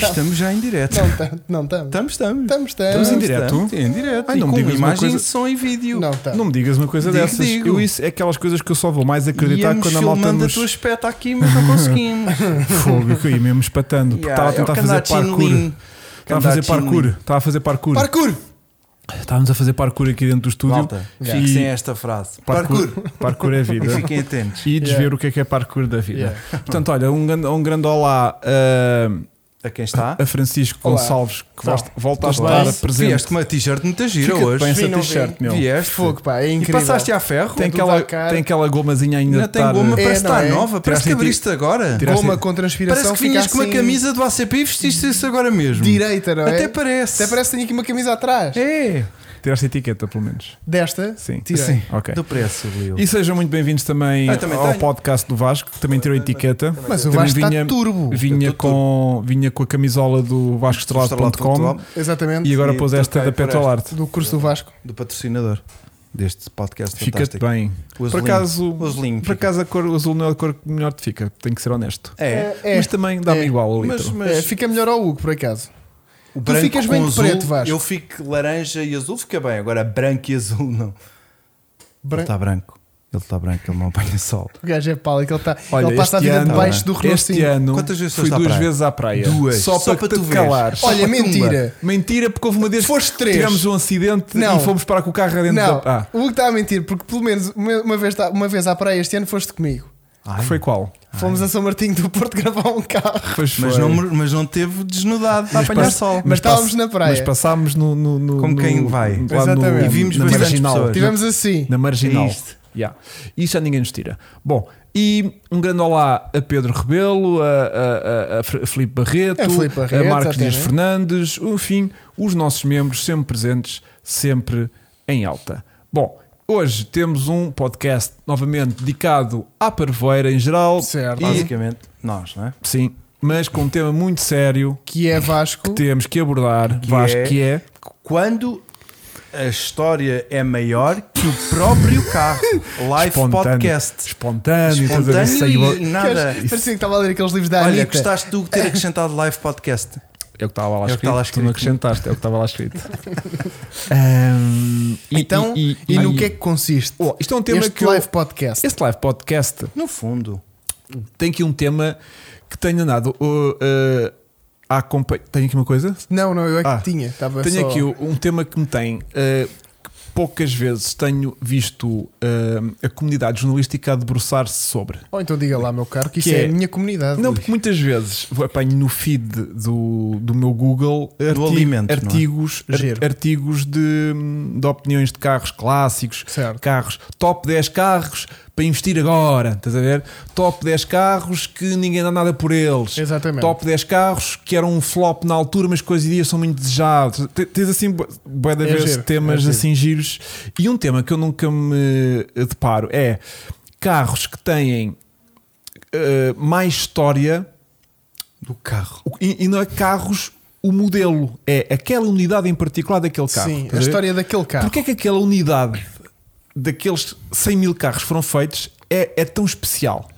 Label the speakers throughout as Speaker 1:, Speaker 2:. Speaker 1: Tá.
Speaker 2: Estamos já em direto.
Speaker 3: Não estamos. Não
Speaker 2: Estamos,
Speaker 3: estamos.
Speaker 2: estamos.
Speaker 3: Estamos,
Speaker 2: Estamos em
Speaker 3: estamos.
Speaker 2: direto?
Speaker 1: estamos.
Speaker 2: Sim, Em direto.
Speaker 1: Tá.
Speaker 2: É
Speaker 1: Ai,
Speaker 2: E
Speaker 1: não me
Speaker 2: com
Speaker 1: digas uma
Speaker 2: imagem,
Speaker 1: coisa-
Speaker 2: som e vídeo.
Speaker 3: Não estamos.
Speaker 1: Não me digas uma coisa
Speaker 2: Digo,
Speaker 1: dessas.
Speaker 2: digo.
Speaker 1: Eu, isso é aquelas coisas que eu só vou mais acreditar
Speaker 2: Íamos
Speaker 1: quando a malta
Speaker 2: filmando
Speaker 1: nos
Speaker 2: a tua espeta aqui, mas não conseguimos.
Speaker 1: fogo, que eu ia mesmo espatando. Porque estava
Speaker 2: Yeah,
Speaker 1: a
Speaker 2: é
Speaker 1: tentar
Speaker 2: o
Speaker 1: fazer
Speaker 2: Kandachin
Speaker 1: parkour.
Speaker 2: Lin.
Speaker 1: Estava a fazer
Speaker 2: Kandachin
Speaker 1: parkour.
Speaker 2: Lin.
Speaker 1: Estava a fazer parkour.
Speaker 3: Parkour!
Speaker 1: Estávamos a fazer parkour aqui dentro do estúdio.
Speaker 2: Malta,
Speaker 1: E-
Speaker 2: fiquem sem esta frase. Parkour.
Speaker 1: Parkour é
Speaker 2: E
Speaker 1: vida.
Speaker 2: fiquem atentos.
Speaker 1: E desver
Speaker 3: Yeah.
Speaker 1: o que é que é parkour da vida.
Speaker 3: Yeah.
Speaker 1: Portanto, olha, um grande, um grande olá ah,
Speaker 2: A quem está?
Speaker 1: a Francisco
Speaker 3: Olá.
Speaker 1: Gonçalves, que
Speaker 3: Então,
Speaker 1: volta, volta a
Speaker 3: tudo
Speaker 1: estar
Speaker 3: bem?
Speaker 1: presente.
Speaker 2: Vieste com uma t-shirt muito gira
Speaker 1: Fica-te
Speaker 2: hoje.
Speaker 1: bem
Speaker 3: Vi,
Speaker 1: essa
Speaker 3: não vi.
Speaker 1: t-shirt, meu.
Speaker 2: Vieste.
Speaker 3: Fogo, pá, é
Speaker 2: e
Speaker 3: incrível.
Speaker 2: passaste a ferro?
Speaker 1: Tem
Speaker 3: tudo
Speaker 1: aquela,
Speaker 3: à cara.
Speaker 1: tem aquela gomazinha ainda.
Speaker 2: Ainda
Speaker 1: de
Speaker 2: tem
Speaker 1: estar- eh,
Speaker 2: goma,
Speaker 3: É,
Speaker 2: parece que
Speaker 3: não
Speaker 2: está
Speaker 3: é?
Speaker 2: nova. Parece que
Speaker 1: Tiraste-
Speaker 2: abriste agora.
Speaker 1: Tiraste-
Speaker 3: Goma com transpiração.
Speaker 2: Parece que vinhas
Speaker 3: fica
Speaker 2: com uma
Speaker 3: assim
Speaker 2: camisa do ACP e vestiste isso agora mesmo.
Speaker 3: direita, não é?
Speaker 2: Até parece.
Speaker 3: Até parece que tenho aqui uma camisa atrás.
Speaker 1: É. Tiraste a etiqueta, pelo menos.
Speaker 3: Desta?
Speaker 1: Sim.
Speaker 3: Tirei.
Speaker 2: Sim.
Speaker 1: Ok.
Speaker 2: Do preço, Leo.
Speaker 1: E sejam muito bem-vindos também,
Speaker 2: Ah, também
Speaker 1: ao
Speaker 2: tenho.
Speaker 1: podcast do Vasco, que também tirou a etiqueta.
Speaker 3: Mas o
Speaker 1: Também
Speaker 3: Vasco está turbo.
Speaker 1: vinha, com, vinha com a camisola do vascoestrelado.com
Speaker 3: Exatamente.
Speaker 1: e agora
Speaker 2: E
Speaker 1: pôs esta da
Speaker 2: troquei por
Speaker 1: Petalarte.
Speaker 3: Do curso do Vasco.
Speaker 2: Do patrocinador deste podcast
Speaker 1: Fica-te
Speaker 2: fantástico.
Speaker 1: bem.
Speaker 2: O azulinho.
Speaker 1: Por acaso,
Speaker 2: O azulinho
Speaker 1: por
Speaker 2: fica.
Speaker 1: acaso a cor o azul não é a cor que melhor te fica, tenho que ser honesto.
Speaker 2: É.
Speaker 3: É.
Speaker 1: Mas também dá-me
Speaker 3: É.
Speaker 1: igual ao
Speaker 2: Mas,
Speaker 1: litro.
Speaker 2: mas
Speaker 3: É, fica melhor ao Hugo, por acaso.
Speaker 2: o
Speaker 3: tu ficas
Speaker 2: com
Speaker 3: bem de
Speaker 2: azul,
Speaker 3: preto, Vasco.
Speaker 2: Eu fico laranja e azul, fica bem. Agora branco e azul não. Ele
Speaker 3: Bran-
Speaker 2: está branco. Ele está branco, ele não apanha sol.
Speaker 3: O gajo é pala, que ele, está
Speaker 1: Olha,
Speaker 3: ele passa a
Speaker 1: este
Speaker 3: vida
Speaker 1: ano, é?
Speaker 3: debaixo do
Speaker 1: este
Speaker 3: Renascimento.
Speaker 1: ano
Speaker 2: Quantas vezes
Speaker 1: fui
Speaker 2: foste à
Speaker 1: duas
Speaker 2: praia?
Speaker 1: vezes à praia.
Speaker 2: Duas. Só
Speaker 1: Só, para
Speaker 2: para
Speaker 1: te
Speaker 2: tu veres.
Speaker 1: calares.
Speaker 3: Olha,
Speaker 1: Só para tumba.
Speaker 3: mentira.
Speaker 1: Mentira, porque houve uma vez
Speaker 3: Foste
Speaker 1: que
Speaker 3: É. três.
Speaker 1: tivemos um acidente
Speaker 3: Não.
Speaker 1: e fomos parar com o carro dentro
Speaker 3: Não,
Speaker 1: da. Ah,
Speaker 3: o Hugo está a mentir, porque pelo menos uma, uma vez, tá- uma vez à praia este ano foste comigo.
Speaker 1: que foi qual?
Speaker 3: Fomos a São Martinho do Porto gravar um carro.
Speaker 1: Pois
Speaker 2: Mas
Speaker 1: foi.
Speaker 2: não, mas não teve desnudado a
Speaker 1: Mas
Speaker 2: apanhar
Speaker 1: passe-
Speaker 2: sol.
Speaker 3: Mas estávamos
Speaker 1: passe-
Speaker 3: na praia.
Speaker 1: Mas passámos no. no, no-
Speaker 2: Como
Speaker 1: no-
Speaker 2: quem vai.
Speaker 1: lá no-
Speaker 3: Exatamente.
Speaker 2: E vimos
Speaker 1: na
Speaker 2: bastantes
Speaker 1: marginal.
Speaker 2: pessoas.
Speaker 3: Tivemos assim.
Speaker 1: Na marginal.
Speaker 2: É
Speaker 1: Isto.
Speaker 2: isto.
Speaker 1: Isso já ninguém nos tira. Bom, e um grande olá a Pedro Rebelo, a, a, a- a Fr- Filipe Barreto,
Speaker 3: A Filipe Barreto,
Speaker 1: Marcos Dias
Speaker 3: exatamente.
Speaker 1: Fernandes, enfim, os nossos membros sempre presentes, sempre em alta. Bom, hoje temos um podcast novamente dedicado à parveira em geral.
Speaker 3: Certo.
Speaker 1: E,
Speaker 2: Basicamente, nós, não é?
Speaker 1: sim, mas com um tema muito sério
Speaker 3: Que é Vasco.
Speaker 1: que temos que abordar,
Speaker 2: Que
Speaker 1: Vasco,
Speaker 2: é-
Speaker 1: que é
Speaker 2: Quando a história é maior que o próprio carro. Live
Speaker 1: espontâneo,
Speaker 2: podcast.
Speaker 1: Espontâneo, estás a ver,
Speaker 2: Espontâneo
Speaker 1: saiu-
Speaker 2: e nada.
Speaker 3: Parecia que estava a ler aqueles livros da
Speaker 2: Olha,
Speaker 3: Anitta.
Speaker 2: gostaste tu de ter acrescentado live podcast.
Speaker 1: É o que estava lá,
Speaker 2: É o que
Speaker 1: escrito,
Speaker 2: está lá
Speaker 1: Tu não
Speaker 2: escrito.
Speaker 1: acrescentaste, é o que estava lá escrito. Ahm, e-
Speaker 3: Então, e, no que é que consiste?
Speaker 1: Oh, isto é um tema
Speaker 3: este
Speaker 1: que eu-
Speaker 3: live podcast.
Speaker 1: Este live podcast
Speaker 2: No fundo,
Speaker 1: tem aqui um tema que tenho andado. uh, uh, a acompanhar. Tenho aqui uma coisa?
Speaker 3: Não, não, eu é que
Speaker 1: Ah,
Speaker 3: tinha. Estava
Speaker 1: Tenho
Speaker 3: só...
Speaker 1: aqui o- um tema que me tem. uh, que poucas vezes tenho visto uh, a comunidade jornalística a debruçar-se sobre.
Speaker 3: Ou então diga lá, meu caro, que isso
Speaker 1: Que
Speaker 3: é,
Speaker 1: é-
Speaker 3: a minha comunidade.
Speaker 1: Não,
Speaker 3: Ui.
Speaker 1: porque muitas vezes vou- apanho no feed do, do meu Google arti-
Speaker 2: alimento, não é?
Speaker 1: artigos, ar-
Speaker 3: Giro.
Speaker 1: artigos de, de opiniões de carros clássicos,
Speaker 3: Certo.
Speaker 1: carros top 10 carros para investir agora, estás a ver? Top 10 carros que ninguém dá nada por eles.
Speaker 3: Exatamente.
Speaker 1: Top 10 carros que eram um flop na altura, mas que hoje em dia são muito desejados. Te- Tens assim, boa da
Speaker 3: É
Speaker 1: vez,
Speaker 3: giro, é
Speaker 1: temas
Speaker 3: giro.
Speaker 1: assim giros. E um tema que eu nunca me deparo é carros que têm eh, mais história
Speaker 2: do carro.
Speaker 1: o- e, e não é carros o modelo, é aquela unidade em particular daquele carro.
Speaker 3: Sim,
Speaker 1: estás
Speaker 3: a
Speaker 1: ver?
Speaker 3: história daquele carro.
Speaker 1: Porquê é que aquela unidade daqueles 100 mil carros foram feitos é, é tão especial?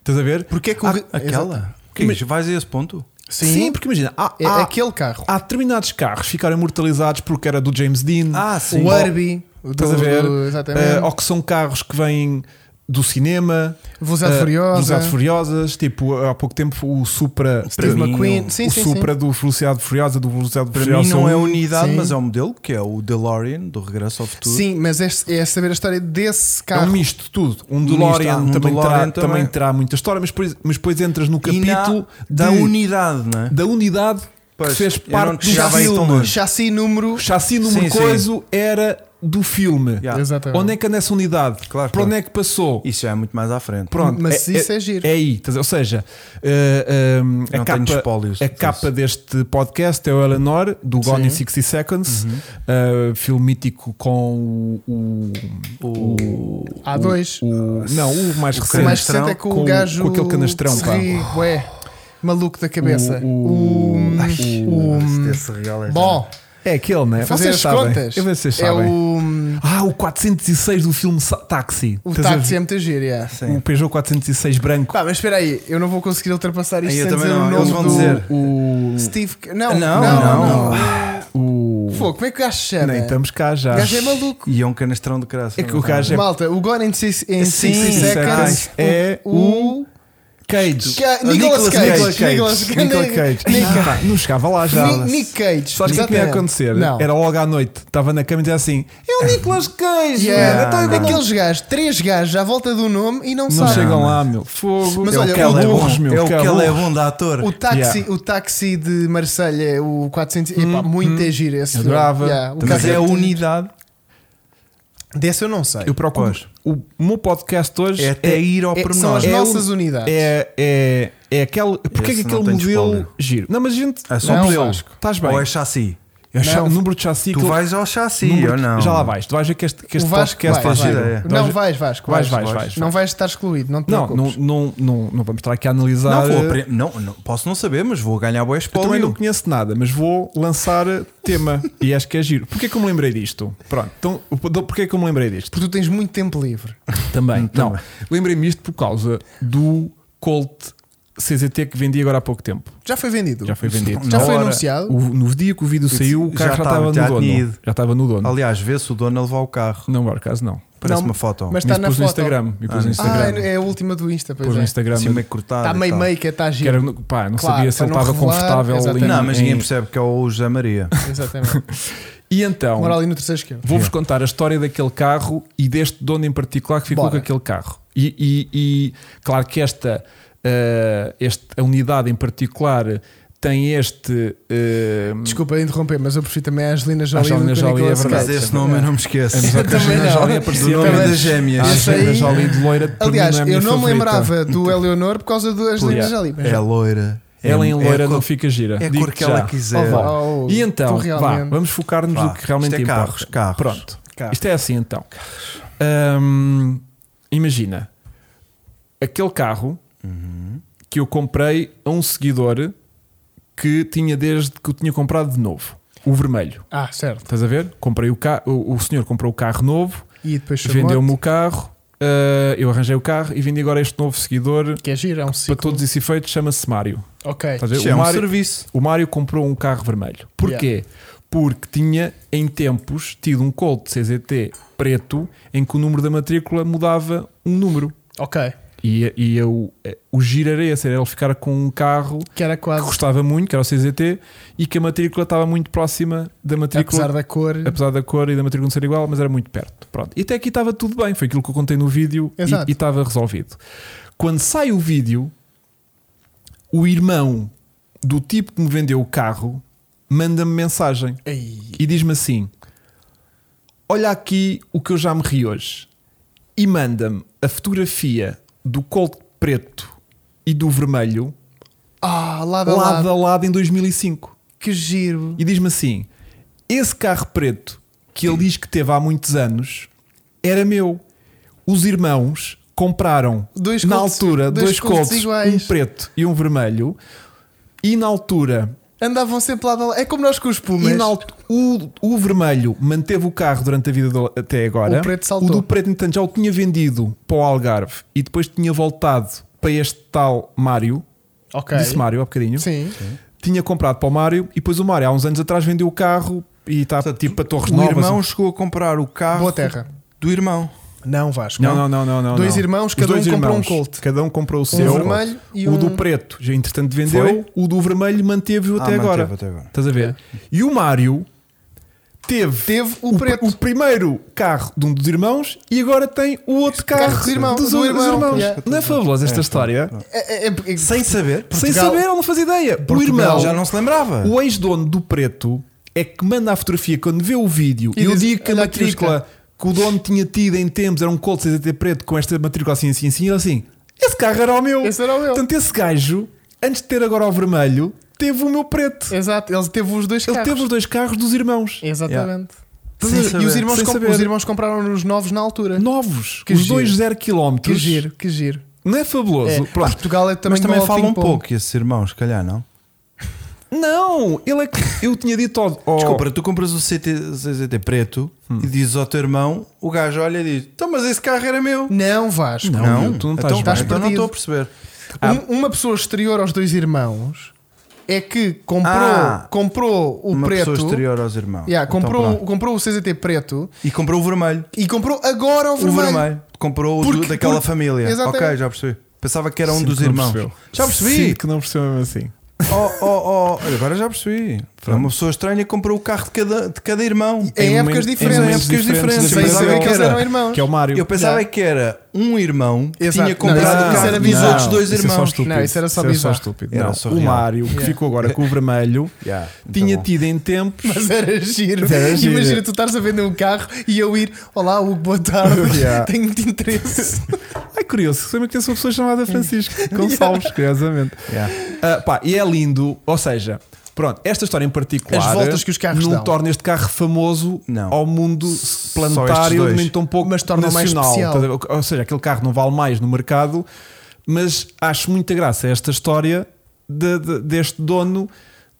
Speaker 1: Estás a ver?
Speaker 3: Porquê que o...
Speaker 2: Ah,
Speaker 3: é Exato.
Speaker 2: aquela? Que
Speaker 1: Mas-
Speaker 2: isso? Vais a esse ponto?
Speaker 3: Sim,
Speaker 1: porque Ah, imagina, há,
Speaker 3: é
Speaker 1: há-
Speaker 3: aquele carro.
Speaker 1: há determinados carros que ficaram imortalizados porque era do James Dean.
Speaker 2: Ah, sim.
Speaker 3: o Arby. o
Speaker 1: Estás
Speaker 3: do-
Speaker 1: a ver?
Speaker 3: do-
Speaker 1: Eh,
Speaker 3: Exatamente.
Speaker 1: ou que são carros que vêm do cinema.
Speaker 3: Velocidade
Speaker 1: eh,
Speaker 3: Furiosa.
Speaker 1: Velocidade Furiosas. Tipo, há pouco tempo o Supra.
Speaker 3: Steve
Speaker 2: para mim,
Speaker 3: McQueen.
Speaker 2: o-
Speaker 3: Sim,
Speaker 1: o
Speaker 3: sim, sim.
Speaker 1: Supra do Velocidade Furiosa, do Velocidade
Speaker 2: Para
Speaker 1: Furiosa.
Speaker 2: mim não
Speaker 1: um.
Speaker 2: é unidade,
Speaker 3: Sim.
Speaker 2: mas é um modelo que é o DeLorean do Regresso ao Futuro.
Speaker 3: Sim, mas é, é saber a história desse
Speaker 1: É um
Speaker 3: carro.
Speaker 1: misto de tudo. Um
Speaker 2: misto,
Speaker 1: DeLorean,
Speaker 2: um
Speaker 1: também,
Speaker 2: DeLorean
Speaker 1: terá, também.
Speaker 2: também.
Speaker 1: terá muita história, mas depois, mas depois entras no
Speaker 2: E na-
Speaker 1: capítulo
Speaker 2: da
Speaker 1: de-
Speaker 2: unidade, não é?
Speaker 1: da unidade que
Speaker 2: Pois,
Speaker 1: fez
Speaker 2: eu não
Speaker 1: parte do
Speaker 2: chegava aí tão
Speaker 1: filme.
Speaker 2: longe.
Speaker 3: Chassi número.
Speaker 1: O chassi
Speaker 2: Sim,
Speaker 1: número
Speaker 2: sim.
Speaker 1: coiso era do filme.
Speaker 2: Yeah.
Speaker 3: Exatamente.
Speaker 1: Onde é que anda essa unidade?
Speaker 2: Claro,
Speaker 1: Para onde
Speaker 2: claro.
Speaker 1: é que passou?
Speaker 2: Isso já é muito mais à frente.
Speaker 1: Pronto,
Speaker 3: Mas isso é giro.
Speaker 1: É aí, estás a- ou seja, uh, um, a,
Speaker 2: Não tenho
Speaker 1: capa,
Speaker 2: espólios
Speaker 1: a
Speaker 2: disso.
Speaker 1: capa deste podcast é o Eleanor, do Gone in 60 Seconds,
Speaker 2: Uhum.
Speaker 1: uh, filme mítico com o. o, o-
Speaker 3: Há dois.
Speaker 1: o- não, o mais
Speaker 2: O
Speaker 3: O
Speaker 1: recente.
Speaker 3: mais
Speaker 2: canastrão
Speaker 3: recente é com
Speaker 1: com-
Speaker 3: o gajo.
Speaker 1: com aquele canastrão,
Speaker 3: que
Speaker 1: pá.
Speaker 3: se ri, bué, maluco da cabeça.
Speaker 1: O-
Speaker 3: O.
Speaker 1: o- Ai,
Speaker 3: o-
Speaker 2: Esse- esse real é-
Speaker 3: Bom,
Speaker 1: É aquele, né?
Speaker 3: fazer
Speaker 1: Vocês
Speaker 3: as
Speaker 1: sabem.
Speaker 3: contas.
Speaker 1: Eu- vocês
Speaker 3: é
Speaker 1: sabem.
Speaker 3: o.
Speaker 1: Ah, Ah, o 406 do filme Sa- Táxi.
Speaker 3: O
Speaker 1: Estás a
Speaker 3: táxi
Speaker 1: ver?
Speaker 3: é muito giro, yeah.
Speaker 1: O Peugeot 406 branco.
Speaker 3: Pá, mas espera aí, eu não vou conseguir ultrapassar isto
Speaker 2: Aí eu
Speaker 3: sem
Speaker 2: também
Speaker 3: dizer o
Speaker 2: não,
Speaker 3: nome
Speaker 2: eles vão
Speaker 3: do
Speaker 2: dizer.
Speaker 1: O.
Speaker 3: Steve... Não,
Speaker 2: Não,
Speaker 3: não,
Speaker 2: não,
Speaker 3: não.
Speaker 1: O.
Speaker 3: Pô, como é que o gajo se chama?
Speaker 1: Nem estamos cá já.
Speaker 3: O gajo é maluco.
Speaker 2: E é um canastrão de caraça.
Speaker 1: É que o gajo é-
Speaker 3: Malta, o Gone in 60 in
Speaker 2: Sim,
Speaker 3: 60
Speaker 2: sim,
Speaker 3: Seconds
Speaker 1: sim. É
Speaker 3: o...
Speaker 1: Cage.
Speaker 3: Ca-
Speaker 2: Nicolas
Speaker 3: Nicolas
Speaker 2: Cage.
Speaker 3: Cage. Nicolas Cage.
Speaker 1: Nicolas Cage.
Speaker 3: Nick-
Speaker 1: Ah, pá, Não chegava lá já.
Speaker 3: Ni- Nick Cage.
Speaker 1: Sabes o que é que ia
Speaker 3: Exatamente.
Speaker 1: acontecer?
Speaker 3: Não.
Speaker 1: Era logo à noite. Estava na cama e dizia assim: É o Nicolas Cage!
Speaker 3: Yeah.
Speaker 1: mano, então eu não-
Speaker 3: Aqueles gajos, três gajos à volta do nome e não,
Speaker 1: Não
Speaker 3: sabem.
Speaker 1: chegam lá, meu. Fogo.
Speaker 3: Mas
Speaker 2: É o
Speaker 3: olha,
Speaker 2: que ela é
Speaker 3: o-
Speaker 2: bom.
Speaker 1: burros, meu,
Speaker 2: É o
Speaker 1: que
Speaker 2: que
Speaker 1: é
Speaker 2: ela é
Speaker 1: burros.
Speaker 2: bom da ator.
Speaker 3: O táxi,
Speaker 1: Yeah. Hum,
Speaker 3: o táxi de Marselha, o 400. epá, muito é giro esse. filme.
Speaker 1: Adorava.
Speaker 3: Yeah, o
Speaker 1: Também
Speaker 2: Mas
Speaker 3: carro
Speaker 2: é a
Speaker 3: de-
Speaker 2: unidade.
Speaker 3: Desse eu não sei.
Speaker 1: Eu procuro. O meu podcast hoje
Speaker 2: É até ir ao
Speaker 3: É-
Speaker 2: pormenor.
Speaker 3: são as
Speaker 1: É
Speaker 3: nossas
Speaker 1: um-
Speaker 3: unidades.
Speaker 1: É, é, é aquele. Porque é que
Speaker 2: Esse não
Speaker 1: aquele
Speaker 2: tem
Speaker 1: modelo
Speaker 2: spoiler.
Speaker 1: giro? Não, mas gente.
Speaker 2: É só
Speaker 3: Não,
Speaker 2: modelo.
Speaker 3: Vasco.
Speaker 1: Estás bem.
Speaker 2: Ou é chassi?
Speaker 1: Eu acho
Speaker 3: Não.
Speaker 1: o número de chassi.
Speaker 2: Tu
Speaker 1: aquele-
Speaker 2: vais ao chassi
Speaker 1: número
Speaker 2: ou
Speaker 1: de-
Speaker 2: não?
Speaker 1: Já lá vais. Tu vais ver que este, que
Speaker 3: o
Speaker 1: este
Speaker 3: Vasco vai,
Speaker 1: podcast é
Speaker 2: faz
Speaker 3: vai.
Speaker 1: giro.
Speaker 2: ideia.
Speaker 3: Não vais, Vasco.
Speaker 1: Vais, vais, vais.
Speaker 3: Não vais estar excluído, não te
Speaker 1: Não, não,
Speaker 3: preocupes.
Speaker 1: não, não, não vamos estar aqui a analisar.
Speaker 2: Não, vou
Speaker 1: eh,
Speaker 2: apre- não, não, posso não saber, mas vou ganhar boa
Speaker 1: Eu também não
Speaker 2: spoiler.
Speaker 1: conheço nada, mas vou lançar eh, tema e acho que é giro. Porquê que eu me lembrei disto? Pronto, então, o- do- porquê que eu me lembrei disto?
Speaker 3: Porque tu tens muito tempo livre.
Speaker 1: Também, não. Lembrei-me isto por causa do Colt CZT que vendi agora há pouco tempo.
Speaker 3: Já foi vendido.
Speaker 1: Já foi vendido.
Speaker 3: Já
Speaker 1: Na
Speaker 3: foi
Speaker 1: hora,
Speaker 3: anunciado?
Speaker 1: o- no dia que o vídeo saiu, o carro já,
Speaker 2: já
Speaker 1: estava
Speaker 2: estava, já tinha
Speaker 1: no dono.
Speaker 2: ido.
Speaker 1: Já estava no dono.
Speaker 2: Aliás, vê-se o dono a levar o carro.
Speaker 1: Não, por acaso não.
Speaker 2: Parece
Speaker 3: Não,
Speaker 2: uma foto.
Speaker 3: mas-
Speaker 1: Mas
Speaker 3: Está
Speaker 1: pus
Speaker 3: na
Speaker 1: no
Speaker 3: foto.
Speaker 1: Instagram. E pus
Speaker 2: Ah,
Speaker 1: no
Speaker 3: Ah,
Speaker 1: Instagram.
Speaker 3: é a última do Insta, pois
Speaker 1: pus no
Speaker 3: é.
Speaker 1: Instagram.
Speaker 2: Assim meio cortado.
Speaker 3: Está
Speaker 2: e
Speaker 3: meio
Speaker 2: tal.
Speaker 3: meio que está
Speaker 1: que
Speaker 3: giro.
Speaker 1: era, pá, não
Speaker 3: Claro,
Speaker 1: sabia se
Speaker 3: para
Speaker 1: ele
Speaker 3: não
Speaker 1: estava
Speaker 3: revelar,
Speaker 1: confortável ali.
Speaker 3: exatamente.
Speaker 2: Não, mas ninguém
Speaker 1: em-
Speaker 2: percebe que é o José Maria.
Speaker 3: Exatamente.
Speaker 1: E então.
Speaker 3: Mora ali no terceiro esquerdo.
Speaker 1: Vou-vos contar a história daquele carro e deste dono em particular que ficou
Speaker 3: Bora.
Speaker 1: com aquele carro. E, e- e, claro que esta, eh, este- a unidade em particular tem este. eh,
Speaker 3: Desculpa interromper, mas eu prefiro também a Angelina Jolie.
Speaker 1: Angelina
Speaker 3: do que o
Speaker 1: Jolie é
Speaker 3: Nicolas
Speaker 1: verdade.
Speaker 2: Mas
Speaker 3: Cage.
Speaker 2: esse nome eu não me esqueço.
Speaker 3: Eu também
Speaker 2: Angelina
Speaker 3: não.
Speaker 2: Jolie aparecia
Speaker 3: Eu
Speaker 2: no nome
Speaker 3: também-
Speaker 2: das gêmeas.
Speaker 1: a
Speaker 3: Esse
Speaker 1: Angelina
Speaker 3: aí-
Speaker 1: Jolie de loira. para
Speaker 3: Aliás,
Speaker 1: mim, não é a
Speaker 3: eu
Speaker 1: minha
Speaker 3: não me
Speaker 1: favorita.
Speaker 3: lembrava do Eleonor por causa do Angelina Jolie. mas
Speaker 2: É loira.
Speaker 1: Ela
Speaker 2: É-
Speaker 1: em
Speaker 2: é a
Speaker 1: loira não
Speaker 2: cor-
Speaker 1: fica gira.
Speaker 2: É a
Speaker 1: Digo-te
Speaker 2: cor que ela
Speaker 1: já.
Speaker 3: Oh,
Speaker 2: quiser.
Speaker 3: vá, oh,
Speaker 1: E então,
Speaker 3: tu
Speaker 1: vá,
Speaker 3: realmente-
Speaker 1: vamos focar-nos
Speaker 2: Vá,
Speaker 1: no que realmente
Speaker 2: isto é
Speaker 1: importa.
Speaker 2: carros, carros.
Speaker 1: Pronto.
Speaker 3: Carros.
Speaker 1: Isto é assim então. Hum, imagina aquele carro que eu comprei a um seguidor que tinha desde que eu tinha comprado de novo, o vermelho.
Speaker 3: Ah, certo.
Speaker 1: Estás a ver? Comprei o carro, o o senhor comprou o carro novo,
Speaker 3: E depois
Speaker 2: é
Speaker 3: chamou-te,
Speaker 1: vendeu-me o carro, ah, eu arranjei o carro e vendi agora este novo seguidor.
Speaker 3: Que é giro, é um
Speaker 1: Para
Speaker 3: ciclo.
Speaker 1: todos esses efeitos, chama-se Mário.
Speaker 3: Ok.
Speaker 1: Estás a ver?
Speaker 2: Isto é
Speaker 1: O
Speaker 2: um
Speaker 1: Mário-
Speaker 2: serviço.
Speaker 1: o Mário comprou um carro vermelho. Porquê? Porque tinha, em tempos, tido um Colt CZT preto em que o número da matrícula mudava um número.
Speaker 3: Ok.
Speaker 1: E, e eu, eh, o giro era esse, era ele ficar com um carro
Speaker 3: Que era
Speaker 1: que
Speaker 3: quase.
Speaker 1: gostava muito, que era o CZT, e que a matrícula estava muito próxima da matrícula.
Speaker 3: Apesar da cor.
Speaker 1: apesar da cor e da matrícula não ser igual, mas era muito perto. Pronto. E até aqui estava tudo bem, foi aquilo que eu contei no vídeo e-
Speaker 3: Exato.
Speaker 1: e estava resolvido. Quando sai o vídeo, o irmão do tipo que me vendeu o carro manda-me mensagem
Speaker 3: Ei.
Speaker 1: e diz-me assim: Olha aqui o que eu já me ri hoje. E manda-me a fotografia do Colt preto e do vermelho
Speaker 3: Ah, lado a
Speaker 1: lado
Speaker 3: lado.
Speaker 1: a lado em 2005
Speaker 3: Que giro.
Speaker 1: e diz-me assim: esse carro preto que ele diz que teve há muitos anos era meu. Os irmãos compraram
Speaker 3: Dois
Speaker 1: na
Speaker 3: Colts-
Speaker 1: altura
Speaker 3: dois
Speaker 1: dois,
Speaker 3: Colts
Speaker 1: Colts, um
Speaker 3: iguais."
Speaker 1: preto e um vermelho, e na altura,
Speaker 3: Andavam sempre lado a lado. É como nós com os
Speaker 1: e
Speaker 3: Pumas.
Speaker 1: na alt- o, o vermelho manteve o carro durante a vida dele até agora.
Speaker 3: O preto saltou.
Speaker 1: O do preto, entanto, já o tinha vendido para o Algarve e depois tinha voltado para este tal Mário.
Speaker 3: Ok.
Speaker 1: Disse Mário há bocadinho
Speaker 3: Sim.
Speaker 1: tinha comprado para o Mário e depois o Mário há uns anos atrás vendeu o carro e está tipo para
Speaker 3: um
Speaker 1: Torres
Speaker 2: O
Speaker 1: Novas.
Speaker 2: irmão chegou a comprar o carro
Speaker 3: Boa terra.
Speaker 2: do irmão.
Speaker 3: Não, Vasco.
Speaker 1: Ah, Não, não, não, não, não.
Speaker 3: Dois
Speaker 1: não.
Speaker 3: irmãos,
Speaker 1: Os
Speaker 3: cada um
Speaker 1: dois
Speaker 3: comprou
Speaker 1: irmãos.
Speaker 3: um Colt.
Speaker 1: Cada um comprou o seu.
Speaker 3: vermelho e
Speaker 1: o
Speaker 3: um- Ah,
Speaker 1: do preto, já entretanto vendeu. O do vermelho manteve-o até,
Speaker 2: manteve
Speaker 1: agora.
Speaker 2: até agora.
Speaker 1: Estás a ver? E o Mário teve,
Speaker 3: Teve o
Speaker 1: pr-
Speaker 3: preto.
Speaker 1: o primeiro carro de um dos irmãos e agora tem o outro carro,
Speaker 3: carro do irmão,
Speaker 1: dos
Speaker 3: do
Speaker 1: outros
Speaker 3: irmão.
Speaker 1: irmãos.
Speaker 3: Yeah.
Speaker 1: Não é fabulosa esta história?
Speaker 3: É- é- é-
Speaker 2: Sem saber.
Speaker 1: Sem
Speaker 3: Portugal-
Speaker 1: saber, ele não faz ideia. o
Speaker 3: Portugal
Speaker 1: irmão
Speaker 2: Já não se lembrava.
Speaker 1: O ex-dono do preto é que manda a fotografia quando vê o vídeo
Speaker 3: E
Speaker 1: e, eu
Speaker 3: diz,
Speaker 1: digo que a
Speaker 3: "Olha aqui
Speaker 1: matrícula que o dono tinha tido em tempos era um Colt CZT preto com esta matrícula assim, assim, assim. E ele assim, esse carro era o meu.
Speaker 3: Esse era o meu.
Speaker 1: Portanto, esse gajo, antes de ter agora o vermelho, teve o meu preto.
Speaker 3: Exato. Ele teve os dois
Speaker 1: Ele
Speaker 3: carros.
Speaker 1: teve os dois carros dos irmãos.
Speaker 3: Exatamente.
Speaker 2: Sem
Speaker 3: E os
Speaker 2: saber,
Speaker 3: irmãos,
Speaker 1: sem
Speaker 3: comp-
Speaker 1: saber.
Speaker 3: os irmãos compraram os novos na altura.
Speaker 1: Novos.
Speaker 3: Que
Speaker 1: os
Speaker 3: giro.
Speaker 1: dois zero quilómetros.
Speaker 3: Que giro, que giro.
Speaker 1: Não é fabuloso?
Speaker 3: É,
Speaker 1: Pronto.
Speaker 3: Portugal é também
Speaker 2: Mas também
Speaker 3: bom ao
Speaker 2: fala um
Speaker 3: ping-pong.
Speaker 2: pouco esses irmãos, se calhar, não?
Speaker 1: Não, ele é que eu tinha dito ao.
Speaker 3: Oh.
Speaker 1: ao-
Speaker 2: Desculpa, tu compras o CT, CZT preto
Speaker 3: Hum.
Speaker 2: e dizes ao teu irmão, o gajo olha e diz: Então, mas esse carro era meu.
Speaker 3: Não, Vasco.
Speaker 1: Não, meu, tu não estás
Speaker 2: então,
Speaker 3: bem.
Speaker 2: então não
Speaker 3: Perdido.
Speaker 2: estou a perceber. Ah.
Speaker 3: Um- uma pessoa exterior aos dois irmãos é que comprou,
Speaker 2: Ah.
Speaker 3: comprou o
Speaker 2: Uma
Speaker 3: preto.
Speaker 2: pessoa exterior aos irmãos.
Speaker 3: Yeah,
Speaker 2: Então,
Speaker 3: comprou,
Speaker 2: pronto.
Speaker 3: comprou o CZT preto
Speaker 2: e comprou o vermelho.
Speaker 3: e comprou agora o
Speaker 2: O
Speaker 3: vermelho.
Speaker 2: vermelho. Comprou o
Speaker 3: Porque-
Speaker 2: do- daquela
Speaker 3: porque-
Speaker 2: família.
Speaker 3: Exatamente.
Speaker 2: Ok, já percebi. Pensava que era um
Speaker 1: Sinto
Speaker 2: dos
Speaker 1: que não
Speaker 2: irmãos.
Speaker 1: percebeu.
Speaker 2: Já percebi.
Speaker 1: Sinto que não percebeu mesmo assim.
Speaker 2: Oh, oh, oh. Agora já percebi. É uma pessoa estranha que comprou o carro de cada, de cada irmão.
Speaker 3: Em épocas
Speaker 1: momentos-
Speaker 3: diferentes.
Speaker 1: momentos
Speaker 2: Em épocas diferentes.
Speaker 1: da
Speaker 2: Sem
Speaker 1: vida
Speaker 2: saber que
Speaker 1: dela.
Speaker 2: eles eram
Speaker 3: irmãos.
Speaker 1: Que é o Mário.
Speaker 2: Eu pensava
Speaker 3: Já.
Speaker 2: que era um irmão que
Speaker 3: Exato.
Speaker 2: tinha
Speaker 3: Não,
Speaker 2: comprado
Speaker 3: isso-
Speaker 2: o
Speaker 3: isso
Speaker 2: carro
Speaker 3: era
Speaker 2: dos
Speaker 3: bizarro.
Speaker 2: outros dois
Speaker 1: isso é só
Speaker 2: irmãos.
Speaker 1: estúpido.
Speaker 3: Não, isso era só
Speaker 1: é
Speaker 3: bizarro.
Speaker 1: estúpido.
Speaker 2: Era
Speaker 1: Não,
Speaker 2: só
Speaker 1: o
Speaker 2: real.
Speaker 1: Mário, que ficou agora com o vermelho,
Speaker 2: Yeah, muito
Speaker 1: tinha
Speaker 2: bom.
Speaker 1: tido em tempos.
Speaker 3: Mas era giro.
Speaker 1: Mas era giro.
Speaker 3: Imagina, tu estás a vender um carro e eu ir: Olá, Hugo, boa tarde.
Speaker 1: Yeah.
Speaker 3: Tenho muito interesse.
Speaker 1: Ai, curioso, lembra que tem uma pessoa chamada Francisco Gonçalves, curiosamente.
Speaker 2: Yeah.
Speaker 1: Ah, pá, e é lindo, ou seja, pronto, esta história em particular
Speaker 3: As voltas que os carros
Speaker 1: não
Speaker 3: dão.
Speaker 1: torna este carro famoso
Speaker 2: Não.
Speaker 1: ao mundo
Speaker 2: Só estes
Speaker 1: planetário
Speaker 2: dois.
Speaker 1: nem tão pouco
Speaker 3: Mas torna-o mais
Speaker 1: nacional.
Speaker 3: especial.
Speaker 1: Estás a ver? Ou seja, aquele carro não vale mais no mercado, mas acho muita graça esta história de- de- deste dono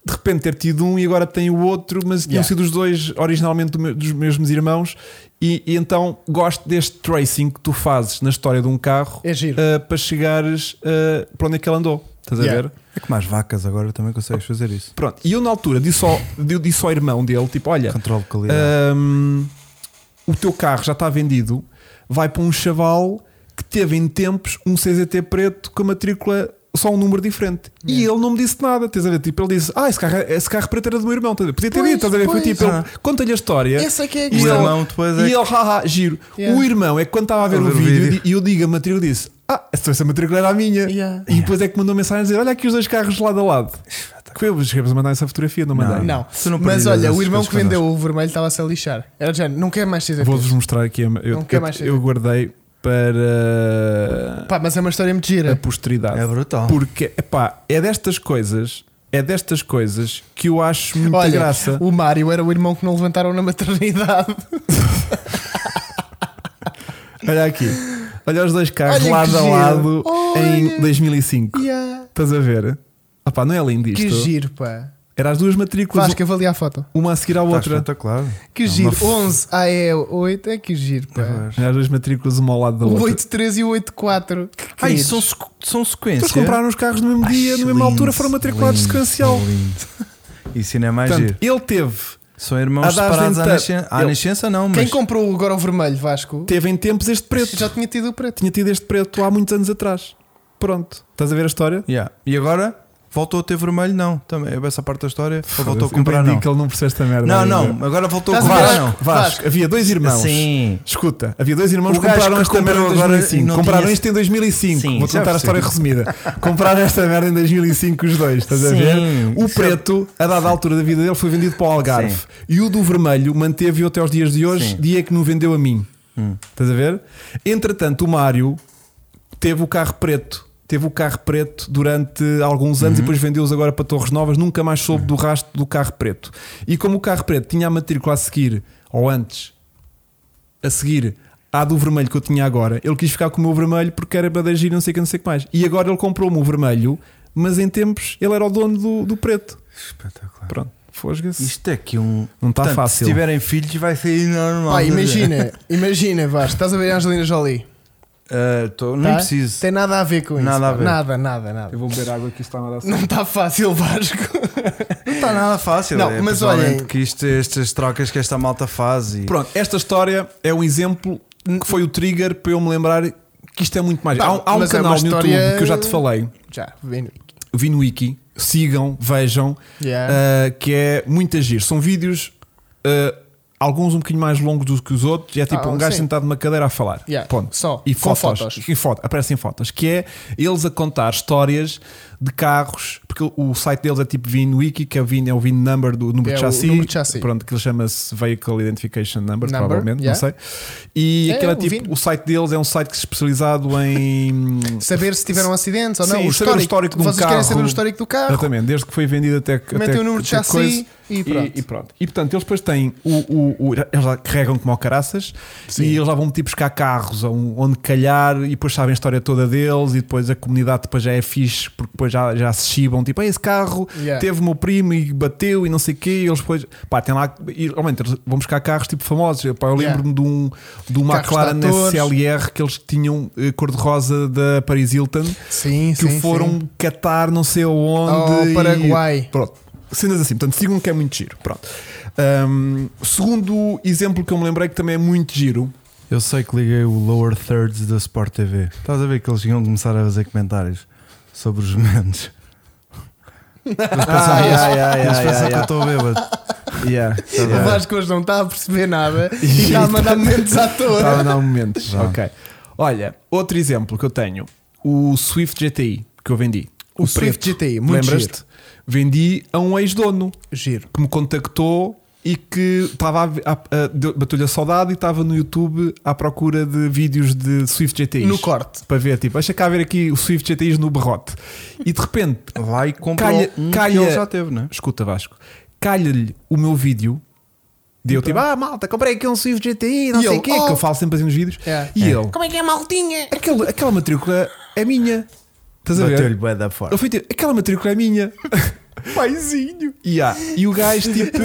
Speaker 1: de repente ter tido um e agora tem o outro, mas tinham
Speaker 3: Yeah.
Speaker 1: sido os dois originalmente do me- dos mesmos irmãos. E, e então gosto deste tracing que tu fazes na história de um carro
Speaker 3: É giro.
Speaker 1: ah, para chegares ah, para onde é que ele andou. Estás a
Speaker 3: Yeah.
Speaker 1: ver?
Speaker 2: É que mais vacas agora também consegues fazer isso.
Speaker 1: Pronto, e eu na altura disse ao, eu disse ao irmão dele: tipo, olha,
Speaker 2: Controle de qualidade.
Speaker 1: hum, o teu carro já está vendido, vai para um chaval que teve em tempos um CZT preto com a matrícula só um número diferente.
Speaker 2: É.
Speaker 1: E ele não me disse nada, estás a ver? Tipo, ele disse: Ah, esse carro, esse carro preto era do meu irmão, estás a ver? Podia ter
Speaker 3: Pois,
Speaker 1: dito, estás a ver? Foi
Speaker 3: pois.
Speaker 1: tipo, ele-
Speaker 2: Ah.
Speaker 1: conta-lhe a história.
Speaker 3: Essa é que é a
Speaker 1: E
Speaker 2: O
Speaker 1: ele-
Speaker 3: questão.
Speaker 2: irmão depois é
Speaker 1: E
Speaker 2: que-
Speaker 1: ele, haha, giro.
Speaker 3: Yeah.
Speaker 1: O irmão é que quando estava a ver
Speaker 2: A
Speaker 1: o
Speaker 2: ver o
Speaker 1: vídeo,
Speaker 2: vídeo.
Speaker 1: e eu digo a matrícula disse: Ah, essa, essa matrícula era a minha.
Speaker 3: Yeah.
Speaker 1: E depois é que mandou mensagem a dizer: Olha aqui os dois carros lado a lado. Que eu cheguei a mandar essa fotografia, não mandei.
Speaker 3: Não,
Speaker 2: Se não
Speaker 3: mas
Speaker 2: perdidas
Speaker 3: olha,
Speaker 2: essas
Speaker 3: o irmão que
Speaker 2: coisas
Speaker 3: vendeu o vermelho estava-se a lixar. Era já, não quer mais CZT.
Speaker 1: Vou-vos mostrar aqui. a- Eu,
Speaker 3: Não quer
Speaker 1: eu-
Speaker 3: mais ser.
Speaker 1: eu guardei para
Speaker 3: Pá, mas é uma história muito
Speaker 1: a
Speaker 3: gira.
Speaker 1: posteridade.
Speaker 2: É brutal.
Speaker 1: Porque epá, é destas coisas, é destas coisas que eu acho muita
Speaker 3: Olha,
Speaker 1: graça.
Speaker 3: o Mário era o irmão que não levantaram na maternidade.
Speaker 1: Olha aqui. Olha os dois carros
Speaker 3: Olha que
Speaker 1: lado a
Speaker 3: giro.
Speaker 1: lado em
Speaker 3: Olha.
Speaker 1: 2005.
Speaker 3: Yeah.
Speaker 1: Estás a ver? Opá, não é lindo
Speaker 3: Que
Speaker 1: isto?
Speaker 3: giro, pá.
Speaker 1: Era as duas matrículas,
Speaker 3: Vasco, avalia a foto.
Speaker 1: uma a seguir à
Speaker 2: Está
Speaker 1: outra.
Speaker 2: Tá espetacular.
Speaker 3: Que
Speaker 2: É uma
Speaker 3: giro.
Speaker 2: f-
Speaker 3: 11 AE8 é que giro, pá.
Speaker 1: Era as duas matrículas, uma ao lado da
Speaker 3: O
Speaker 1: outra.
Speaker 3: 8.3 e o 8.4.
Speaker 2: Ah,
Speaker 3: Queridos.
Speaker 2: isso são, sequ- são sequências.
Speaker 1: Eles Então compraram os carros no mesmo dia, na mesma altura, foram matriculados sequencial.
Speaker 2: Isso ainda é mais
Speaker 1: Portanto,
Speaker 2: giro.
Speaker 1: ele teve
Speaker 2: São
Speaker 1: a
Speaker 2: irmãos
Speaker 1: dar
Speaker 2: separados à
Speaker 1: venta-
Speaker 2: nascença. À
Speaker 1: Ele-
Speaker 2: nascença, não, mas.
Speaker 3: Quem comprou agora o vermelho, Vasco?
Speaker 1: teve em tempos este preto.
Speaker 3: Já tinha tido o preto.
Speaker 1: Tinha tido este preto há muitos anos atrás. Pronto. Estás a ver a história?
Speaker 2: Yeah. E agora? Voltou a ter vermelho? Não. Também, é essa parte da história? Ou voltou a
Speaker 1: Eu
Speaker 2: comprar?
Speaker 1: aprendi
Speaker 2: Não.
Speaker 1: que ele não percebeu esta merda.
Speaker 2: Não,
Speaker 1: ainda.
Speaker 2: não. Agora voltou a
Speaker 3: Estás a
Speaker 2: comprar?
Speaker 3: ver?
Speaker 2: Não.
Speaker 1: Vasco, havia dois irmãos.
Speaker 2: Sim.
Speaker 1: Escuta, havia dois irmãos
Speaker 2: O
Speaker 1: que
Speaker 2: gajo
Speaker 1: compraram
Speaker 2: que
Speaker 1: esta merda
Speaker 2: comprou
Speaker 1: em
Speaker 2: agora
Speaker 1: 2005.
Speaker 2: não
Speaker 1: compraram
Speaker 2: tinha-
Speaker 1: isto em 2005.
Speaker 2: Sim,
Speaker 1: Vou-te
Speaker 2: já
Speaker 1: contar a história resumida. compraram esta merda em 2005 os dois, estás a
Speaker 2: Sim.
Speaker 1: ver? O
Speaker 2: Sim.
Speaker 1: preto, a dada altura da vida dele, foi vendido para o Algarve.
Speaker 2: Sim.
Speaker 1: E o do vermelho manteve-o até aos dias de hoje,
Speaker 2: Sim. Hum.
Speaker 1: dia que não vendeu a mim. Estás a ver? Entretanto, o Mário teve o carro preto. Teve o carro preto durante alguns
Speaker 2: Uhum.
Speaker 1: anos e depois vendeu-os agora para Torres Novas. Nunca mais soube do rastro do carro preto. E como o carro preto tinha a matrícula a seguir, ou antes, a seguir à do vermelho que eu tinha agora, ele quis ficar com o meu vermelho porque era para agir não sei o que, não sei o que mais. E agora ele comprou-me o vermelho, mas em tempos ele era o dono do, do preto.
Speaker 2: Espetacular.
Speaker 1: Pronto, fosga-se.
Speaker 2: Isto é que um.
Speaker 1: Não tá
Speaker 2: Portanto,
Speaker 1: fácil.
Speaker 2: Se tiverem filhos, vai sair normal.
Speaker 3: Pá, imagina, imagina, Vasco. Estás a ver a Angelina Jolie?
Speaker 2: Ah, tô-
Speaker 3: tá?
Speaker 2: Nem preciso.
Speaker 3: Tem nada a ver com isso.
Speaker 2: Nada a
Speaker 3: pá.
Speaker 2: ver.
Speaker 3: Nada, nada, nada.
Speaker 1: vou beber água que isto está a dar
Speaker 3: Não está fácil, Vasco.
Speaker 2: Não está nada fácil.
Speaker 3: Não,
Speaker 2: é,
Speaker 3: mas
Speaker 2: principalmente
Speaker 3: olhem-
Speaker 2: que isto, estas trocas que esta malta faz e.
Speaker 1: Pronto, esta história é um exemplo que foi o trigger para eu me lembrar que isto é muito mais.
Speaker 3: Pá,
Speaker 1: há um, há um
Speaker 3: mas é
Speaker 1: canal
Speaker 3: uma
Speaker 1: no
Speaker 3: história-
Speaker 1: YouTube que eu já te falei,
Speaker 3: Já, vem.
Speaker 1: vi no Wiki, sigam, vejam,
Speaker 3: Yeah.
Speaker 1: ah, que é muito agir. São vídeos, ah, alguns um bocadinho mais longos do que os outros, e é tipo
Speaker 3: Ah,
Speaker 1: um gajo
Speaker 3: sim.
Speaker 1: sentado numa cadeira a falar.
Speaker 3: Yeah,
Speaker 1: Ah, Ponto.
Speaker 3: só,
Speaker 1: E
Speaker 3: com
Speaker 1: fotos.
Speaker 3: fotos.
Speaker 1: E foto, aparecem fotos, que é eles a contar histórias de carros, porque o site deles é tipo VIN Wiki, que é, o VIN, é o VIN number do número,
Speaker 3: É
Speaker 1: de
Speaker 3: o
Speaker 1: chassi,
Speaker 3: número de chassi.
Speaker 1: Pronto, que ele chama-se Vehicle Identification Number,
Speaker 3: Number,
Speaker 1: provavelmente,
Speaker 3: yeah.
Speaker 1: não sei. E
Speaker 3: É,
Speaker 1: aquele é
Speaker 3: o
Speaker 1: tipo,
Speaker 3: VIN.
Speaker 1: o site deles é um site que é especializado em.
Speaker 3: Saber se tiveram acidentes ou não.
Speaker 1: Sim,
Speaker 3: o
Speaker 1: saber
Speaker 3: histórico.
Speaker 1: o histórico de um
Speaker 3: Vocês querem
Speaker 1: carro.
Speaker 3: saber o histórico do carro?
Speaker 1: Exatamente, desde que foi vendido até que.
Speaker 3: Metem
Speaker 1: até
Speaker 3: o número
Speaker 1: que-
Speaker 3: de
Speaker 1: até
Speaker 3: chassi, E pronto.
Speaker 1: E, e pronto. E portanto, eles depois têm o. o- o- eles lá carregam como ao caraças
Speaker 3: Sim.
Speaker 1: e eles lá vão tipo buscar carros a um- onde calhar e depois sabem a história toda deles e depois a comunidade depois já é fixe porque depois já, já se chibam, tipo, "Ah, esse carro
Speaker 3: Yeah.
Speaker 1: teve o meu primo e bateu e não sei o quê. E eles depois. Pá, tem lá. E, realmente, eles vão buscar carros tipo famosos. Pá, eu
Speaker 3: Yeah.
Speaker 1: lembro-me de um de uma
Speaker 3: Carros de
Speaker 1: McLaren
Speaker 3: atores.
Speaker 1: SLR que eles tinham eh, cor-de-rosa da Paris Hilton
Speaker 3: Sim,
Speaker 1: que
Speaker 3: sim,
Speaker 1: o foram um
Speaker 3: sim.
Speaker 1: catar não sei aonde.
Speaker 3: Ao
Speaker 1: e-
Speaker 3: Oh, Paraguai.
Speaker 1: Pronto. Cenas assim, portanto, sigam que é muito giro. Pronto. Ahm, segundo exemplo que eu me lembrei que também é muito giro.
Speaker 2: Eu sei que liguei o Lower Thirds da Sport TV. Estás a ver que eles iam começar a fazer comentários sobre os momentos. Eles pensam,
Speaker 1: Ah,
Speaker 2: eles,
Speaker 1: yeah, yeah,
Speaker 2: eles
Speaker 1: yeah,
Speaker 2: pensam
Speaker 1: yeah,
Speaker 2: que eu estou bêbado.
Speaker 1: É.
Speaker 3: O Vasco hoje não está a perceber nada e está a mandar momentos à
Speaker 1: Estava
Speaker 3: toa.
Speaker 1: tá- a dar um momentos.
Speaker 2: Já.
Speaker 1: Ok. Olha, outro exemplo que eu tenho: o Swift GTI que eu vendi.
Speaker 3: O Swift GTI, muito
Speaker 1: Lembras-te? Vendi a um ex-dono.
Speaker 3: Giro.
Speaker 1: que me contactou e que estava a, a, a- deu- bateu-lhe a saudade e estava no YouTube à procura de vídeos de Swift GTIs.
Speaker 3: No corte.
Speaker 1: Para ver, tipo, deixa cá ver aqui o Swift GTIs no barrote. E de repente,
Speaker 2: Lá e comprou
Speaker 1: Calha-
Speaker 2: um
Speaker 1: calha-
Speaker 2: que ele já teve, né?
Speaker 1: escuta Vasco, calha-lhe o meu vídeo. Deu tipo, ah malta, comprei aqui um Swift GTI,
Speaker 3: Então?
Speaker 1: não
Speaker 3: E
Speaker 1: sei
Speaker 3: ele, "Oh."
Speaker 1: o quê, que eu falo sempre assim nos vídeos.
Speaker 3: É.
Speaker 1: E ele, como é que é maltinha? Aquele, aquela matrícula é minha. Estás a ver?
Speaker 2: Bateu-lhe bué da
Speaker 1: Eu
Speaker 2: fora.
Speaker 1: fui tipo, aquela matrícula é minha. Paizinho. Yeah. E o gajo tipo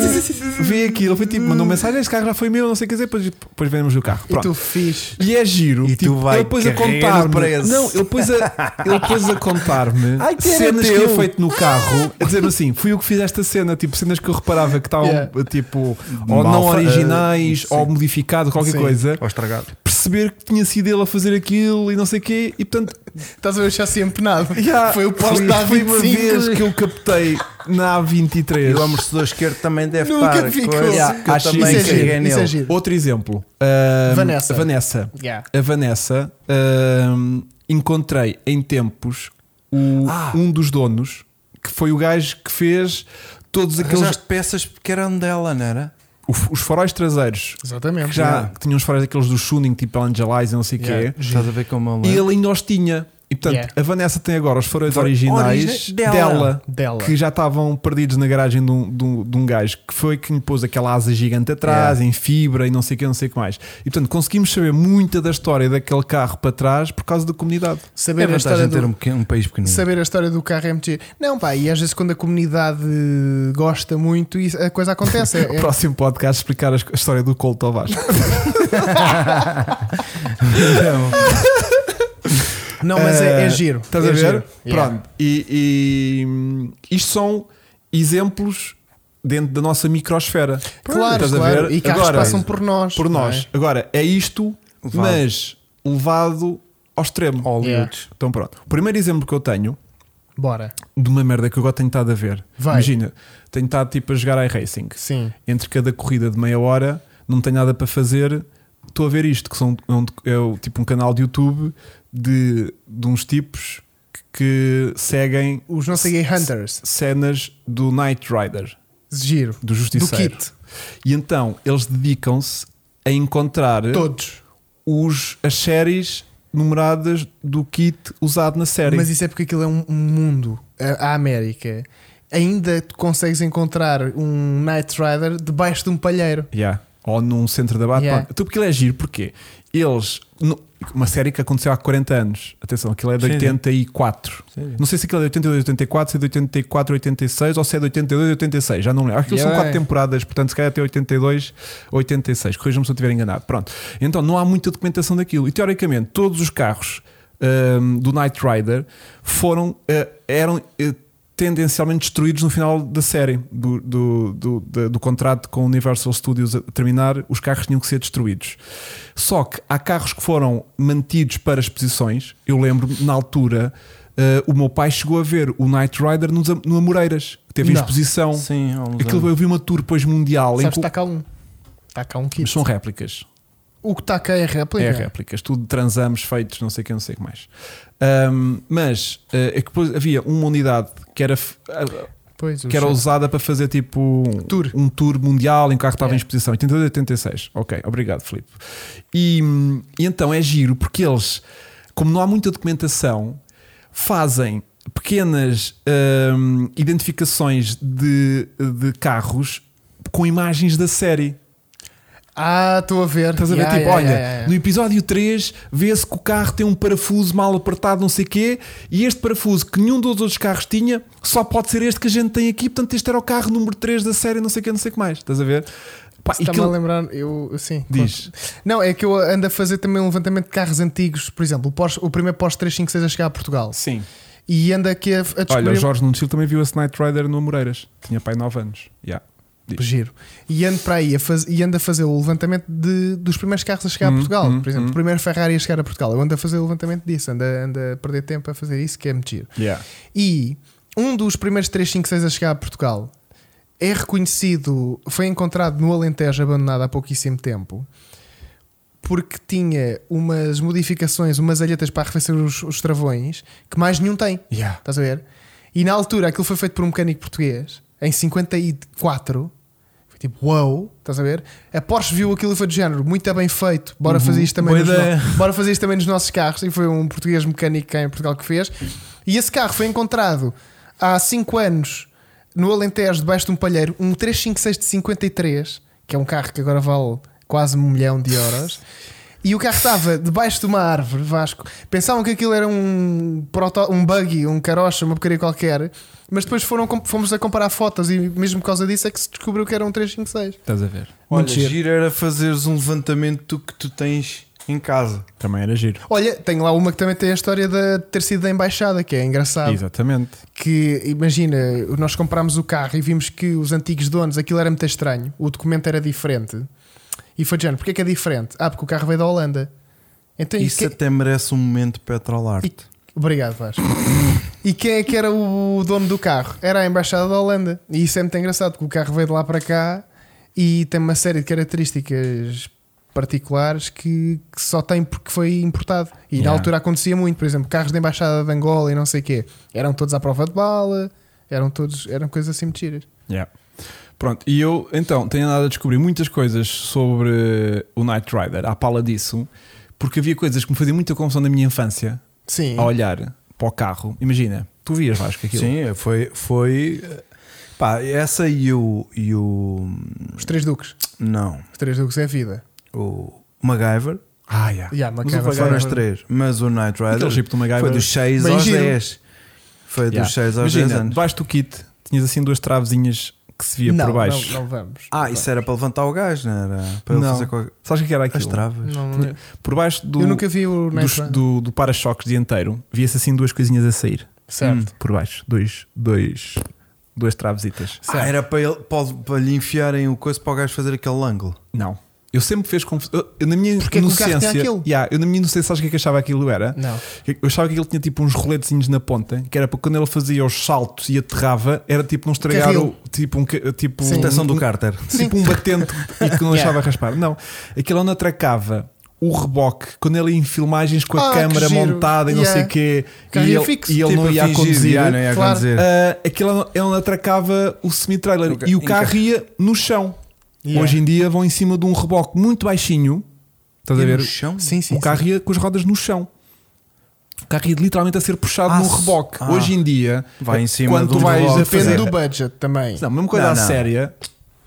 Speaker 1: vê aquilo, eu fui tipo, mandou mensagem, esse carro já foi meu, não sei o que dizer, depois, tipo, depois vendemos o carro.
Speaker 3: E tu
Speaker 1: Pronto.
Speaker 3: fiz.
Speaker 1: E é giro,
Speaker 2: E tu
Speaker 1: tipo,
Speaker 2: vai
Speaker 1: ele depois a
Speaker 2: carregar o
Speaker 1: contar-me.
Speaker 2: preço.
Speaker 1: Não, ele depois a, ele depois a contar-me
Speaker 2: Ai, que era
Speaker 1: cenas que tinha
Speaker 2: teu.
Speaker 1: feito no carro, a dizer assim: fui eu que fiz esta cena, tipo, cenas que eu reparava que estavam
Speaker 3: Yeah.
Speaker 1: tipo, ou
Speaker 2: Mal
Speaker 1: não
Speaker 2: fa-
Speaker 1: originais,
Speaker 2: sim.
Speaker 1: ou modificado, qualquer
Speaker 3: Sim.
Speaker 1: coisa,
Speaker 2: Ou estragado.
Speaker 1: perceber que tinha sido ele a fazer aquilo e não sei o quê, e portanto
Speaker 3: Estás a ver o chassi empenado?
Speaker 1: Yeah,
Speaker 3: Foi o posto
Speaker 1: foi-
Speaker 3: da
Speaker 1: foi uma vez
Speaker 3: A25.
Speaker 1: que eu captei na
Speaker 2: E
Speaker 1: A23.
Speaker 2: o amortecedor esquerdo também deve
Speaker 3: Nunca
Speaker 2: estar.
Speaker 3: ficou.
Speaker 2: coisa
Speaker 3: Yeah,
Speaker 2: que eu
Speaker 1: acho
Speaker 2: também
Speaker 1: isso é
Speaker 2: carreguei
Speaker 3: giro, isso é
Speaker 2: nele.
Speaker 3: giro.
Speaker 1: Outro exemplo. ahm,
Speaker 3: Vanessa.
Speaker 1: a Vanessa.
Speaker 3: Yeah.
Speaker 1: A Vanessa, ahm, encontrei em tempos o-
Speaker 3: Ah.
Speaker 1: um dos donos, que foi o gajo que fez todos aqueles.
Speaker 2: Aquelas peças que eram dela, não era?
Speaker 1: o- Os faróis traseiros.
Speaker 3: Exatamente.
Speaker 1: Que já que tinham os faróis aqueles do Shuning, tipo Angelize e não sei o
Speaker 3: Yeah.
Speaker 1: quê.
Speaker 2: Estás a ver como é? eu
Speaker 1: E
Speaker 2: lembro?
Speaker 1: ele ainda os tinha. E portanto,
Speaker 3: é? Yeah.
Speaker 1: a Vanessa tem agora os faróis
Speaker 2: Fora-
Speaker 1: originais
Speaker 2: origina- dela.
Speaker 1: dela.
Speaker 3: Dela.
Speaker 1: que já estavam perdidos na garagem de um, de um- de um gajo que foi que lhe pôs aquela asa gigante atrás,
Speaker 2: Yeah.
Speaker 1: em fibra e não sei o que, não sei o que mais. E portanto conseguimos saber muita da história daquele carro para trás por causa da comunidade.
Speaker 3: Saber
Speaker 2: É
Speaker 3: a história
Speaker 2: vantagem ter
Speaker 3: do-
Speaker 2: um, pequeno, um país pequenino.
Speaker 3: saber a história do carro é muito giro. Não, pá, e às vezes quando a comunidade gosta muito, isso- a coisa acontece. É-
Speaker 1: O próximo podcast explicar as- a, história do Colto ao Vasco.
Speaker 3: não, mas é,
Speaker 1: Eh,
Speaker 3: é giro.
Speaker 1: Estás
Speaker 3: é
Speaker 1: a ver?
Speaker 3: giro. Yeah.
Speaker 1: Pronto. E, e, hum, isto são exemplos dentro da nossa microsfera.
Speaker 3: Claro,
Speaker 1: Estás a
Speaker 3: claro.
Speaker 1: ver?
Speaker 3: E carros
Speaker 1: Agora-
Speaker 3: passam por nós.
Speaker 1: por
Speaker 3: não
Speaker 1: nós. Agora, é isto,
Speaker 2: Levado.
Speaker 1: mas levado ao extremo.
Speaker 3: Hollywood.
Speaker 1: Então pronto. O primeiro exemplo que eu tenho
Speaker 3: é? Bora.
Speaker 1: de uma merda que eu agora tenho estado a ver.
Speaker 3: Vai.
Speaker 1: Imagina, tenho estado tipo a jogar iRacing.
Speaker 3: Sim.
Speaker 1: Entre cada corrida de meia hora, não tenho nada para fazer, estou a ver isto, que são, é um- é o- tipo um canal de YouTube de, de uns tipos que seguem
Speaker 3: Os não sei gay Hunters.
Speaker 1: cenas do Knight Rider
Speaker 3: Giro.
Speaker 1: do Justiceiro.
Speaker 3: Do kit.
Speaker 1: E então eles dedicam-se a encontrar
Speaker 3: Todos.
Speaker 1: os, as séries numeradas do kit usado na série.
Speaker 3: Mas isso é porque aquilo é um um mundo. A a América. Ainda tu consegues encontrar um Knight Rider debaixo de um palheiro.
Speaker 1: Yeah. Ou num centro de abate.
Speaker 3: Yeah.
Speaker 1: Pronto. Então, porque ele é giro, porque eles. no- uma série que aconteceu há 40 anos. Atenção, aquilo é de
Speaker 2: Sim, sim.
Speaker 1: 84.
Speaker 2: Sim, sim.
Speaker 1: Não sei se aquilo é de 82, 84, se é de 84, 86 ou se é de 82, 86. Já não me lembro. Aquilo são
Speaker 3: Yeah. é.
Speaker 1: 4 temporadas, portanto, se calhar até 82, 86. Corrijam-me se eu estiver enganado. Pronto. Então, não há muita documentação daquilo. E teoricamente, todos os carros hum, do Knight Rider foram. eh, eram. eh, Tendencialmente destruídos no final da série, do, do, do, da- do contrato com o Universal Studios a terminar, os carros tinham que ser destruídos. Só que há carros que foram mantidos para exposições. Eu lembro-me, na altura, eh, o meu pai chegou a ver o Knight Rider nos Am- no Amoreiras, que teve
Speaker 3: Não.
Speaker 1: exposição.
Speaker 2: Sim, há uns
Speaker 1: Aquilo,
Speaker 2: anos.
Speaker 1: eu vi uma tour depois mundial em
Speaker 3: Sabes,
Speaker 1: que o-
Speaker 3: está cá um. Está cá um kit.
Speaker 1: mas são réplicas.
Speaker 3: O que está cá é réplica.
Speaker 1: É réplicas, tudo transamos feitos, não sei o que, não sei o que mais. Ahm, mas eh, é que depois havia uma unidade que era, f- ah,
Speaker 3: Pois, o
Speaker 1: que era
Speaker 3: chefe.
Speaker 1: usada para fazer tipo um
Speaker 3: Tour.
Speaker 1: um tour mundial em que o carro estava em
Speaker 3: É.
Speaker 1: exposição, 82 86. Ok, obrigado, Filipe. E, hum, e então é giro porque eles, como não há muita documentação, fazem pequenas hum, identificações de, de carros com imagens da série.
Speaker 3: Ah, estou a ver.
Speaker 1: Estás a ver?
Speaker 3: Yeah,
Speaker 1: tipo,
Speaker 3: yeah,
Speaker 1: olha,
Speaker 3: yeah, yeah.
Speaker 1: no episódio 3 vê-se que o carro tem um parafuso mal apertado, não sei quê, e este parafuso que nenhum dos outros carros tinha, só pode ser este que a gente tem aqui, portanto este era o carro número 3 da série, não sei quê, não sei o que mais. Estás a ver? Pá, e
Speaker 3: Está-me
Speaker 1: aquilo-
Speaker 3: a lembrar, eu sim.
Speaker 1: Diz.
Speaker 3: Não, é que eu ando a fazer também um levantamento de carros antigos, por exemplo, o, Porsche- o primeiro Porsche 356 a chegar a Portugal.
Speaker 1: Sim.
Speaker 3: E anda aqui a, a descobrir. um
Speaker 1: Olha, o Jorge Nunes Filho também viu a Night Rider no Amoreiras. Tinha pai 9 anos. Yeah.
Speaker 3: Giro. E ando para aí a faz- e ando a fazer o levantamento de- dos primeiros carros a chegar
Speaker 1: Hum,
Speaker 3: a Portugal.
Speaker 1: hum,
Speaker 3: por exemplo,
Speaker 1: hum.
Speaker 3: o primeiro Ferrari a chegar a Portugal. Eu ando a fazer o levantamento disso, ando, a- ando a perder tempo a fazer isso, que é muito giro.
Speaker 1: Yeah.
Speaker 3: E um dos primeiros 356 a chegar a Portugal é reconhecido, foi encontrado no Alentejo abandonado há pouquíssimo tempo. Porque tinha umas modificações, umas alhetas para arrefecer os, os travões que mais nenhum tem.
Speaker 1: Yeah.
Speaker 3: Estás a ver? E na altura aquilo foi feito por um mecânico português em 54. Foi tipo, uau, estás a ver? A Porsche viu aquilo e foi do género, muito é bem feito, bora fazer isto também
Speaker 1: Uhum. boa
Speaker 3: nos
Speaker 1: ideia.
Speaker 3: no- bora fazer isto também nos nossos carros. E foi um português mecânico cá em Portugal que fez. E esse carro foi encontrado há 5 anos no Alentejo, debaixo de um palheiro, um 356 de 53, que é um carro que agora vale quase um milhão de euros. E o carro estava debaixo de uma árvore, Vasco. Pensavam que aquilo era um, proto, um buggy, um carocha, uma porcaria qualquer. Mas depois foram, com- fomos a comparar fotos e mesmo por causa disso é que se descobriu que era um 356.
Speaker 1: Estás a ver?
Speaker 2: Olha,
Speaker 3: Muito giro.
Speaker 2: giro. era fazeres um levantamento do que tu tens em casa.
Speaker 1: Também era giro.
Speaker 3: Olha, tenho lá uma que também tem a história de ter sido da embaixada, que é engraçado.
Speaker 1: Exatamente.
Speaker 3: que imagina, nós comprámos o carro e vimos que os antigos donos, aquilo era muito estranho, o documento era diferente. E foi de género, porquê que é diferente? Ah, porque o carro veio da Holanda. Então, e
Speaker 2: Isso
Speaker 3: que-
Speaker 2: até merece um momento Petrolarte.
Speaker 3: e- Obrigado, Vasco. e quem é que era o dono do carro? Era a Embaixada da Holanda. E isso é muito engraçado, porque o carro veio de lá para cá e tem uma série de características particulares que, que só tem porque foi importado. E na
Speaker 1: Yeah.
Speaker 3: altura acontecia muito, por exemplo, carros da Embaixada de Angola e não sei o quê. Eram todos à prova de bala, eram todos, eram coisas assim mentiras.
Speaker 1: Yeah. Pronto, e eu então tenho andado a descobrir muitas coisas sobre o Knight Rider, à pala disso, porque havia coisas que me faziam muita confusão na minha infância
Speaker 3: Sim.
Speaker 1: a olhar para o carro. Imagina, tu vias Vasco aquilo.
Speaker 2: Sim, é, foi. foi pá, essa e o. E o
Speaker 3: Os três duques.
Speaker 2: não.
Speaker 3: Os três duques é vida.
Speaker 2: O MacGyver.
Speaker 1: Ah, yeah.
Speaker 3: Yeah,
Speaker 2: Mas o
Speaker 3: MacGyver-
Speaker 2: foram as três. Mas o Knight Rider
Speaker 1: Aquele chip do MacGyver.
Speaker 2: foi dos 6
Speaker 3: Bem
Speaker 2: aos
Speaker 3: giro.
Speaker 2: 10. Foi
Speaker 1: Yeah.
Speaker 2: dos 6 aos 10
Speaker 1: Imagina,
Speaker 2: anos.
Speaker 1: debaixo do kit tinhas assim duas travezinhas que se via
Speaker 3: não,
Speaker 1: por baixo.
Speaker 3: Não, não vamos.
Speaker 2: Ah, isso era para levantar o gajo, não era? Para ele
Speaker 1: Não.
Speaker 2: fazer qualquer...
Speaker 1: Sabes o que era
Speaker 2: as
Speaker 1: aquilo?
Speaker 2: travas.
Speaker 3: Não,
Speaker 1: Tinha- Por baixo do,
Speaker 3: eu nunca vi o
Speaker 1: dos-
Speaker 3: Nightmare.
Speaker 1: do, do para-choques dianteiro, via-se assim duas coisinhas a sair.
Speaker 3: Certo.
Speaker 1: Por baixo, dois, dois, duas travesitas.
Speaker 2: Ah, era para, ele, para, para lhe enfiarem o coice para o gajo fazer aquele ângulo.
Speaker 1: Não. Eu sempre fez confusão. Eu, eu na minha
Speaker 3: Porque é que o carro
Speaker 1: inocência.
Speaker 3: tem aquilo?
Speaker 1: Yeah, eu na minha inocência, sabes o que é que achava aquilo era?
Speaker 3: Não.
Speaker 1: Eu achava que ele tinha tipo uns roletezinhos na ponta, que era para quando ele fazia os saltos e aterrava, era tipo não estragar
Speaker 3: Carril.
Speaker 1: o. Tipo um. ca- Tipo,
Speaker 3: Sim.
Speaker 1: um-
Speaker 2: Proteção do Carter.
Speaker 1: Tipo um batente e que
Speaker 3: Yeah.
Speaker 1: não deixava raspar. Não. Aquilo onde atracava o reboque, quando ele ia em filmagens com a
Speaker 3: Ah, que
Speaker 1: câmara
Speaker 3: giro.
Speaker 1: montada e não
Speaker 3: Yeah.
Speaker 1: sei o quê. E
Speaker 3: Carrinho
Speaker 1: ele,
Speaker 3: fixo.
Speaker 1: e ele
Speaker 2: Tipo,
Speaker 1: não
Speaker 2: a
Speaker 1: ia a
Speaker 2: fingir,
Speaker 1: conduzir.
Speaker 2: já, não ia
Speaker 3: Claro.
Speaker 2: acontecer.
Speaker 1: Ah, aquilo ele atracava o semi-trailer
Speaker 2: Nunca-
Speaker 1: e o
Speaker 2: nunca.
Speaker 1: carro ia no chão.
Speaker 3: Yeah.
Speaker 1: Hoje em dia vão em cima de um reboque muito baixinho. Estás a
Speaker 2: E
Speaker 1: ver?
Speaker 2: no chão?
Speaker 3: Sim, sim.
Speaker 1: o carro ia com as rodas no chão. O carro ia literalmente a ser puxado
Speaker 2: Ah,
Speaker 1: num reboque.
Speaker 2: ah.
Speaker 1: Hoje em dia,
Speaker 2: Vai em cima
Speaker 1: quando
Speaker 2: de
Speaker 1: tu
Speaker 2: um
Speaker 1: vais
Speaker 2: reboque.
Speaker 1: a fazer
Speaker 3: Depende do budget também.
Speaker 1: é. não, mesma coisa
Speaker 2: Não,
Speaker 1: à
Speaker 2: não.
Speaker 1: séria.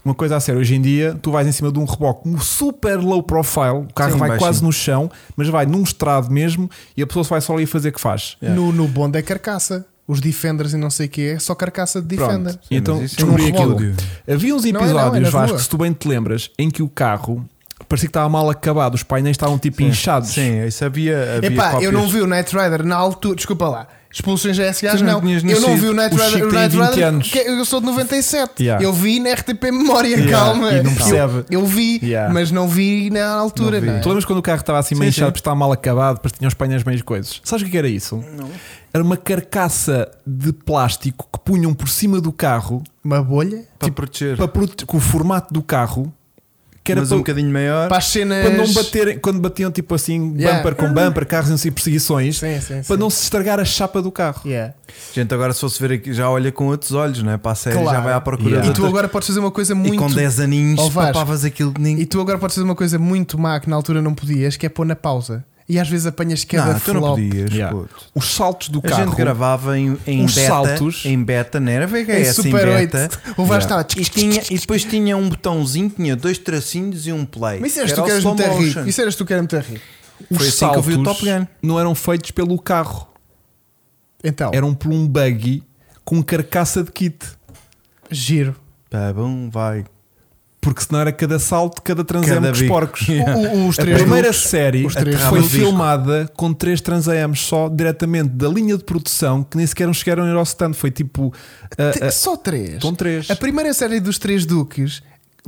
Speaker 1: Uma coisa a sério, hoje em dia tu vais em cima de um reboque um super low profile, o carro
Speaker 2: Sim,
Speaker 1: vai
Speaker 2: baixinho.
Speaker 1: quase no chão, mas vai num estrado mesmo e a pessoa se vai só ali fazer o que faz.
Speaker 3: No, no Bond é carcaça. Os Defenders e não sei o que é só carcaça de
Speaker 1: Pronto.
Speaker 3: Defender.
Speaker 1: E então
Speaker 2: mas isso é
Speaker 1: descobri
Speaker 2: um
Speaker 1: aquilo.
Speaker 2: relógio.
Speaker 1: Havia uns
Speaker 3: Não,
Speaker 1: episódios,
Speaker 3: não, era
Speaker 1: Vasco,
Speaker 3: rua.
Speaker 1: se tu bem te lembras, em que o carro parecia que estava mal acabado, os painéis estavam tipo inchados.
Speaker 2: Sim, isso havia. havia
Speaker 3: Epá, eu
Speaker 2: cópias.
Speaker 3: não vi o Knight Rider na altura. Desculpa lá. Expulsões a SGAs,
Speaker 1: Tu não
Speaker 3: não.
Speaker 1: tinhas
Speaker 3: Eu não
Speaker 1: nascido.
Speaker 3: vi o Knight
Speaker 1: O
Speaker 3: Rider.
Speaker 1: Chico
Speaker 3: O
Speaker 1: tem
Speaker 3: Knight
Speaker 1: 20
Speaker 3: Rider
Speaker 1: anos.
Speaker 3: que é- eu sou de 97.
Speaker 1: Yeah.
Speaker 3: Eu vi na RTP Memória,
Speaker 1: Yeah,
Speaker 3: calma.
Speaker 1: e não percebe.
Speaker 3: Eu, eu vi,
Speaker 1: Yeah.
Speaker 3: mas não vi na altura,
Speaker 2: Não vi.
Speaker 3: não, é?
Speaker 1: Tu lembras quando o carro estava assim meio
Speaker 2: Sim,
Speaker 1: inchado
Speaker 2: sim.
Speaker 1: porque estava mal acabado, depois tinha os painéis meio coisas? Sabes o que que era isso? Era uma carcaça de plástico que punham por cima do carro
Speaker 3: Uma bolha?
Speaker 2: Para proteger.
Speaker 1: para prote- com o formato do carro que era
Speaker 2: mas
Speaker 1: para,
Speaker 2: um bocadinho maior.
Speaker 3: Para as cenas.
Speaker 1: para não baterem, quando batiam tipo assim,
Speaker 3: Yeah.
Speaker 1: bumper com bumper, carros em si, perseguições,
Speaker 3: Sim, sim, sim.
Speaker 1: para não se estragar a chapa do carro.
Speaker 3: Yeah.
Speaker 2: Gente, agora se fosse ver aqui, já olha com outros olhos, não é? Para a série
Speaker 3: Claro.
Speaker 2: já vai à procura
Speaker 1: Yeah.
Speaker 2: de
Speaker 3: E tu
Speaker 2: outras-
Speaker 3: agora podes fazer uma coisa
Speaker 2: E
Speaker 3: muito.
Speaker 2: com 10 aninhos
Speaker 3: Ó, Vasco.
Speaker 2: papavas aquilo de
Speaker 3: E
Speaker 2: ninguém.
Speaker 3: tu agora podes fazer uma coisa muito má que na altura não podias, que é pôr na pausa. e às vezes apanhas cada
Speaker 2: não, tu não
Speaker 3: flop.
Speaker 2: podias.
Speaker 1: Yeah.
Speaker 2: puto.
Speaker 1: Os saltos do
Speaker 2: A
Speaker 1: carro.
Speaker 2: gente gravava em, em
Speaker 1: Uns
Speaker 2: beta,
Speaker 1: saltos.
Speaker 2: em beta, não era VHS,
Speaker 3: Em É Super
Speaker 2: em
Speaker 3: 8.
Speaker 2: beta.
Speaker 3: O VAR estava.
Speaker 2: E, tinha, e depois tinha um botãozinho, tinha dois tracinhos e um play.
Speaker 3: Mas isso eras
Speaker 2: Era
Speaker 3: tu
Speaker 2: o
Speaker 3: que eras
Speaker 2: slow
Speaker 3: muito
Speaker 2: motion.
Speaker 3: rico. Isso eras tu que eras muito rico.
Speaker 1: os
Speaker 2: Foi assim que eu
Speaker 1: saltos
Speaker 2: vi o Top Gun.
Speaker 1: não eram feitos pelo carro.
Speaker 3: Então,
Speaker 1: Eram por um buggy com carcaça de kit.
Speaker 2: um-
Speaker 3: giro.
Speaker 2: Pá, bom, vai.
Speaker 1: Porque senão era cada salto, cada transame
Speaker 2: Cada
Speaker 1: com os
Speaker 2: bico.
Speaker 1: porcos.
Speaker 2: Yeah.
Speaker 3: O- o- os
Speaker 1: A
Speaker 3: três
Speaker 1: primeira
Speaker 3: looks,
Speaker 1: série
Speaker 3: os três
Speaker 1: foi
Speaker 2: looks.
Speaker 1: filmada com três transames só, diretamente da linha de produção, que nem sequer chegaram ao stand. Foi tipo.
Speaker 3: te-
Speaker 1: ah, ah,
Speaker 3: só três.
Speaker 1: com três.
Speaker 3: A primeira série dos três Duques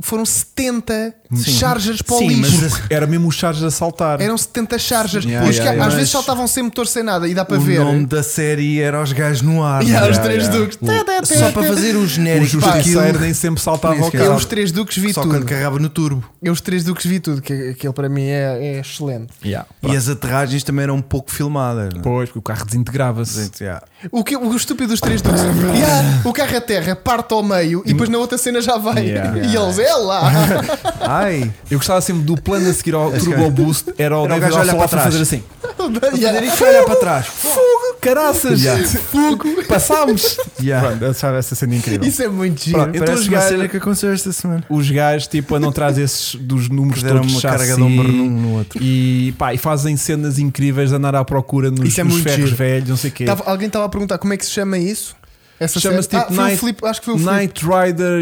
Speaker 3: foram 70
Speaker 2: Sim.
Speaker 3: chargers para o
Speaker 2: Sim,
Speaker 3: lixo.
Speaker 2: mas- um
Speaker 1: Era mesmo os charges a saltar.
Speaker 3: Eram 70 chargers.
Speaker 2: Yeah,
Speaker 3: Os
Speaker 2: yeah,
Speaker 3: ca-
Speaker 2: yeah.
Speaker 3: às
Speaker 2: Mas-
Speaker 3: vezes saltavam sem motor, sem nada. E dá para
Speaker 2: o
Speaker 3: ver.
Speaker 2: nome da série era Os Gajos no Ar.
Speaker 3: E há os
Speaker 2: Yeah,
Speaker 3: três
Speaker 2: yeah.
Speaker 3: Duques. Tá, tá, tá,
Speaker 2: Só
Speaker 3: tá,
Speaker 2: para
Speaker 3: tá.
Speaker 2: fazer o
Speaker 1: O
Speaker 2: genérico é
Speaker 1: justiceiro
Speaker 2: daquilo,
Speaker 1: nem sempre saltava
Speaker 2: Nem
Speaker 1: ao
Speaker 2: sequer.
Speaker 3: Eu
Speaker 1: carro.
Speaker 3: os três Duques vi
Speaker 2: só
Speaker 3: tudo.
Speaker 2: quando carregava no turbo.
Speaker 3: Eu os três Duques vi tudo. Que aquele para mim é, é excelente.
Speaker 1: Yeah,
Speaker 2: E
Speaker 1: pronto.
Speaker 2: as aterragens também eram um pouco filmadas. não é?
Speaker 1: Pois, que o carro desintegrava-se.
Speaker 2: Gente, yeah.
Speaker 3: O, que, o estúpido dos três Duques. Yeah, o carro a terra parte ao meio e depois na outra cena já vai.
Speaker 1: Yeah.
Speaker 3: E eles, é lá.
Speaker 2: Ai,
Speaker 1: Eu gostava sempre do plano a seguir ao Turbo Boost. Era
Speaker 2: Era
Speaker 1: o
Speaker 2: o
Speaker 1: David
Speaker 2: gajo a olhar
Speaker 1: Hasselhoff a
Speaker 2: para trás.
Speaker 1: fazer assim.
Speaker 2: fazer
Speaker 3: Yeah.
Speaker 2: isso olhar para trás.
Speaker 1: Fogo, caraças!
Speaker 2: Yeah.
Speaker 1: Fogo! Passámos!
Speaker 2: Yeah.
Speaker 1: Pronto, eu achava essa cena incrível.
Speaker 3: Isso é muito giro.
Speaker 1: Pronto, então
Speaker 2: Parece
Speaker 1: os
Speaker 2: uma
Speaker 1: gajos,
Speaker 2: cena que aconteceu esta semana.
Speaker 1: os gajos tipo, andam atrás desses, dos números
Speaker 2: Que deram
Speaker 1: todos
Speaker 2: uma
Speaker 1: de assim chassi
Speaker 2: carga de um num no outro.
Speaker 1: e, pá, e fazem cenas incríveis de andar à procura nos,
Speaker 3: Isso é
Speaker 1: nos
Speaker 3: muito
Speaker 1: ferros
Speaker 3: giro.
Speaker 1: velhos, não sei o quê.
Speaker 3: Tava- alguém estava a perguntar como é que se chama isso? Essa
Speaker 1: Chama-se
Speaker 3: série?
Speaker 1: tipo
Speaker 3: ah, foi
Speaker 1: Night-
Speaker 3: o Filipe, acho que foi o Filipe.
Speaker 1: Knight Rider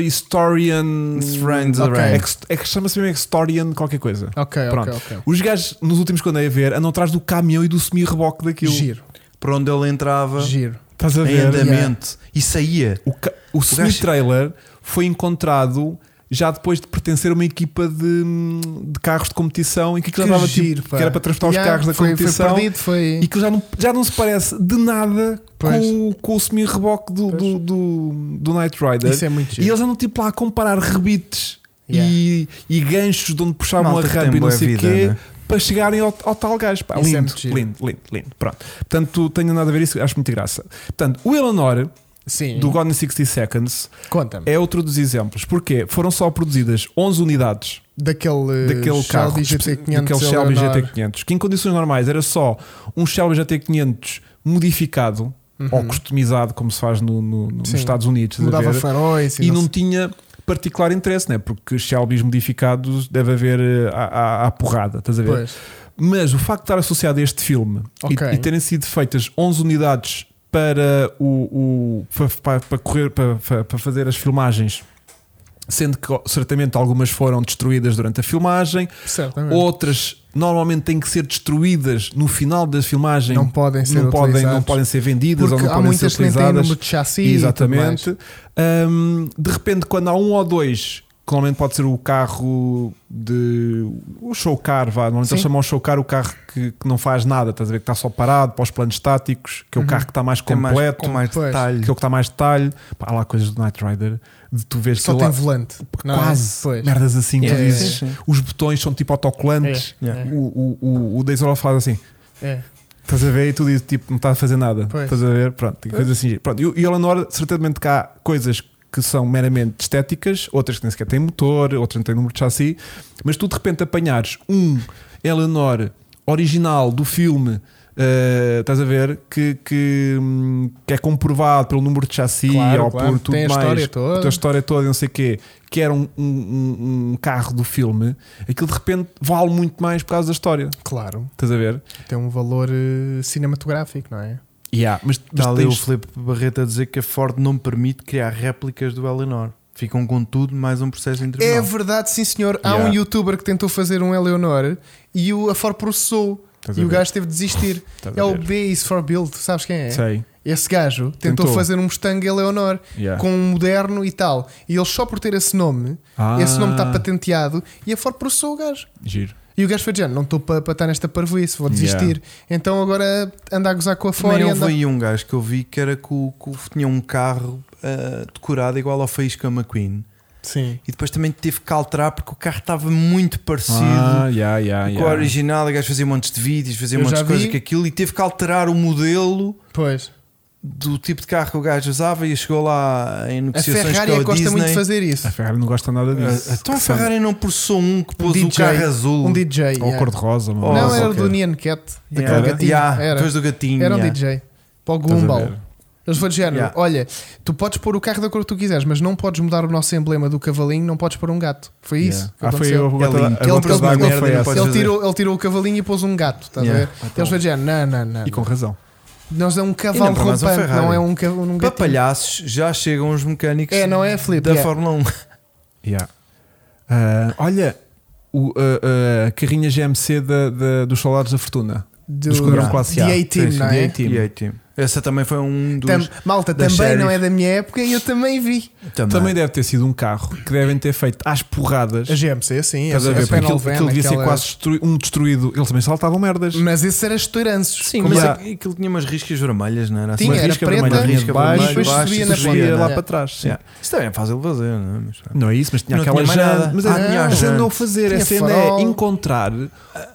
Speaker 1: Historian.
Speaker 2: Strange
Speaker 3: Ok.
Speaker 2: Array.
Speaker 1: Ex- é que chama-se mesmo Historian qualquer coisa.
Speaker 3: Ok,
Speaker 1: Pronto.
Speaker 3: ok, ok.
Speaker 1: Os gajos, nos últimos que eu andei a ver, andam atrás do caminhão e do semi-reboque daquilo.
Speaker 3: Giro,
Speaker 2: Por onde ele entrava
Speaker 3: giro.
Speaker 1: Estás a
Speaker 2: em
Speaker 1: ver?
Speaker 2: andamento e saía.
Speaker 1: O, ca- o
Speaker 2: gajo-
Speaker 1: semi-trailer foi encontrado já depois de pertencer a uma equipa de, de carros de competição e que aquilo
Speaker 3: Que
Speaker 1: andava
Speaker 3: giro,
Speaker 1: tipo,
Speaker 3: pá.
Speaker 1: que era para transportar
Speaker 3: Yeah,
Speaker 1: os carros da
Speaker 3: foi,
Speaker 1: competição
Speaker 3: Foi perdido, foi.
Speaker 1: e que já não, já não se parece de nada
Speaker 3: Pois.
Speaker 1: com, o- com o semi-reboque do, do, do, do Knight Rider.
Speaker 3: Isso é muito
Speaker 1: E
Speaker 3: giro.
Speaker 1: eles andam tipo lá a comparar rebites
Speaker 3: Yeah.
Speaker 1: e, e ganchos de onde puxavam
Speaker 2: Malta
Speaker 1: a
Speaker 2: que tem
Speaker 1: rampa e não
Speaker 2: boa
Speaker 1: sei o
Speaker 2: vida,
Speaker 1: quê
Speaker 2: né?
Speaker 1: para chegarem ao, ao tal gajo. Pá,
Speaker 3: Isso é
Speaker 1: lindo,
Speaker 3: muito giro.
Speaker 1: lindo, lindo, lindo. Pronto. Portanto, tenho nada a ver isso, acho muito graça. Portanto, o Eleanor
Speaker 3: Sim,
Speaker 1: do Gone in 60 Seconds
Speaker 3: conta-me.
Speaker 1: é outro dos exemplos. Porquê? Foram só produzidas 11 unidades
Speaker 3: Daquele,
Speaker 1: daquele eh, carro,
Speaker 3: Eh, Shelby GT500.
Speaker 1: daquele Shelby GT500, que em condições normais era só um Shelby GT500 modificado ou customizado, como se faz no- no- no- nos
Speaker 3: Uhum. Sim.
Speaker 1: Estados Unidos, estás a
Speaker 3: Mudava
Speaker 1: ver?
Speaker 3: faróis e,
Speaker 1: e
Speaker 3: não
Speaker 1: não
Speaker 3: sei-
Speaker 1: tinha particular interesse, né? porque Shelby's modificados deve haver eh, à, à- à porrada, estás a ver?
Speaker 3: Pois.
Speaker 1: Mas o facto de estar associado a este filme e-
Speaker 3: Ok.
Speaker 1: e, terem sido feitas 11 unidades para o, o- pa- pa- para correr para, para- para fazer as filmagens, sendo que oh, certamente algumas foram destruídas durante a filmagem,
Speaker 3: Certamente.
Speaker 1: outras normalmente têm que ser destruídas no final da filmagem,
Speaker 3: Não podem ser
Speaker 1: não podem,
Speaker 3: utilizadas.
Speaker 1: não podem ser vendidas
Speaker 3: Porque
Speaker 1: ou não
Speaker 3: há
Speaker 1: podem ser
Speaker 3: muitas que nem têm
Speaker 1: utilizadas.
Speaker 3: número de chassi. e
Speaker 1: Exatamente.
Speaker 3: tudo
Speaker 1: Hum, de repente, quando há um ou dois, que normalmente pode ser o carro de. o show car, vá. Normalmente
Speaker 3: Sim.
Speaker 1: eles chamam o show car o carro que, que não faz nada, estás a ver? Que está só parado para os planos estáticos, que é o carro que está mais
Speaker 2: Tem mais-
Speaker 1: completo,
Speaker 2: com mais
Speaker 3: Pois.
Speaker 2: detalhe.
Speaker 1: que é o que está mais detalhe. Pá, há lá coisas do Night Rider de tu vês
Speaker 3: mais. Só
Speaker 1: que
Speaker 3: tem
Speaker 1: lá,
Speaker 3: volante. não é?
Speaker 1: quase
Speaker 3: Pois.
Speaker 1: merdas assim,
Speaker 3: Yeah,
Speaker 1: tu
Speaker 3: yeah,
Speaker 1: dizes. Os botões são tipo autocolantes.
Speaker 3: É,
Speaker 2: Yeah.
Speaker 3: é,
Speaker 1: O, o, o, o Days Off faz assim.
Speaker 3: é.
Speaker 1: Estás a ver e tu dizes tipo, não está a fazer nada.
Speaker 3: Pois.
Speaker 1: Estás a ver? Pronto, e coisas assim. Pronto, e, e Eleanor, certamente que há coisas que são meramente estéticas, outras que nem sequer têm motor, outras não têm número de chassi, mas tu de repente apanhares um Eleanor original do filme, eh, estás a ver? Que, que, hum, que é comprovado pelo número de chassi
Speaker 3: é. Claro,
Speaker 1: ou
Speaker 3: claro.
Speaker 1: por tudo
Speaker 3: Tem a
Speaker 1: mais,
Speaker 3: história toda.
Speaker 1: pela história toda, e não sei o quê, que era um, um- um- um carro do filme, aquilo de repente vale muito mais por causa da história.
Speaker 3: Claro.
Speaker 1: Estás a ver?
Speaker 3: Tem um valor eh, cinematográfico, não é?
Speaker 1: Yeah, mas, mas
Speaker 2: Está ali o
Speaker 1: tens-
Speaker 2: Filipe Barreto a dizer que a Ford não permite criar réplicas do Eleanor. Ficam com tudo mais um processo
Speaker 3: É
Speaker 2: internacional.
Speaker 3: verdade, sim senhor. Há
Speaker 1: Yeah.
Speaker 3: um youtuber que tentou fazer um Eleonor e o, a Ford processou.
Speaker 1: Estás a
Speaker 3: E o
Speaker 1: ver?
Speaker 3: gajo teve de desistir.
Speaker 1: Estás a
Speaker 3: É o
Speaker 1: ver?
Speaker 3: B is for Build, sabes quem é?
Speaker 1: Sei.
Speaker 3: Esse gajo tentou,
Speaker 1: Tentou.
Speaker 3: fazer um Mustang Eleonor
Speaker 1: Yeah.
Speaker 3: com um moderno e tal. E ele só por ter esse nome,
Speaker 1: Ah.
Speaker 3: esse nome tá está patenteado e a Ford processou o gajo.
Speaker 1: Giro. Ah,
Speaker 3: E o gajo foi dizendo: Não estou para estar tá nesta parvoíce, vou
Speaker 1: Yeah.
Speaker 3: desistir. Então agora anda a gozar com a Ford
Speaker 2: Também
Speaker 3: e
Speaker 2: houve
Speaker 3: anda.
Speaker 2: aí um gajo que eu vi que era com, com- tinha um carro ah, decorado igual ao Faísca McQueen.
Speaker 3: Sim.
Speaker 2: E depois também tive que alterar porque o carro estava muito parecido
Speaker 1: Ah, yeah, yeah,
Speaker 2: com o
Speaker 1: yeah.
Speaker 2: original. O gajo fazia montes de vídeos, fazia
Speaker 3: Eu
Speaker 2: montes
Speaker 3: já
Speaker 2: de coisas
Speaker 3: vi.
Speaker 2: com aquilo e teve que alterar o modelo
Speaker 3: Pois.
Speaker 2: do tipo de carro que o gajo usava e chegou lá em
Speaker 3: A
Speaker 2: negociações
Speaker 3: Ferrari
Speaker 2: com a
Speaker 3: gosta
Speaker 2: Disney.
Speaker 3: muito de fazer isso.
Speaker 1: A Ferrari não gosta nada disso.
Speaker 2: Ah, Então a
Speaker 1: Que são-
Speaker 2: Ferrari não processou um que pôs o
Speaker 3: DJ,
Speaker 2: carro azul.
Speaker 3: Um DJ.
Speaker 1: Ou
Speaker 3: yeah.
Speaker 1: cor-de-rosa. uma
Speaker 2: Oh,
Speaker 3: não,
Speaker 1: coisa
Speaker 3: era o
Speaker 1: qualquer.
Speaker 3: do Nyan Cat. Daquele
Speaker 2: Yeah.
Speaker 3: gatinho.
Speaker 2: Yeah,
Speaker 3: era.
Speaker 2: depois do gatinho.
Speaker 3: era um
Speaker 2: yeah.
Speaker 3: DJ. Para o
Speaker 1: Estás a
Speaker 3: Gumball.
Speaker 1: ver?
Speaker 3: Eles vão dizer:
Speaker 2: Yeah.
Speaker 3: olha, tu podes pôr o carro da cor que tu quiseres, mas não podes mudar o nosso emblema do cavalinho, não podes pôr um gato. Foi isso.
Speaker 1: Yeah.
Speaker 3: que
Speaker 1: Ah, foi
Speaker 3: aconteceu. É
Speaker 1: a gota-
Speaker 2: lindo.
Speaker 1: a
Speaker 3: Ele-
Speaker 1: gota
Speaker 3: ele-
Speaker 1: d'água
Speaker 3: ele-
Speaker 1: foi
Speaker 2: ele-
Speaker 1: essa. Ah, tá
Speaker 2: Podes
Speaker 3: ele,
Speaker 2: dizer.
Speaker 3: tirou, ele tirou o cavalinho e pôs um gato. Estás
Speaker 2: Yeah.
Speaker 3: a ver? Eles vão dizer: não, não, não.
Speaker 1: E com razão.
Speaker 3: Nós é um
Speaker 2: E
Speaker 3: cavalo
Speaker 2: não, para nós é um
Speaker 3: rompante,
Speaker 2: Ferrari.
Speaker 3: não é um, ca- um
Speaker 2: Para
Speaker 3: gatinho.
Speaker 2: palhaços já chegam os mecânicos
Speaker 3: É, não é, Filipe?
Speaker 2: da
Speaker 3: Yeah.
Speaker 2: Fórmula 1.
Speaker 1: Yeah. Ah, olha, o, ah, a- a carrinha GMC da, da- dos soldados da Fortuna.
Speaker 3: do,
Speaker 1: do Esquadrão Classe A.
Speaker 3: The A-Team,
Speaker 1: Sim,
Speaker 3: não
Speaker 1: The
Speaker 3: é?
Speaker 1: A-Team.
Speaker 2: E aí, time. Essa também foi um dos.
Speaker 3: Tam- malta,
Speaker 2: da
Speaker 3: também
Speaker 2: Sheriff.
Speaker 3: não é da minha época e eu também vi.
Speaker 2: também.
Speaker 1: Também deve ter sido um carro que devem ter feito às porradas.
Speaker 3: A GMC, sim.
Speaker 1: Estás a ver? Porque aquilo, aquilo devia ser quase destrui- um destruído. Eles também saltavam merdas.
Speaker 3: Mas esses eram estouranços.
Speaker 2: Sim,
Speaker 3: Como
Speaker 2: mas
Speaker 3: é-
Speaker 1: há-
Speaker 2: aqu- aquilo tinha umas riscas vermelhas, não era? assim?
Speaker 3: Tinha,
Speaker 1: Uma
Speaker 3: era
Speaker 1: risca
Speaker 3: preta,
Speaker 1: vermelha,
Speaker 2: risca
Speaker 1: de baixo,
Speaker 2: vermelha,
Speaker 3: e depois
Speaker 1: baixo,
Speaker 3: subia na
Speaker 1: subia
Speaker 3: ponta.
Speaker 1: lá
Speaker 3: É.
Speaker 1: para trás. sim.
Speaker 2: Yeah. Isto também é fácil de fazer, não é? Mas,
Speaker 1: Não é isso, mas tinha
Speaker 2: Não
Speaker 1: aquela
Speaker 2: tinha mais
Speaker 1: jante.
Speaker 2: nada.
Speaker 1: Mas
Speaker 2: Ah,
Speaker 1: a-
Speaker 2: tinha a
Speaker 1: eles
Speaker 2: jante.
Speaker 1: andam a fazer. A
Speaker 3: Tinha
Speaker 1: cena
Speaker 3: farol.
Speaker 1: é encontrar
Speaker 2: a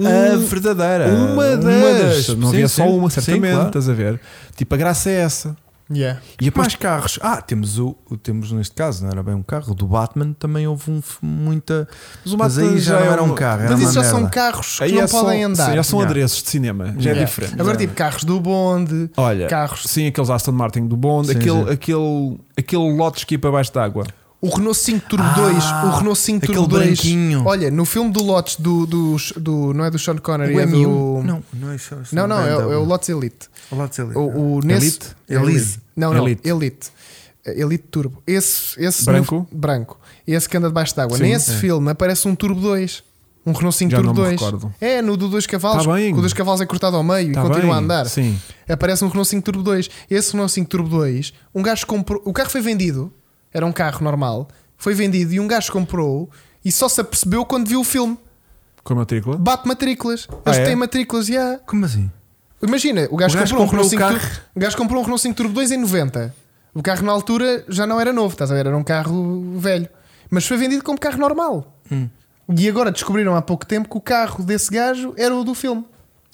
Speaker 1: um-
Speaker 2: verdadeira.
Speaker 1: uma das. Não havia
Speaker 2: Sim,
Speaker 1: só
Speaker 2: sim.
Speaker 1: uma,
Speaker 2: Sim,
Speaker 1: certamente.
Speaker 2: claro.
Speaker 1: Estás a ver? Tipo, a graça é essa.
Speaker 3: Yeah.
Speaker 2: E depois mais carros. Ah, temos o, o- temos neste caso, não era bem um carro, o do Batman também houve um, f- muita.
Speaker 1: Mas o
Speaker 2: Mas
Speaker 1: Mata
Speaker 2: aí já
Speaker 1: é
Speaker 2: não era um
Speaker 1: uma-
Speaker 2: carro, era
Speaker 3: Mas
Speaker 2: uma
Speaker 3: isso já são
Speaker 2: merda.
Speaker 3: carros que
Speaker 1: Aí
Speaker 3: não
Speaker 1: é só-
Speaker 3: podem andar.
Speaker 1: sim, já são
Speaker 2: Yeah.
Speaker 1: adereços de cinema, já é
Speaker 3: Yeah.
Speaker 1: diferente.
Speaker 3: Agora, tipo, carros do bonde,
Speaker 1: Olha,
Speaker 3: carros.
Speaker 1: sim, aqueles Aston Martin do Bond,
Speaker 2: Sim,
Speaker 1: aquele,
Speaker 2: sim.
Speaker 1: aquele, aquele lotes que ia para baixo d'água.
Speaker 3: O Renault 5 Turbo
Speaker 2: Ah,
Speaker 3: 2. O Renault 5 Turbo
Speaker 2: aquele
Speaker 3: 2.
Speaker 2: branquinho.
Speaker 3: Olha, no filme do Lotus, do, do, do- não é do Sean Connery,
Speaker 2: O
Speaker 3: é do.
Speaker 2: M1? Não, não é só.
Speaker 3: não, não, é, o- é o
Speaker 2: BMW.
Speaker 3: Lotus Elite.
Speaker 2: Ao lado de Celia.
Speaker 3: O, o, nesse,
Speaker 1: Elite?
Speaker 2: Elise.
Speaker 3: Não, não,
Speaker 1: Elite.
Speaker 3: Elite. Elite. Turbo. Esse, esse
Speaker 1: Branco?
Speaker 3: no- branco. Esse que anda debaixo d'água.
Speaker 1: Sim,
Speaker 3: Nesse
Speaker 2: é.
Speaker 3: filme aparece um Turbo 2. Um Renault 5
Speaker 1: Já
Speaker 3: Turbo
Speaker 1: não me
Speaker 3: 2.
Speaker 1: recordo.
Speaker 3: É, no do 2 cavalos.
Speaker 1: Tá bem.
Speaker 3: que o 2 cavalos é cortado ao meio
Speaker 1: Tá
Speaker 3: e continua
Speaker 1: bem?
Speaker 3: a andar.
Speaker 1: Sim.
Speaker 3: Aparece um Renault 5 Turbo 2. Esse Renault 5 Turbo 2, um gajo comprou. O carro foi vendido. Era um carro normal. Foi vendido e um gajo comprou e só se apercebeu quando viu o filme.
Speaker 1: Com a matrícula.
Speaker 3: Bate matrículas.
Speaker 1: Ah,
Speaker 3: Eles
Speaker 1: é?
Speaker 3: têm matrículas, já.
Speaker 2: Como assim?
Speaker 3: Imagina, o gajo,
Speaker 2: O gajo
Speaker 3: comprou, um
Speaker 2: comprou
Speaker 3: Renault
Speaker 2: o
Speaker 3: 5
Speaker 2: carro.
Speaker 3: Turbo- o gajo comprou um Renault 5 Turbo 2 em 90. O carro na altura já não era novo, estás a ver? Era um carro velho. Mas foi vendido como carro normal.
Speaker 1: Hum.
Speaker 3: E agora descobriram há pouco tempo que o carro desse gajo era o do filme.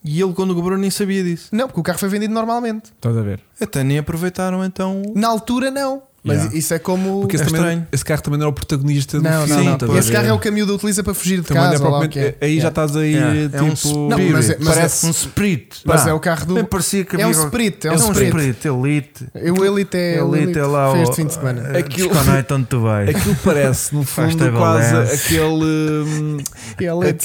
Speaker 2: E ele, quando cobrou, nem sabia disso.
Speaker 3: Não, porque o carro foi vendido normalmente.
Speaker 1: Estás a ver?
Speaker 2: Até nem aproveitaram, então.
Speaker 3: Na altura, não. Mas
Speaker 1: Yeah.
Speaker 3: isso é como.
Speaker 1: Porque esse,
Speaker 2: É
Speaker 1: também,
Speaker 2: estranho.
Speaker 1: esse carro também não era o protagonista do
Speaker 3: Não,
Speaker 1: filme.
Speaker 3: não,
Speaker 2: Sim,
Speaker 3: não.
Speaker 2: tá a
Speaker 3: Esse
Speaker 2: ver.
Speaker 3: carro é o que a miúda utiliza para fugir de
Speaker 1: Também não é
Speaker 3: casa. ou lá o
Speaker 1: propriamente-
Speaker 3: que é.
Speaker 1: Aí
Speaker 3: Yeah.
Speaker 1: já estás aí
Speaker 2: É,
Speaker 1: tipo.
Speaker 2: é um split.
Speaker 3: Não, mas é- mas é-
Speaker 2: parece um Spirit.
Speaker 3: mas
Speaker 2: Pá,
Speaker 3: é o carro do-
Speaker 2: bem parecia que
Speaker 3: é um
Speaker 2: havia-
Speaker 3: Spirit, é um
Speaker 2: É um
Speaker 3: Spirit.
Speaker 2: Spirit, Elite.
Speaker 3: Eu, o Elite é. o
Speaker 2: Elite é lá
Speaker 3: Foi
Speaker 2: o-
Speaker 3: este fim de semana.
Speaker 2: eh,
Speaker 1: Aquilo-
Speaker 2: Desconecta onde tu vais.
Speaker 1: Aquilo parece, no
Speaker 2: Faz
Speaker 1: fundo,
Speaker 2: table
Speaker 1: quase
Speaker 2: dance.
Speaker 1: aquele. hum,
Speaker 3: Ele é de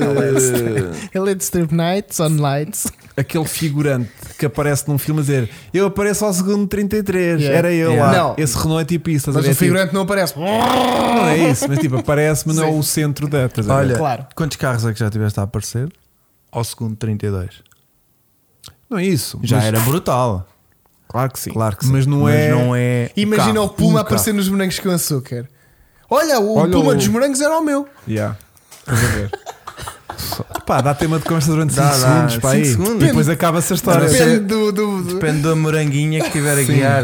Speaker 1: aquele. eh,
Speaker 3: strip. Ele é de strip nights, on lights.
Speaker 1: aquele figurante que aparece num filme a dizer eu apareço ao segundo 33,
Speaker 3: Yeah.
Speaker 1: era eu
Speaker 2: Yeah.
Speaker 1: lá.
Speaker 3: Não.
Speaker 1: Esse Renault é tipo isso, estás a
Speaker 3: Mas o
Speaker 1: ver? É tipo-
Speaker 3: figurante não aparece.
Speaker 1: não é isso, mas tipo, aparece, mas não é
Speaker 3: Sim.
Speaker 1: o centro da. Estás a ver?
Speaker 2: Olha,
Speaker 3: Claro.
Speaker 2: quantos carros é que já tiveste a aparecer? Ao segundo 32.
Speaker 1: não é isso.
Speaker 2: Já
Speaker 1: mas-
Speaker 2: era brutal.
Speaker 1: Claro que sim.
Speaker 2: Claro que sim.
Speaker 1: Mas não é.
Speaker 2: não é
Speaker 3: Imagina
Speaker 2: carro,
Speaker 3: o Puma
Speaker 2: um
Speaker 3: aparecer nos morangos com açúcar. Olha, o
Speaker 1: Olha
Speaker 3: Puma
Speaker 1: o-
Speaker 3: dos morangos era o meu.
Speaker 1: Yeah. Estás a ver? Só- Pá, dá tema de conversa durante 5
Speaker 2: Dá, dá.
Speaker 1: segundos, pá,
Speaker 2: Cinco
Speaker 1: aí.
Speaker 2: segundos.
Speaker 1: E depois acaba-se a história.
Speaker 2: Depende.
Speaker 3: Depende do. do, do-
Speaker 2: Depende da moranguinha que estiver a guiar.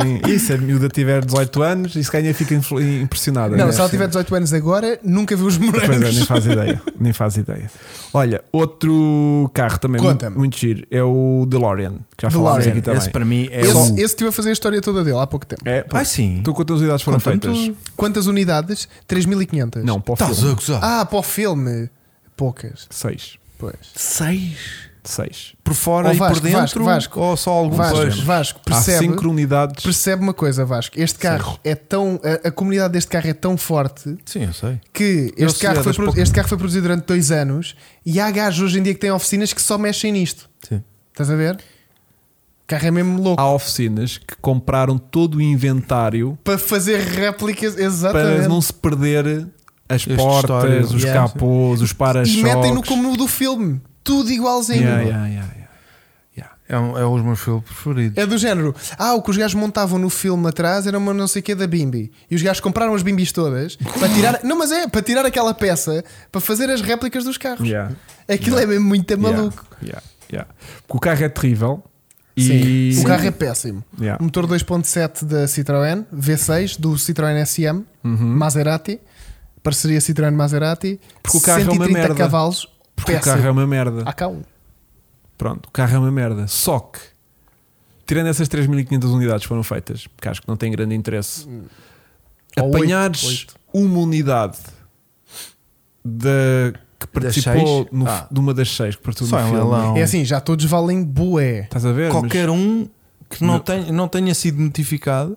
Speaker 1: Sim. E se a miúda tiver 18 anos, isso ganha fica influ- impressionada.
Speaker 3: Não,
Speaker 1: né?
Speaker 3: se ela tiver 18 anos agora, nunca viu os
Speaker 1: Pois é,
Speaker 2: né?
Speaker 1: nem
Speaker 3: morangos.
Speaker 1: faz ideia. Nem faz ideia. Olha, outro carro também muito,
Speaker 3: Conta-me.
Speaker 1: muito giro é o DeLorean, que já falámos
Speaker 3: DeLorean.
Speaker 1: aqui também.
Speaker 2: Esse para mim é
Speaker 3: Esse,
Speaker 2: o.
Speaker 3: esse estive a fazer a história toda dele há pouco tempo.
Speaker 1: É, pá,
Speaker 2: Ah, sim.
Speaker 1: tu quantas unidades foram
Speaker 2: Conta-me tudo.
Speaker 1: feitas?
Speaker 3: Quantas unidades? 3.500.
Speaker 1: Não, para o
Speaker 2: Estás a
Speaker 1: filme.
Speaker 2: gozar.
Speaker 3: Ah, para o filme. Poucas.
Speaker 1: Seis.
Speaker 3: Pois.
Speaker 2: Seis.
Speaker 1: Seis.
Speaker 2: Por fora
Speaker 3: Oh,
Speaker 2: e
Speaker 3: Vasco,
Speaker 2: por dentro?
Speaker 3: Vasco, Vasco.
Speaker 2: Ou só algum
Speaker 3: Vasco,
Speaker 2: peixe?
Speaker 3: Vasco,
Speaker 1: Há
Speaker 3: percebe.
Speaker 1: cinco unidades.
Speaker 3: Percebe uma coisa, Vasco. Este carro é tão. A, a comunidade deste carro é tão forte
Speaker 2: Sim, eu sei.
Speaker 3: que
Speaker 2: Eu
Speaker 3: este
Speaker 2: sei, é
Speaker 3: carro, foi
Speaker 2: das
Speaker 3: produ-
Speaker 2: poucas.
Speaker 3: este carro foi produzido durante dois anos e há gajos hoje em dia que têm oficinas que só mexem nisto.
Speaker 2: Sim.
Speaker 3: Estás a ver? O carro é mesmo louco.
Speaker 1: Há oficinas que compraram todo o inventário
Speaker 3: Para fazer réplicas,
Speaker 1: para
Speaker 3: exatamente.
Speaker 1: não se perder as
Speaker 2: Este
Speaker 1: portas,
Speaker 2: histórico.
Speaker 1: os
Speaker 2: Yeah.
Speaker 1: capôs, os para-choques.
Speaker 3: E metem-no como o do filme. Tudo igualzinho.
Speaker 1: Yeah, yeah, yeah, yeah. Yeah.
Speaker 2: É, um- é os meus filmes preferidos.
Speaker 3: É do género. Ah, o que os gajos montavam no filme atrás era uma não sei o que da Bimbi. E os gajos compraram as Bimbis todas para tirar. Não, mas é, para tirar aquela peça para fazer as réplicas dos carros.
Speaker 1: Yeah.
Speaker 3: Aquilo é mesmo muito
Speaker 1: Yeah,
Speaker 3: maluco.
Speaker 1: yeah, yeah. Porque o carro é terrível
Speaker 3: Sim.
Speaker 1: e
Speaker 3: O carro é péssimo.
Speaker 1: Yeah.
Speaker 3: Motor 2.7 da Citroën, V6 do Citroën SM, Maserati, parceria Citroën Maserati,
Speaker 1: Uhum. Porque o carro é uma merda.
Speaker 3: cavalos,
Speaker 1: Porque o é-
Speaker 3: péssimo. Ah.
Speaker 1: carro é uma merda.
Speaker 3: AK1.
Speaker 1: Pronto, o carro é uma merda. Só que tirando essas 3.500 unidades que foram feitas, porque acho que não tem grande interesse,
Speaker 3: Ou oito,
Speaker 1: apanhares
Speaker 3: oito.
Speaker 1: uma unidade da, que participou
Speaker 2: seis?
Speaker 1: no-
Speaker 2: Ah.
Speaker 1: de uma das seis que participou
Speaker 2: Só
Speaker 1: no
Speaker 2: é um
Speaker 1: filme.
Speaker 2: leilão.
Speaker 3: É assim, já todos valem bué.
Speaker 1: Estás a ver?
Speaker 2: Qualquer um que não,
Speaker 1: Não.
Speaker 2: tenha, não tenha sido notificado.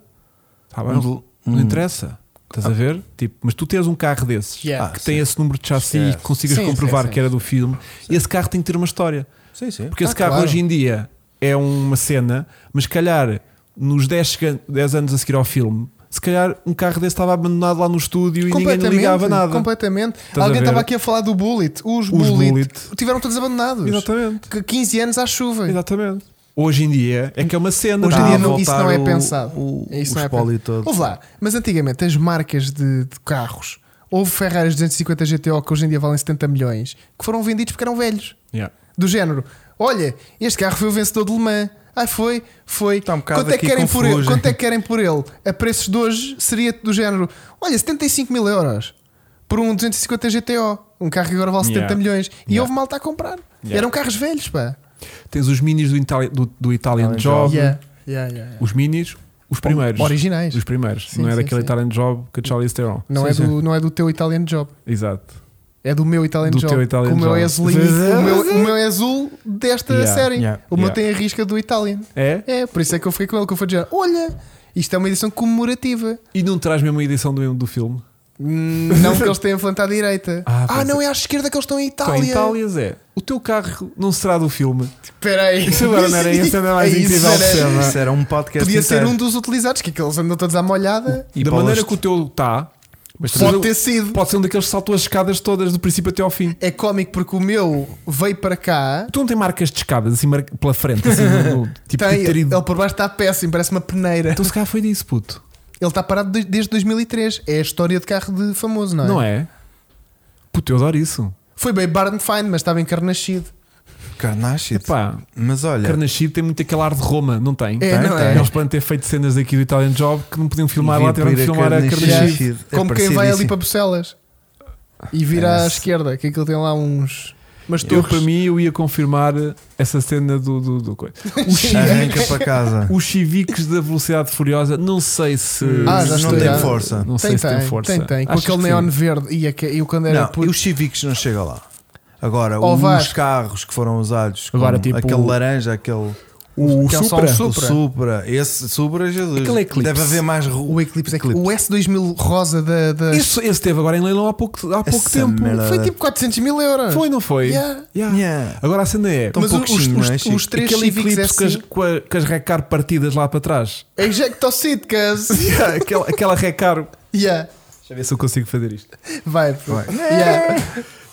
Speaker 1: Mas, tá bem, não, não interessa. Estás a ver? Tipo, mas tu tens um carro desses
Speaker 3: Yeah.
Speaker 1: que
Speaker 2: Ah,
Speaker 1: tem esse número de chassi e
Speaker 2: Esquece.
Speaker 1: que consigas
Speaker 3: Sim,
Speaker 1: comprovar
Speaker 3: sim, sim.
Speaker 1: que era do filme, esse carro tem que ter uma história.
Speaker 2: Sim, sim.
Speaker 1: Porque
Speaker 3: Ah,
Speaker 1: esse carro
Speaker 3: claro.
Speaker 1: hoje em dia é uma cena, mas se calhar nos 10, segan- 10 anos a seguir ao filme, se calhar um carro desse estava abandonado lá no estúdio e ninguém lhe ligava nada.
Speaker 3: Completamente.
Speaker 1: a
Speaker 3: Alguém
Speaker 1: ver?
Speaker 3: estava aqui a falar do Bullet. Os,
Speaker 1: Os
Speaker 3: Bullet,
Speaker 1: Bullet.
Speaker 3: tiveram todos abandonados.
Speaker 1: Exatamente.
Speaker 3: Que 15 anos à chuva.
Speaker 1: Exatamente. Hoje em dia é que é uma cena.
Speaker 3: Hoje em
Speaker 1: tá?
Speaker 3: dia
Speaker 2: a
Speaker 3: não- isso
Speaker 2: voltar
Speaker 3: não é
Speaker 2: o-
Speaker 3: pensado.
Speaker 2: O,
Speaker 3: Isso
Speaker 2: o
Speaker 3: não é
Speaker 2: espólio todo.
Speaker 3: Ouve lá, mas antigamente as marcas de, de carros, houve Ferraris 250 GTO que hoje em dia valem 70 milhões, que foram vendidos porque eram velhos.
Speaker 1: Yeah.
Speaker 3: Do género, olha, este carro foi o vencedor de Le Mans. Ai, foi, foi.
Speaker 2: Está um bocado
Speaker 3: quanto, é que
Speaker 2: aqui
Speaker 3: querem por ele,
Speaker 2: confuso,
Speaker 3: quanto
Speaker 2: hein?
Speaker 3: é que querem por ele? A preços de hoje seria do género, olha, 75 mil euros por um 250 GTO. Um carro que agora vale 70
Speaker 1: Yeah.
Speaker 3: milhões. E
Speaker 1: Yeah.
Speaker 3: houve malta a comprar.
Speaker 1: Yeah.
Speaker 3: Eram carros velhos, pá.
Speaker 1: Tens os minis do, Itali- do- do Italian
Speaker 2: Italian
Speaker 1: Job,
Speaker 3: Yeah,
Speaker 2: um
Speaker 3: yeah, yeah, yeah.
Speaker 1: os minis, os primeiros.
Speaker 3: Originais.
Speaker 1: Os primeiros.
Speaker 3: Sim,
Speaker 1: não é
Speaker 3: sim,
Speaker 1: daquele
Speaker 3: sim.
Speaker 1: Italian Job que a Charlie Theron.
Speaker 3: Não,
Speaker 2: Sim,
Speaker 3: é
Speaker 2: sim.
Speaker 3: do, não é do teu Italian Job.
Speaker 1: Exato.
Speaker 3: É do meu Italian
Speaker 1: Do
Speaker 3: Job.
Speaker 1: teu Italian
Speaker 3: o meu
Speaker 1: Job.
Speaker 3: é azulinho. o, meu, o meu é azul desta
Speaker 1: Yeah,
Speaker 3: série.
Speaker 2: yeah,
Speaker 3: o meu
Speaker 1: yeah.
Speaker 3: tem a risca do Italian.
Speaker 1: É?
Speaker 3: É, por isso é que eu fiquei com ele, que eu fui dizer: olha, isto é uma edição comemorativa.
Speaker 1: E não terás mesmo a edição do, do filme?
Speaker 3: Hum, Não que eles tenham planta à direita.
Speaker 1: Ah,
Speaker 3: Ah,
Speaker 1: pois
Speaker 3: não, é à esquerda que eles estão em Itália.
Speaker 1: Então, em Itália, Zé, o teu carro não será do filme.
Speaker 3: Espera aí.
Speaker 1: Isso agora não era essa, não é mais
Speaker 3: Isso
Speaker 1: incrível
Speaker 3: era-
Speaker 1: que é cena.
Speaker 2: Isso era um podcast
Speaker 3: Podia ser
Speaker 2: inteiro.
Speaker 3: um dos utilizados, que aqueles andam todos à molhada.
Speaker 2: E
Speaker 1: da
Speaker 2: para
Speaker 1: maneira
Speaker 2: hoje-
Speaker 1: que o teu está, mas
Speaker 3: Pode
Speaker 1: também-
Speaker 3: ter sido.
Speaker 1: pode ser um daqueles que saltou as escadas todas do princípio até ao fim.
Speaker 3: É cómico porque o meu veio para cá.
Speaker 1: Tu não tem marcas de escadas assim mar- pela frente, assim, no, no- tipo
Speaker 3: tem, é
Speaker 1: de ter ido.
Speaker 3: ele por baixo está péssimo, parece uma peneira.
Speaker 1: Então se calhar foi disso, puto.
Speaker 3: Ele está parado de- desde 2003. É a história de carro de famoso, não é?
Speaker 1: Não é? Puto, eu adoro isso.
Speaker 3: Foi bem Barn Fine, mas estava encarnascido. É.
Speaker 2: Carnascido.
Speaker 1: Epá,
Speaker 2: Mas olha,
Speaker 1: Carnascido tem muito aquele ar de Roma, não tem?
Speaker 3: É, não é?
Speaker 1: Eles podem ter feito cenas daqui do Italian Job que não podiam filmar lá,
Speaker 2: devia pedir
Speaker 1: tiveram que filmar a
Speaker 2: Carnascido.
Speaker 1: Carnascido.
Speaker 2: É
Speaker 3: Como quem
Speaker 2: parecido
Speaker 3: vai ali
Speaker 2: assim.
Speaker 3: para Bucelas e vira à
Speaker 2: Parece.
Speaker 3: esquerda, que aquilo tem lá uns. É, Mas
Speaker 1: Eu,
Speaker 3: torres.
Speaker 1: para mim, eu ia confirmar essa cena do, do, do coisa. Os chiviques-
Speaker 2: Arranca para casa.
Speaker 1: os chiviques da Velocidade Furiosa, não sei se.
Speaker 3: Ah, já
Speaker 2: não
Speaker 3: estou
Speaker 2: tem
Speaker 3: já.
Speaker 2: força.
Speaker 1: Não sei
Speaker 3: tem,
Speaker 1: se
Speaker 3: tem,
Speaker 1: tem força.
Speaker 3: Tem, tem. Com
Speaker 1: Achas
Speaker 3: aquele
Speaker 1: que
Speaker 3: neon
Speaker 1: sim?
Speaker 3: verde. E, aque- eu quando era
Speaker 2: Não,
Speaker 3: puto-
Speaker 2: e os cívicos não chega lá. Agora,
Speaker 3: Ó,
Speaker 2: os
Speaker 3: Vasco.
Speaker 2: carros que foram usados,
Speaker 1: Agora,
Speaker 2: como
Speaker 1: tipo,
Speaker 2: aquele laranja, aquele
Speaker 1: O
Speaker 3: Que é só
Speaker 1: Supra.
Speaker 3: um
Speaker 2: o
Speaker 3: Supra.
Speaker 2: Supra, esse Supra, Jesus.
Speaker 1: Aquele Eclipse.
Speaker 2: Deve haver mais
Speaker 3: o
Speaker 2: rua.
Speaker 3: Eclipse, é que- O S2000 rosa da. da-
Speaker 1: Esse, esse teve agora em leilão há pouco, há pouco
Speaker 2: Essa
Speaker 1: tempo.
Speaker 2: merda.
Speaker 3: Foi tipo 400 mil euros.
Speaker 1: Foi, não foi?
Speaker 3: Yeah.
Speaker 1: Yeah.
Speaker 2: Yeah.
Speaker 1: Agora a cena é.
Speaker 2: Tão
Speaker 3: Mas os,
Speaker 2: pouquinho,
Speaker 3: os,
Speaker 2: não é,
Speaker 3: os,
Speaker 2: Chico?
Speaker 3: os três
Speaker 1: aquele
Speaker 3: Civics
Speaker 1: eclipse
Speaker 3: é
Speaker 1: com, as,
Speaker 3: assim.
Speaker 1: com, a- com as recar partidas lá para trás.
Speaker 3: Ejectocíticas.
Speaker 1: Yeah, aquela, aquela recar.
Speaker 3: yeah.
Speaker 1: Deixa eu ver se eu consigo fazer isto.
Speaker 3: Vai, pô.
Speaker 2: Vai.
Speaker 3: Yeah.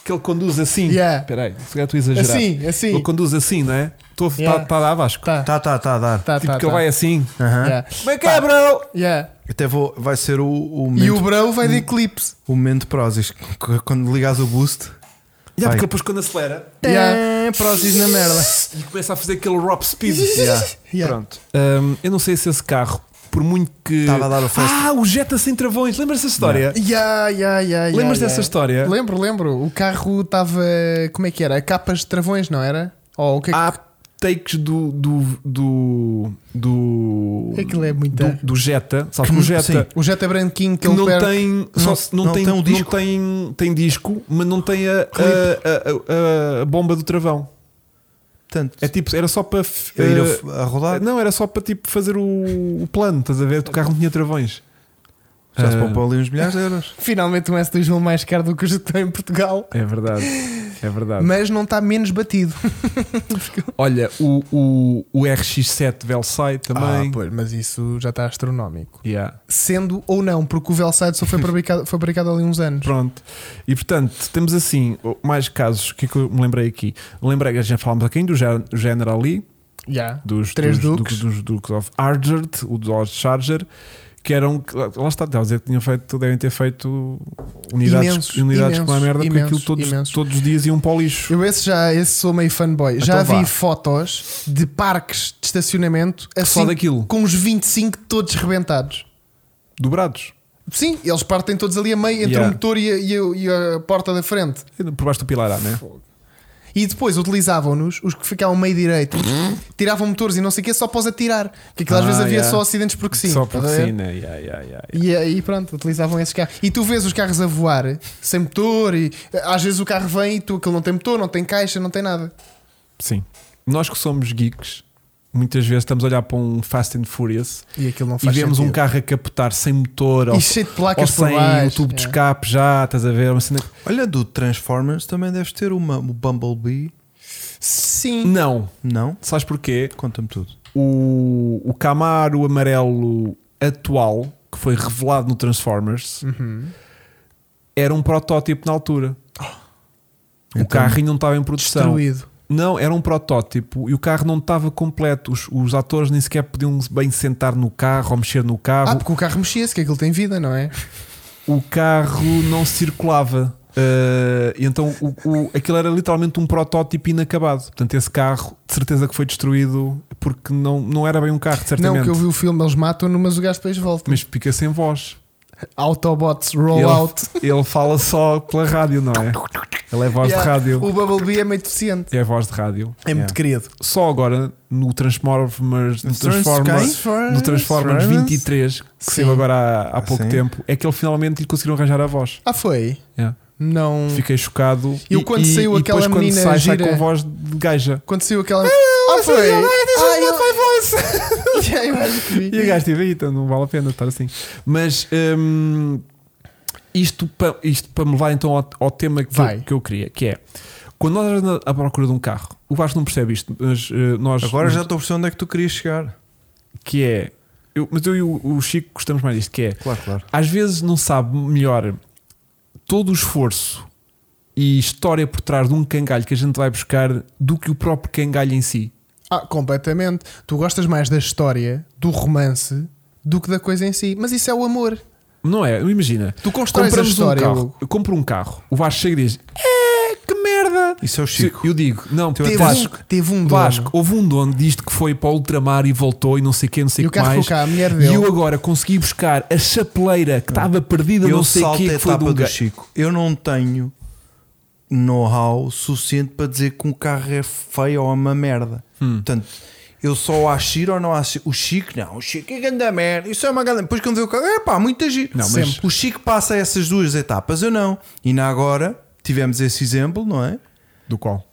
Speaker 1: Que ele conduz assim.
Speaker 3: Yeah.
Speaker 1: Espera aí, se calhar estou a exagerar.
Speaker 3: Assim, assim.
Speaker 1: Ele conduz assim, não é? Estou a tá-
Speaker 3: Yeah.
Speaker 1: tá a dar Vasco.
Speaker 3: Tá,
Speaker 2: Tá, tá, tá Ah. a dar.
Speaker 3: tá,
Speaker 1: tipo
Speaker 3: tá.
Speaker 1: que ele
Speaker 3: tá.
Speaker 1: vai assim.
Speaker 2: Aham.
Speaker 3: Yeah.
Speaker 1: Vem cá, é, bro!
Speaker 3: Yeah.
Speaker 2: Até vou, vai ser o, o
Speaker 3: E o
Speaker 2: momento,
Speaker 3: Brão vai de eclipse.
Speaker 2: o... momento Prozis. C- Quando ligares o boost,
Speaker 1: Yeah,
Speaker 2: Vai.
Speaker 1: porque depois quando acelera
Speaker 3: Yeah.
Speaker 2: é Prozis na merda.
Speaker 1: e começa a fazer aquele rop speed.
Speaker 2: Yeah.
Speaker 3: Yeah.
Speaker 1: Pronto. Hum, eu não sei se esse carro, por muito que.
Speaker 2: Estava a dar o fast.
Speaker 1: Ah, o Jetta sem travões. Lembras dessa história?
Speaker 3: Yeah, yeah, yeah, yeah,
Speaker 1: Lembras
Speaker 3: yeah.
Speaker 1: dessa história?
Speaker 3: Lembro, lembro. O carro estava. Como é que era? Capas de travões, não era? Ou o que é que.
Speaker 1: Há takes do. do. do. do,
Speaker 3: Aquilo é muito.
Speaker 1: do, do Jetta. Sabes que o
Speaker 2: Hum, Sim.
Speaker 1: Jetta.
Speaker 3: O Jetta branquinho que
Speaker 1: Que
Speaker 3: ele
Speaker 1: não
Speaker 3: perde.
Speaker 1: tem, só, não,
Speaker 2: não
Speaker 1: tem,
Speaker 2: tem o
Speaker 1: não
Speaker 2: disco.
Speaker 1: tem, tem disco, mas não tem a, a- a- a- a bomba do travão.
Speaker 2: Portanto, eh,
Speaker 1: É tipo, era só para f-
Speaker 2: eu ir a
Speaker 1: eh,
Speaker 2: f- a, rodar,
Speaker 1: Não, era só para tipo fazer o, o plano, estás a ver? O carro não tinha travões.
Speaker 2: já se
Speaker 1: Ah,
Speaker 2: poupou ali uns milhares de euros.
Speaker 3: Finalmente um S2000 mais caro do que o que tem em Portugal.
Speaker 1: É verdade, é verdade.
Speaker 3: Mas não está menos batido.
Speaker 1: Olha, o, o, o RX7 Velsai também.
Speaker 3: Ah, pois, mas isso já
Speaker 1: tá
Speaker 3: está astronómico.
Speaker 1: Yeah.
Speaker 3: Sendo ou não, porque o Velside só foi fabricado, foi fabricado ali uns anos.
Speaker 1: Pronto. E portanto, temos assim mais casos. O que é que eu me lembrei aqui? Lembrei que já falámos aqui do Gen- General Lee,
Speaker 3: Já.
Speaker 1: dos
Speaker 3: Três
Speaker 1: dos,
Speaker 3: Dukes.
Speaker 1: dos, dos Dukes of Argert, o Dodge Charger. Que eram, lá está, estava a dizer que tinham feito, devem ter feito unidades,
Speaker 3: Imensos,
Speaker 1: unidades com a merda, porque
Speaker 3: imensos,
Speaker 1: aquilo todos,
Speaker 3: imensos.
Speaker 1: todos os dias iam para o lixo.
Speaker 3: Eu esse já esse sou meio fanboy. já
Speaker 1: Então
Speaker 3: vi
Speaker 1: vá.
Speaker 3: fotos de parques de estacionamento assim,
Speaker 1: Só daquilo,
Speaker 3: com os 25 todos rebentados.
Speaker 1: dobrados.
Speaker 3: Sim, eles partem todos ali a meio entre
Speaker 1: Yeah.
Speaker 3: o motor e a, e a- e a porta da frente.
Speaker 1: Por baixo do pilar, não é?
Speaker 3: E depois utilizavam-nos, os que ficavam meio direito, tiravam motores e não sei o quê só após atirar. Porque aquilo às
Speaker 1: Ah,
Speaker 3: vezes havia
Speaker 1: yeah.
Speaker 3: só acidentes porque sim.
Speaker 1: Só
Speaker 3: estás
Speaker 1: porque
Speaker 3: a ver?
Speaker 1: sim, né? Yeah, yeah, yeah, yeah.
Speaker 3: E aí pronto, utilizavam esses carros. E tu vês os carros a voar sem motor e eh, às vezes o carro vem e tu aquilo não tem motor, não tem caixa, não tem nada.
Speaker 1: Sim. Nós que somos geeks, muitas vezes estamos a olhar para um Fast and Furious
Speaker 3: E aquilo não
Speaker 1: e
Speaker 3: faz
Speaker 1: vemos um
Speaker 3: sentido.
Speaker 1: carro a capotar sem motor ou,
Speaker 3: e cheio de
Speaker 1: ou
Speaker 3: placas por
Speaker 1: sem o
Speaker 3: baixo.
Speaker 1: tubo de
Speaker 3: é.
Speaker 1: escape já, estás a ver? Uma cena...
Speaker 2: Olha, do Transformers também deves ter uma, o Bumblebee,
Speaker 3: Sim.
Speaker 1: Não.
Speaker 2: não?
Speaker 1: Sabes porquê?
Speaker 2: Conta-me tudo.
Speaker 1: O, o Camaro amarelo atual, que foi revelado no Transformers,
Speaker 3: Uhum. Oh.
Speaker 1: era um protótipo na altura. o
Speaker 2: Então,
Speaker 1: carro ainda não estava em produção.
Speaker 3: Destruído.
Speaker 1: Não, era um protótipo e o carro não estava completo. Os, os atores nem sequer podiam bem sentar no carro ou mexer no carro.
Speaker 3: Ah, porque o carro mexia-se, que aquilo tem vida, não é?
Speaker 1: o carro não circulava. Ah, e então o, o- aquilo era literalmente um protótipo inacabado. Portanto, esse carro de certeza que foi destruído porque não, não era bem um carro, certamente.
Speaker 3: Não, que eu vi o filme, eles matam-no, mas o gajo depois volta.
Speaker 1: Mas fica sem voz.
Speaker 3: Autobots Rollout.
Speaker 1: Ele fala só pela rádio, não é? Ele é voz
Speaker 3: Yeah.
Speaker 1: de rádio.
Speaker 3: O Bumblebee é meio deficiente.
Speaker 1: É voz de rádio.
Speaker 3: É muito querido.
Speaker 1: Só agora no Transformers, no Transformers
Speaker 2: Transformers,
Speaker 1: no Transformers 23, que saiu
Speaker 3: Ah, Sim.
Speaker 1: agora há, há pouco
Speaker 2: Sim.
Speaker 1: tempo, é que ele finalmente lhe conseguiram arranjar a voz.
Speaker 3: Ah, foi?
Speaker 1: Yeah.
Speaker 3: Não.
Speaker 1: Fiquei chocado.
Speaker 3: Eu quando saiu
Speaker 1: depois
Speaker 3: aquela
Speaker 1: quando
Speaker 3: menina
Speaker 1: sai, sai
Speaker 3: gira-
Speaker 1: com voz de gaja.
Speaker 3: Aconteceu aquela. Ah, foi? Ah, eu- E aí, eu acho que
Speaker 1: E
Speaker 3: vi.
Speaker 1: a gaja estive aí, então não vale a pena estar assim. Mas hum, isto, para, isto para me levar então ao, ao tema que
Speaker 3: Vai.
Speaker 1: eu, que eu queria, que é quando nós andamos à procura de um carro, o Vasco não percebe isto, mas eh, nós
Speaker 2: Agora
Speaker 1: mas-
Speaker 2: já estou a perceber onde é que tu querias chegar.
Speaker 1: que é. eu- mas eu e o, o Chico gostamos mais disto, que é
Speaker 2: Claro, claro.
Speaker 1: às vezes não sabe melhor todo o esforço e história por trás de um cangalho que a gente vai buscar do que o próprio cangalho em si.
Speaker 3: Ah, completamente. Tu gostas mais da história, do romance, do que da coisa em si. Mas isso é o amor.
Speaker 1: Não é? Imagina,
Speaker 3: Tu constróis a
Speaker 1: compramos
Speaker 3: história.
Speaker 1: um carro,
Speaker 3: Hugo.
Speaker 1: eu compro um carro, o Vasco chega e diz: É, que merda!
Speaker 2: Isso é o Chico.
Speaker 1: Eu digo, não,
Speaker 3: Teve
Speaker 1: Vasco,
Speaker 3: um, teve um dono.
Speaker 1: Vasco, houve um dono disto que foi para o ultramar e voltou e não sei o que, não sei
Speaker 3: E
Speaker 1: o
Speaker 3: o
Speaker 1: que
Speaker 3: carro
Speaker 1: mais.
Speaker 3: ficou cá, a mulher
Speaker 1: E
Speaker 3: dele.
Speaker 1: eu agora consegui buscar a chapeleira que estava perdida,
Speaker 2: Eu
Speaker 1: não sei o
Speaker 2: salto
Speaker 1: que,
Speaker 2: a
Speaker 1: que foi de
Speaker 2: etapa
Speaker 1: um
Speaker 2: do
Speaker 1: ga-
Speaker 2: Chico. Eu não tenho know-how suficiente para dizer que um carro é feio ou é uma merda.
Speaker 1: Hum.
Speaker 2: Portanto, eu só acho giro ou não acho giro. O Chico, não. O Chico é grande merda. Isso é uma grande... Depois quando vê o carro, é pá, muita giro.
Speaker 1: Não, mas-
Speaker 2: Sempre. O Chico passa essas duas etapas, eu não. E na agora, tivemos esse exemplo, não é?
Speaker 1: Do qual?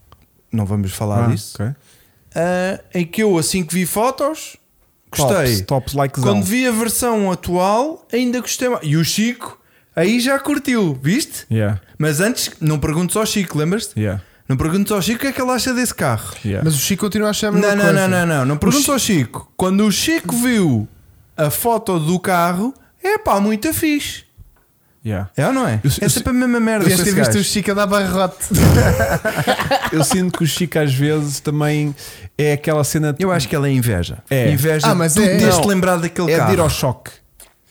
Speaker 2: Não vamos falar
Speaker 1: Ah,
Speaker 2: disso.
Speaker 1: ok.
Speaker 2: Ah, em que eu, assim que vi fotos, gostei.
Speaker 1: Tops, tops likezão.
Speaker 2: Quando vi a versão atual, ainda gostei mais. E o Chico, aí já curtiu, viste?
Speaker 1: Yeah,
Speaker 2: Mas antes, não perguntes ao Chico, lembras-te?
Speaker 1: yeah,
Speaker 2: Não perguntes ao Chico o que é que ele acha desse carro.
Speaker 1: yeah.
Speaker 3: Mas o Chico continua É a achar a
Speaker 2: Não,
Speaker 3: mesma
Speaker 2: não, não,
Speaker 3: coisa.
Speaker 2: não, não, não. perguntes ao Chico. Quando o Chico viu a foto do carro, é pá, muito fixe.
Speaker 1: Yeah.
Speaker 2: É ou não é?
Speaker 1: Eu-
Speaker 2: é
Speaker 1: eu-
Speaker 2: sempre a mesma merda.
Speaker 3: Devias
Speaker 2: com
Speaker 3: ter
Speaker 2: esse
Speaker 3: visto
Speaker 2: gajo.
Speaker 3: o Chico a dar barrote.
Speaker 1: Eu sinto que o Chico às vezes também é aquela cena.
Speaker 2: Eu acho que ela é inveja.
Speaker 1: É.
Speaker 2: Inveja
Speaker 3: Ah, mas
Speaker 2: de tu
Speaker 3: é.
Speaker 2: teres
Speaker 1: Não.
Speaker 2: lembrado daquele
Speaker 1: é de ir
Speaker 2: carro.
Speaker 1: ao choque.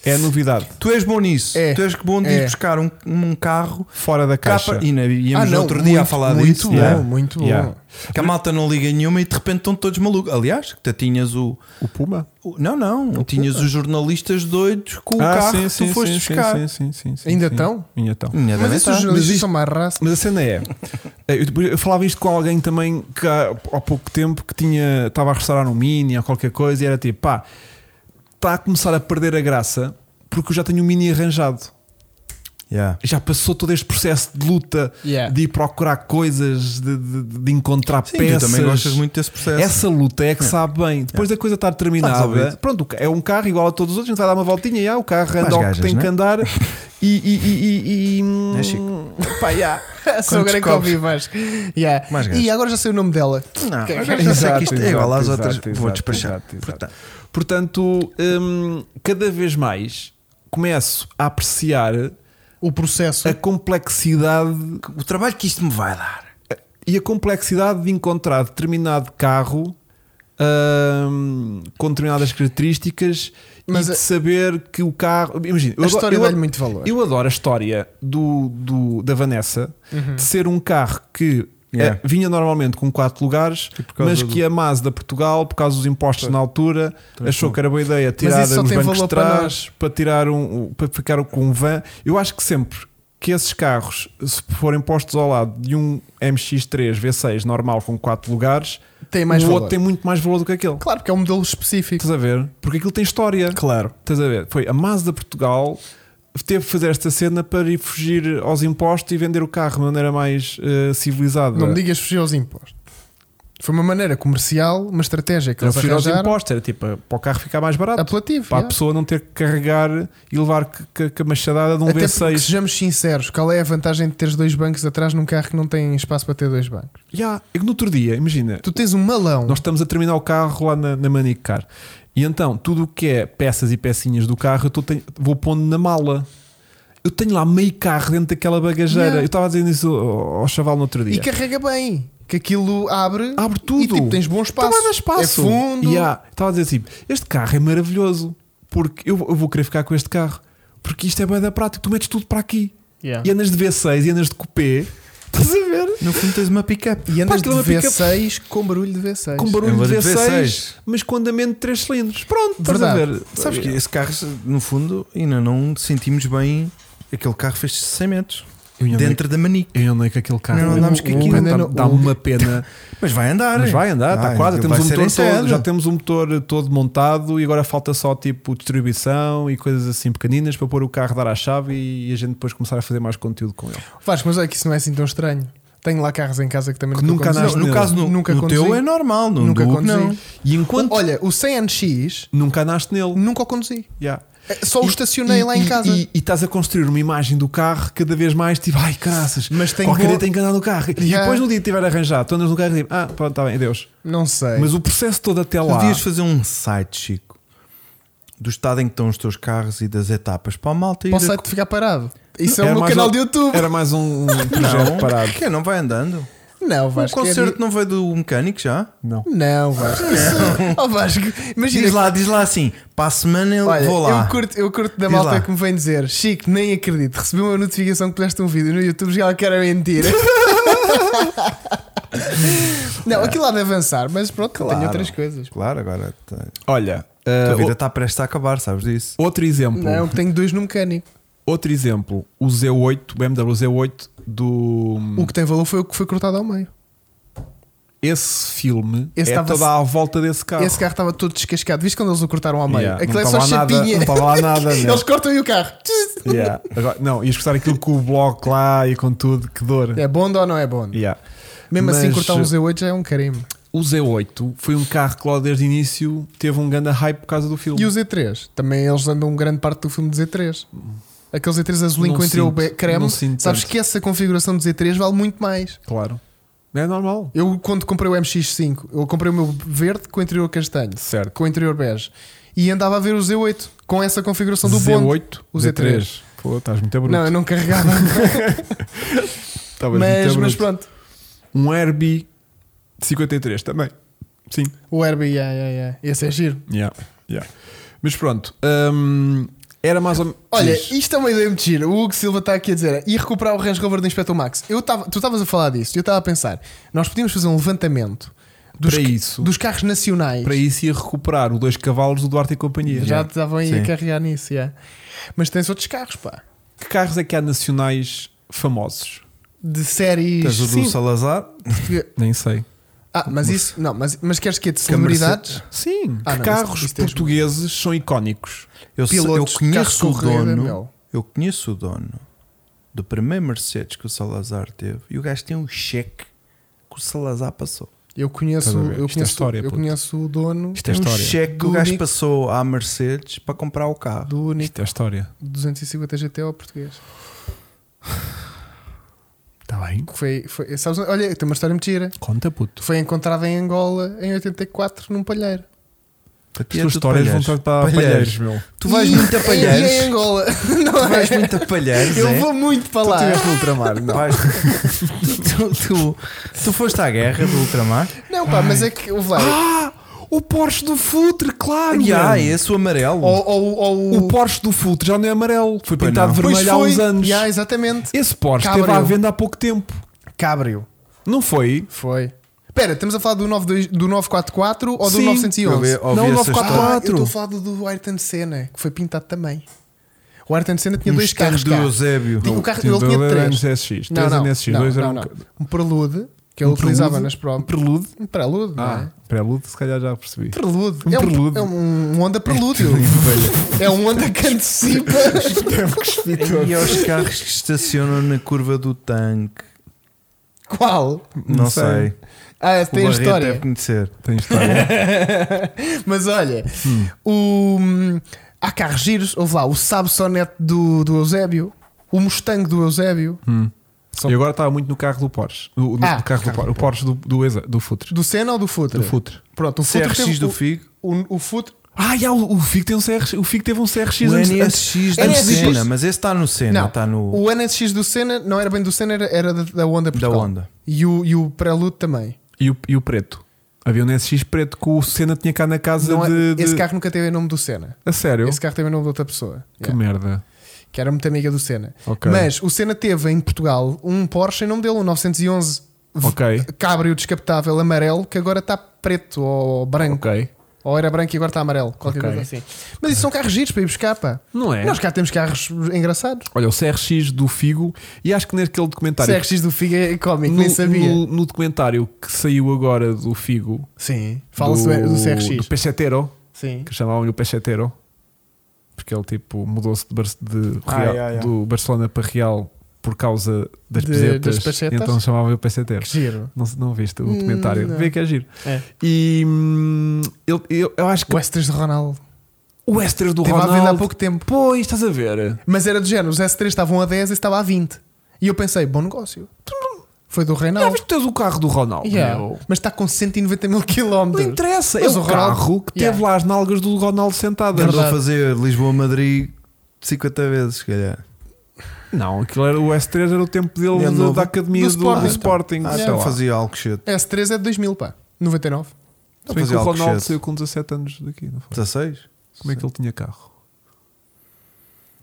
Speaker 1: É a novidade.
Speaker 2: Tu és bom nisso.
Speaker 3: É.
Speaker 2: Tu és bom de ir
Speaker 3: É.
Speaker 2: buscar um, um carro
Speaker 1: Fora da caixa.
Speaker 2: capa. E na, íamos
Speaker 3: Ah,
Speaker 2: no
Speaker 3: não,
Speaker 2: outro
Speaker 3: muito,
Speaker 2: dia a falar
Speaker 3: muito
Speaker 2: disso. é?
Speaker 3: Bom,
Speaker 1: Yeah.
Speaker 3: Muito bom.
Speaker 1: Yeah.
Speaker 2: Que a malta não liga nenhuma e de repente estão todos malucos. Aliás, que tu tinhas o.
Speaker 1: O Puma.
Speaker 2: o- não, não. tinhas os jornalistas doidos com o carro que tu foste buscar.
Speaker 1: Ah,
Speaker 2: Hum.
Speaker 1: Sim, sim, sim, sim,
Speaker 3: Ainda
Speaker 1: sim.
Speaker 3: estão?
Speaker 1: Ainda estão.
Speaker 2: Ainda
Speaker 3: Mas
Speaker 2: devem
Speaker 3: esses
Speaker 2: estar.
Speaker 3: jornalistas
Speaker 1: Mas isto-
Speaker 3: são mais raça.
Speaker 1: Mas a cena é. Eu, depois- eu falava isto com alguém também que há, há pouco tempo que tinha, estava a restaurar um Mini ou qualquer coisa e era tipo, pá, está a começar a perder a graça porque eu já tenho o Mini arranjado.
Speaker 2: Yeah.
Speaker 1: já passou todo este processo de luta,
Speaker 3: Yeah.
Speaker 1: de ir procurar coisas, de, de- de encontrar
Speaker 2: Sim,
Speaker 1: peças.
Speaker 2: tu também gostas muito desse processo.
Speaker 1: Essa luta é que sabe bem. Depois da coisa estar
Speaker 2: Está
Speaker 1: terminada,
Speaker 2: resolvido.
Speaker 1: pronto, é um carro igual a todos os outros, a gente vai dar uma voltinha e ah, o carro anda ao que
Speaker 2: gajas,
Speaker 1: tem
Speaker 2: não é?
Speaker 1: que andar e. e, e, e, e
Speaker 2: É, Chico?
Speaker 1: Pá, yeah.
Speaker 3: Só agora que eu ouvi mais. Yeah.
Speaker 2: Mais gajo.
Speaker 3: E agora já sei o nome dela.
Speaker 2: Não,
Speaker 3: Que-
Speaker 2: eu
Speaker 3: que-
Speaker 2: já sei
Speaker 1: Exato,
Speaker 2: que isto é igual às
Speaker 1: exato,
Speaker 2: outras.
Speaker 1: exato,
Speaker 2: Vou
Speaker 1: exato,
Speaker 2: despachar.
Speaker 1: exato, exato.
Speaker 2: Portanto,
Speaker 1: Portanto, hum, cada vez mais começo a apreciar
Speaker 3: O processo.
Speaker 1: a complexidade
Speaker 2: o trabalho que isto me vai dar.
Speaker 1: e a complexidade de encontrar determinado carro hum, com determinadas características
Speaker 3: Mas
Speaker 1: e
Speaker 3: a-
Speaker 1: de saber que o carro. Imagina,
Speaker 3: a
Speaker 1: eu, adoro,
Speaker 3: história
Speaker 1: eu,
Speaker 3: dá-lhe muito valor.
Speaker 1: eu adoro a história do, do- da Vanessa
Speaker 3: Uhum.
Speaker 1: de ser um carro que. eh,
Speaker 2: Yeah.
Speaker 1: vinha normalmente com quatro lugares,
Speaker 2: por causa
Speaker 1: mas
Speaker 2: do-
Speaker 1: que a Mazda Portugal, por causa dos impostos na altura, achou que era boa ideia tirar
Speaker 3: isso
Speaker 1: os
Speaker 3: só tem
Speaker 1: bancos de
Speaker 3: valor para
Speaker 1: trás para, tirar um, para ficar com um van. Eu um acho que sempre que esses carros, se forem postos ao lado de um MX3 V6 normal com 4 lugares,
Speaker 3: Tem mais
Speaker 1: o
Speaker 3: valor.
Speaker 1: outro tem muito mais valor do que aquele.
Speaker 3: Claro, porque é um modelo específico.
Speaker 1: Estás a ver? Porque aquilo tem história.
Speaker 3: Claro.
Speaker 1: Estás a ver? Foi a Mazda Portugal teve que fazer esta cena para ir fugir aos impostos e vender o carro de maneira mais eh, civilizada.
Speaker 3: Não me digas fugir aos impostos. Foi uma maneira comercial, uma estratégia que
Speaker 1: Não
Speaker 3: eles
Speaker 1: fugir aos
Speaker 3: arranjaram.
Speaker 1: impostos, era tipo para o carro ficar mais barato.
Speaker 3: Apelativo.
Speaker 1: Para a
Speaker 3: yeah.
Speaker 1: pessoa não ter que carregar e levar c- c- com a machadada de um
Speaker 3: Até porque,
Speaker 1: V6.
Speaker 3: sejamos sinceros, qual é a vantagem de teres dois bancos atrás num carro que não tem espaço para ter dois bancos?
Speaker 1: Yeah, é que no outro dia, imagina,
Speaker 3: Tu tens um malão.
Speaker 1: nós estamos a terminar o carro lá na, na Manic Car. E então, tudo o que é peças e pecinhas do carro, eu tô, tenho- vou pondo na mala. Eu tenho lá meio carro dentro daquela bagageira.
Speaker 3: Yeah.
Speaker 1: Eu estava dizendo isso ao, ao chaval no outro dia.
Speaker 3: E carrega bem, que aquilo abre,
Speaker 1: Abre tudo.
Speaker 3: e tipo, tens bom espaço.
Speaker 1: Então dá espaço.
Speaker 3: É fundo.
Speaker 1: Yeah. Estava a dizer assim: este carro é maravilhoso. Porque eu, eu vou querer ficar com este carro. Porque isto é bem da prática. Tu metes tudo para aqui.
Speaker 3: Yeah.
Speaker 1: E andas de V6 e andas de coupé. Estás a ver?
Speaker 2: No fundo tens uma pick-up.
Speaker 3: E
Speaker 1: Pá,
Speaker 3: andas de
Speaker 1: aquilo é uma pick-up.
Speaker 3: V6 com barulho de V6.
Speaker 1: Com barulho
Speaker 2: É uma
Speaker 1: de
Speaker 2: de
Speaker 1: V6,
Speaker 2: V6.
Speaker 1: mas com andamento de 3 cilindros. Pronto, estás a
Speaker 3: Verdade.
Speaker 1: ver?
Speaker 2: Sabes que esse carro, no fundo, ainda não sentimos bem. Aquele carro fez 100 metros
Speaker 1: Eu ainda
Speaker 2: dentro da Manique.
Speaker 1: Eu andei com aquele carro.
Speaker 2: Não andámos com aquilo.
Speaker 1: Dá- Dá-me uma pena.
Speaker 2: Mas vai andar. tá
Speaker 1: Mas vai andar, está
Speaker 2: Vai,
Speaker 1: quase.
Speaker 2: aquilo
Speaker 1: Temos um
Speaker 2: vai ser
Speaker 1: motor
Speaker 2: em
Speaker 1: todo,
Speaker 2: série.
Speaker 1: já temos um motor todo montado e agora falta só tipo distribuição e coisas assim pequeninas para pôr o carro, dar à chave e, e a gente depois começar a fazer mais conteúdo com ele.
Speaker 3: Vasco, mas olha que isso não é assim tão estranho. Tenho lá carros em casa que também
Speaker 1: Que
Speaker 3: nunca
Speaker 1: nunca
Speaker 3: conduzi.
Speaker 2: Não, no
Speaker 1: nele.
Speaker 2: caso, no,
Speaker 3: Nunca
Speaker 2: no
Speaker 3: conduzi.
Speaker 2: teu é normal. No
Speaker 3: Nunca
Speaker 2: Duke,
Speaker 3: conduzi.
Speaker 2: não.
Speaker 1: E enquanto
Speaker 3: Olha, o 100NX
Speaker 1: nunca nasce nele,
Speaker 3: nunca o conduzi.
Speaker 1: já.
Speaker 3: É, Só o
Speaker 1: E-
Speaker 3: estacionei
Speaker 1: e-
Speaker 3: lá em
Speaker 1: e-
Speaker 3: casa.
Speaker 1: E e estás a construir uma imagem do carro cada vez mais tipo, ai caraças,
Speaker 3: Mas tem
Speaker 1: qualquer
Speaker 3: boa-
Speaker 1: dia tem que andar no carro. E
Speaker 3: Yeah.
Speaker 1: depois no dia que tiver arranjado, tu andas no carro e tipo, ah, pronto, está bem, adeus.
Speaker 3: Não sei.
Speaker 1: Mas o processo todo até
Speaker 2: Tu
Speaker 1: lá.
Speaker 2: devias fazer um site, Chico, do estado em que estão os teus carros e das etapas para a malta ir
Speaker 3: Posso
Speaker 2: a-
Speaker 3: site ficar parado. Isso é
Speaker 1: Era
Speaker 3: o meu
Speaker 1: mais
Speaker 3: canal
Speaker 1: um-
Speaker 3: de YouTube.
Speaker 1: Era mais um, um projeto
Speaker 2: Não,
Speaker 1: parado.
Speaker 2: que é, não vai andando.
Speaker 3: Não, Vasco.
Speaker 2: o
Speaker 3: é
Speaker 2: um concerto
Speaker 3: di-
Speaker 2: não veio do mecânico já?
Speaker 1: Não.
Speaker 3: Não, Vasco. Isso- Oh, Vasco. Imagina.
Speaker 2: Diz lá, diz lá assim, para a semana eu
Speaker 3: Olha,
Speaker 2: vou lá.
Speaker 3: Eu curto, eu curto da
Speaker 2: Diz
Speaker 3: malta
Speaker 2: lá.
Speaker 3: que me vem dizer Chico, nem acredito, recebi uma notificação que puseste um vídeo no YouTube já que era mentira. não, aquilo há de avançar, mas pronto, tenho outras coisas.
Speaker 2: Claro, agora tá-
Speaker 1: Olha,
Speaker 2: a
Speaker 1: eh,
Speaker 2: tua vida está prestes a acabar, sabes disso?
Speaker 1: o- outro exemplo.
Speaker 3: Não, tenho dois no mecânico.
Speaker 1: Outro exemplo, o Z8, o BMW Z8 do.
Speaker 3: O que tem valor foi o que foi cortado ao meio.
Speaker 1: Esse filme
Speaker 3: Esse
Speaker 1: é
Speaker 3: tava-
Speaker 1: toda à volta desse carro.
Speaker 3: Esse carro estava todo descascado. Viste quando eles o cortaram ao meio?
Speaker 1: Ah. Yeah,
Speaker 3: Aquilo
Speaker 1: não
Speaker 3: é só
Speaker 1: estava lá nada-
Speaker 3: chapinha.
Speaker 1: não estava lá nada, né?
Speaker 3: eles cortam e o carro.
Speaker 1: Yeah. Agora- não, ias cortar aquilo com o bloco lá e com tudo, que dor.
Speaker 3: É bom ou não é bom?
Speaker 1: Yeah.
Speaker 3: Mesmo assim,
Speaker 1: Mas-
Speaker 3: cortar um Z8 já é um carimbo.
Speaker 1: O Z8 foi um carro que logo desde o início teve um grande hype por causa do filme.
Speaker 3: E o Z3? Também eles andam grande parte do filme de Z3. Aquele Z3 azulinho
Speaker 1: Não
Speaker 3: com entre o
Speaker 1: sinto,
Speaker 3: be- creme.
Speaker 1: não sinto
Speaker 3: Sabes
Speaker 1: tanto.
Speaker 3: que essa configuração do Z3 vale muito mais.
Speaker 1: Claro. É normal.
Speaker 3: Eu, quando comprei o MX5, eu comprei o meu verde com o interior castanho,
Speaker 1: Certo.
Speaker 3: com o interior bege. E andava a ver o Z8 com essa configuração do bonde.
Speaker 1: Z8,
Speaker 3: O
Speaker 1: o
Speaker 3: Z3.
Speaker 1: Z3. Pô, estás muito bruto.
Speaker 3: Não, eu não carregava.
Speaker 1: Estavas
Speaker 3: mas,
Speaker 1: muito
Speaker 3: mas
Speaker 1: bruto.
Speaker 3: pronto.
Speaker 1: Um Herbie 53 também. Sim.
Speaker 3: O Herbie, yeah, yeah, yeah. esse é giro.
Speaker 1: Yeah, yeah. Mas pronto, hum, era mais ou menos.
Speaker 3: Olha, isto é uma ideia muito gira. O Hugo Silva está aqui a dizer e recuperar o Range Rover do Inspector Max. Eu tava, tu estavas a falar disso, eu estava a pensar, nós podíamos fazer um levantamento dos,
Speaker 1: Para
Speaker 3: ca-
Speaker 1: isso.
Speaker 3: dos carros nacionais.
Speaker 1: para isso ia recuperar o dois cavalos do Duarte e companhia.
Speaker 3: Já estavam aí a
Speaker 2: Sim.
Speaker 3: carregar nisso, yeah. mas tens outros carros, pá,
Speaker 1: Que carros é que há nacionais famosos?
Speaker 3: de séries.
Speaker 2: Tens o do
Speaker 3: Sim.
Speaker 2: Salazar,
Speaker 1: Nem sei.
Speaker 3: Ah, mas isso, não, mas, mas queres que é de
Speaker 2: a Mercedes-
Speaker 3: celebridades?
Speaker 1: Sim, que
Speaker 3: Ah, não,
Speaker 1: carros
Speaker 3: isso- isso tens
Speaker 1: portugueses são icónicos?
Speaker 2: eu, sei-
Speaker 3: Pilotos,
Speaker 2: eu
Speaker 3: carros
Speaker 2: conheço o
Speaker 3: com corrida,
Speaker 2: dono,
Speaker 3: meu.
Speaker 2: eu conheço o dono do primeiro Mercedes que o Salazar teve e o gajo tem um cheque que o Salazar passou.
Speaker 3: Eu conheço,
Speaker 1: Estás a ver?
Speaker 3: eu
Speaker 1: Isto é
Speaker 3: conheço,
Speaker 1: história,
Speaker 3: eu
Speaker 1: puto.
Speaker 3: conheço o dono
Speaker 1: Isto é
Speaker 2: um
Speaker 1: história.
Speaker 2: cheque que
Speaker 3: Do
Speaker 2: o gajo
Speaker 3: Nick-
Speaker 2: passou à Mercedes para comprar o carro.
Speaker 3: do único
Speaker 1: Isto é história.
Speaker 3: 250 GT ao português.
Speaker 1: Está bem.
Speaker 3: Que Foi, foi, sabes, olha, tem uma história muito gira.
Speaker 1: Conta, puto.
Speaker 3: Foi encontrado em Angola em 84 num palheiro.
Speaker 2: Para ti
Speaker 1: As
Speaker 2: é
Speaker 1: tuas
Speaker 2: tudo
Speaker 1: histórias vão
Speaker 2: palhares.
Speaker 1: estar para palheiros, meu.
Speaker 2: Tu vais
Speaker 3: E-
Speaker 2: muito a
Speaker 3: E em
Speaker 2: palhares.
Speaker 3: Angola.
Speaker 2: Tu
Speaker 3: Não
Speaker 2: vais
Speaker 3: é?
Speaker 2: muito a palhares.
Speaker 3: Eu
Speaker 2: é?
Speaker 3: vou muito para lá.
Speaker 2: no ultramar, não. Vais... tu, tu, tu foste à guerra do ultramar.
Speaker 3: Não, pá, mas é que o Vlad.
Speaker 1: Ah! O Porsche do Futre,
Speaker 3: Ah,
Speaker 1: claro!
Speaker 2: E há é
Speaker 1: mano.
Speaker 2: esse o amarelo.
Speaker 3: ou, ou, ou-
Speaker 1: O Porsche do Futre já não é amarelo. Foi
Speaker 2: Pois
Speaker 1: pintado
Speaker 2: não.
Speaker 3: Pois
Speaker 1: vermelho há
Speaker 3: foi.
Speaker 1: uns anos.
Speaker 3: Yeah, exatamente.
Speaker 1: Esse Porsche
Speaker 3: Cabrio.
Speaker 1: esteve à venda há pouco tempo.
Speaker 3: Cabrio.
Speaker 1: Não foi?
Speaker 3: Foi. Espera, estamos a falar do, 92 do 944 ou do
Speaker 1: Sim.
Speaker 2: Eu
Speaker 3: 911?
Speaker 2: vi- ouvi
Speaker 1: Não,
Speaker 2: essa
Speaker 1: 944.
Speaker 2: história.
Speaker 3: Ah, eu estou a falar do, do Ayrton Senna, que foi pintado também. O Ayrton Senna tinha dois
Speaker 2: Mustang
Speaker 3: carros.
Speaker 2: Um do
Speaker 3: cá.
Speaker 2: Eusébio.
Speaker 3: Tinha- O carro dele
Speaker 1: Tinha
Speaker 3: tinha
Speaker 1: dois
Speaker 3: três.
Speaker 1: anos SX,
Speaker 3: Não,
Speaker 1: três
Speaker 3: não,
Speaker 1: anos SX,
Speaker 3: não,
Speaker 1: dois
Speaker 3: não,
Speaker 1: eram-
Speaker 3: não. Um prelude que ele
Speaker 1: Um
Speaker 3: utilizava
Speaker 1: Prelude?
Speaker 3: nas provas.
Speaker 1: Prelude?
Speaker 3: Um prelude, não é?
Speaker 1: Ah, prelude, se calhar já percebi.
Speaker 3: Prelude.
Speaker 1: Um
Speaker 3: é, um,
Speaker 1: prelude.
Speaker 3: é um Honda Prelúdio. É um Honda que antecipa.
Speaker 2: E aos carros que estacionam na curva do tanque.
Speaker 3: Qual?
Speaker 2: Não,
Speaker 1: Não sei.
Speaker 2: sei.
Speaker 3: Ah,
Speaker 2: o
Speaker 3: tem
Speaker 2: Barreto é
Speaker 3: história.
Speaker 2: deve conhecer.
Speaker 1: Tem história.
Speaker 3: Mas olha, o, há carros giros. Houve lá o Sabsonete do, do Eusébio, o Mustang do Eusébio,
Speaker 1: e agora estava muito no carro do Porsche. Do, do-
Speaker 3: Ah,
Speaker 1: do carro do Porsche. O Porsche do, do, Exa- do Futre.
Speaker 3: do Senna ou do Futre?
Speaker 1: Do Futre.
Speaker 3: Pronto, o Futre
Speaker 2: CRX
Speaker 3: teve-
Speaker 2: do
Speaker 3: o-
Speaker 2: Figo.
Speaker 3: O, o Futre.
Speaker 1: Ah, já, o, o Fico teve um CRX. O Fico teve um CRX
Speaker 2: O
Speaker 1: antes,
Speaker 2: NSX do
Speaker 3: antes-
Speaker 2: Senna, mas esse está no Senna,
Speaker 3: Não,
Speaker 1: tá
Speaker 2: está no.
Speaker 3: o NSX do Senna não era bem do Senna, era, era da, da Honda Portugal.
Speaker 2: Honda.
Speaker 3: E o, e o Prelude também.
Speaker 1: E o, e o preto. Havia um SX preto que o Senna tinha cá na casa
Speaker 3: Não é-
Speaker 1: de, de-
Speaker 3: Esse carro nunca teve o nome do Senna.
Speaker 1: A sério?
Speaker 3: Esse carro teve o nome de outra pessoa.
Speaker 1: Que
Speaker 3: Yeah.
Speaker 1: merda.
Speaker 3: que era muito amiga do Senna.
Speaker 1: Ok.
Speaker 3: Mas o Senna teve em Portugal um Porsche em nome dele, um 911 v-
Speaker 1: Ok.
Speaker 3: cabrio descapotável amarelo, que agora está preto ou branco.
Speaker 1: Ok.
Speaker 3: Ou era branco e agora está amarelo, qualquer
Speaker 1: Ok.
Speaker 3: coisa assim. Mas isso são carros giros para ir buscar, pá.
Speaker 1: Não é?
Speaker 3: Nós cá temos carros engraçados.
Speaker 1: Olha, o CRX do Figo. E acho que naquele documentário.
Speaker 3: CRX do Figa é cómico,
Speaker 1: Tá no,
Speaker 3: nem sabia.
Speaker 1: no- no documentário que saiu agora do Figo.
Speaker 3: Sim, fala-se do, do
Speaker 1: Do
Speaker 3: CRX.
Speaker 1: Pechetero.
Speaker 3: Sim.
Speaker 1: Que chamavam-lhe o Pechetero. Porque ele tipo mudou-se de, Bar- de
Speaker 2: Ah,
Speaker 1: Real-
Speaker 2: yeah, yeah.
Speaker 1: do Barcelona para Real por causa das
Speaker 3: De-
Speaker 1: pesetas.
Speaker 3: das pachetas?
Speaker 1: Então chamavam-lhe o Pechetero.
Speaker 3: Que giro.
Speaker 1: Não, não viste o
Speaker 3: Hum,
Speaker 1: documentário.
Speaker 3: não.
Speaker 1: Vê que é giro.
Speaker 3: É.
Speaker 1: E hum, ele- eu, eu acho que
Speaker 3: O S3 de Ronaldo.
Speaker 1: o extra do
Speaker 3: Teve à
Speaker 1: Ronaldo.
Speaker 3: venda há pouco tempo.
Speaker 1: Pois, estás a ver?
Speaker 3: Mas era do género, os S3 estavam a 10 e estava a 20. E eu pensei, bom negócio. Foi do
Speaker 1: Já
Speaker 3: Reinaldo.
Speaker 1: viste que tens o carro do Ronaldo?
Speaker 3: Yeah.
Speaker 1: meu?
Speaker 3: Mas está com 190 mil
Speaker 1: Não
Speaker 3: quilómetros.
Speaker 1: interessa,
Speaker 3: Mas
Speaker 1: é
Speaker 3: o
Speaker 1: o
Speaker 3: Ronaldo-
Speaker 1: carro que teve
Speaker 3: Yeah.
Speaker 1: lá as nalgas do Ronaldo sentadas.
Speaker 2: Andou a
Speaker 3: Verdade.
Speaker 2: fazer Lisboa-Madrid 50 vezes, se calhar.
Speaker 1: Não, aquilo era o S3, era o tempo dele
Speaker 2: Ele é
Speaker 1: da-
Speaker 2: novo.
Speaker 1: da academia
Speaker 3: Do
Speaker 1: do, do
Speaker 2: Ah, então.
Speaker 1: Sporting.
Speaker 2: Ah,
Speaker 1: sei
Speaker 2: então
Speaker 1: lá.
Speaker 2: fazia algo cheio.
Speaker 3: S3 é de 2000, pá. 99.
Speaker 2: Então
Speaker 1: Se bem que
Speaker 2: fazia
Speaker 1: o
Speaker 2: algo
Speaker 1: Ronaldo
Speaker 2: cheio.
Speaker 1: saiu com 17 anos daqui, não foi?
Speaker 2: 16?
Speaker 1: Como é que ele tinha carro?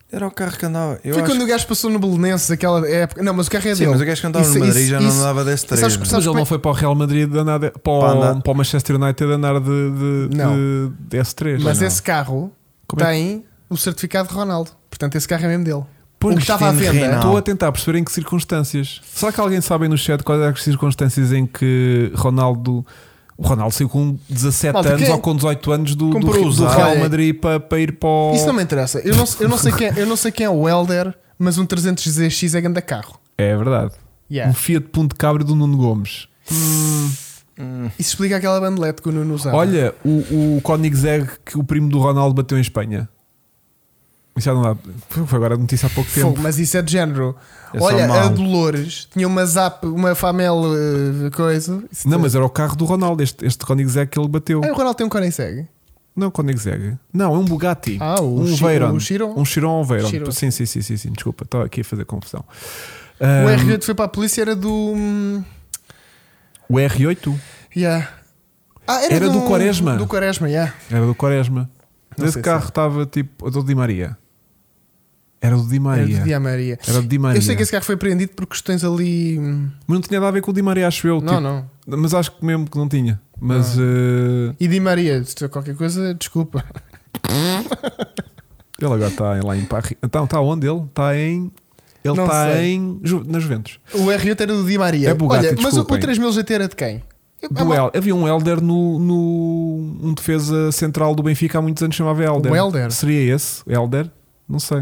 Speaker 2: Era o carro que andava. Eu
Speaker 3: Foi
Speaker 2: acho-
Speaker 3: quando o gajo passou no Belenenses, aquela época. Não, mas o carro é
Speaker 2: Sim,
Speaker 3: dele.
Speaker 2: mas o gajo que andava no Madrid já não andava desse
Speaker 3: isso- sabes-
Speaker 2: 3.
Speaker 3: sabes-
Speaker 1: Mas ele
Speaker 3: como é-
Speaker 1: não foi para o Real Madrid andar de- para,
Speaker 2: Para
Speaker 1: o,
Speaker 2: andar.
Speaker 1: para o Manchester United andar de, de-
Speaker 3: Não.
Speaker 1: de- de S3.
Speaker 3: Mas
Speaker 1: não.
Speaker 3: esse carro
Speaker 1: Como é que-
Speaker 3: tem o certificado de Ronaldo. Portanto, esse carro é mesmo dele.
Speaker 1: Por
Speaker 3: o que estava à
Speaker 2: Cristiano
Speaker 3: venda.
Speaker 2: Ronaldo.
Speaker 1: Estou a tentar perceber em que circunstâncias. Será que alguém sabe aí no chat quais eram as circunstâncias em que Ronaldo. O Ronaldo saiu com 17
Speaker 3: Malta,
Speaker 1: anos
Speaker 3: quem-
Speaker 1: ou com 18 anos do, do,
Speaker 2: Comprou
Speaker 1: do
Speaker 2: usado.
Speaker 1: Real
Speaker 3: Olha,
Speaker 1: Madrid para, para ir para o.
Speaker 3: Isso não me interessa. Eu não, eu não sei quem, eu não sei quem é o Elder, mas um 300ZX é grande carro.
Speaker 1: É verdade.
Speaker 3: Yeah.
Speaker 1: Um Fiat Punto Cabrio do Nuno Gomes.
Speaker 2: Uhum.
Speaker 3: Isso explica aquela bandelete que o Nuno usava.
Speaker 1: Olha, o, o Koenigsegg que o primo do Ronaldo bateu em Espanha. Isso já não dá. Foi foi agora a notícia há pouco tempo.
Speaker 3: Fogo, mas isso é de género.
Speaker 2: É só
Speaker 3: Olha,
Speaker 2: mau.
Speaker 3: a Dolores tinha uma zap, uma famel eh, coisa. Isso
Speaker 1: Não, mas era o carro do Ronaldo, este, este Koenigsegg que ele bateu.
Speaker 3: Ah, o Ronaldo tem um Koenigsegg.
Speaker 1: Não, Koenigsegg. Não, é um Bugatti.
Speaker 3: Ah, o
Speaker 1: um
Speaker 3: Chi-
Speaker 1: Veyron.
Speaker 3: o Chiron.
Speaker 1: Um Chiron ou Veyron.
Speaker 3: Chiron.
Speaker 1: Sim, sim, sim, sim, sim. Desculpa, estava aqui a fazer confusão. Um,
Speaker 3: O
Speaker 1: Ahm,
Speaker 3: R8 foi para a polícia, era do. hum,
Speaker 1: o R8
Speaker 3: Yeah. Ah,
Speaker 1: Era
Speaker 3: de
Speaker 1: do
Speaker 3: um-
Speaker 1: Quaresma.
Speaker 3: Do Quaresma, yeah.
Speaker 1: era do Quaresma.
Speaker 3: Não
Speaker 1: Esse
Speaker 3: sei se
Speaker 1: carro
Speaker 3: é.
Speaker 1: estava tipo. Do Di Maria. Era do Di
Speaker 3: Era do
Speaker 1: Maria.
Speaker 3: Dia Maria.
Speaker 1: Ah, Era do Di Maria.
Speaker 3: Eu sei que esse carro foi preendido por questões ali. hum,
Speaker 1: Mas não tinha nada a ver com o Di Maria, acho eu.
Speaker 3: Não, não.
Speaker 1: tipo, Mas acho que mesmo que não tinha. Mas.
Speaker 3: Ah.
Speaker 1: eh,
Speaker 3: E Di Maria, se tiver qualquer coisa, desculpa.
Speaker 1: ele agora está em- lá em Paris. Então, está onde ele? Está em. Ele
Speaker 3: Não
Speaker 1: está
Speaker 3: sei.
Speaker 1: em. Ju- Na Juventus.
Speaker 3: O R8 era do Di Maria.
Speaker 1: É Bugatti,
Speaker 3: Olha, mas o,
Speaker 1: desculpem.
Speaker 3: o 3000 GT era de quem?
Speaker 1: Do El- havia um Elder no, no- um defesa central do Benfica há muitos anos chamava Elder.
Speaker 3: O Helder?
Speaker 1: Seria esse, Elder? Não sei.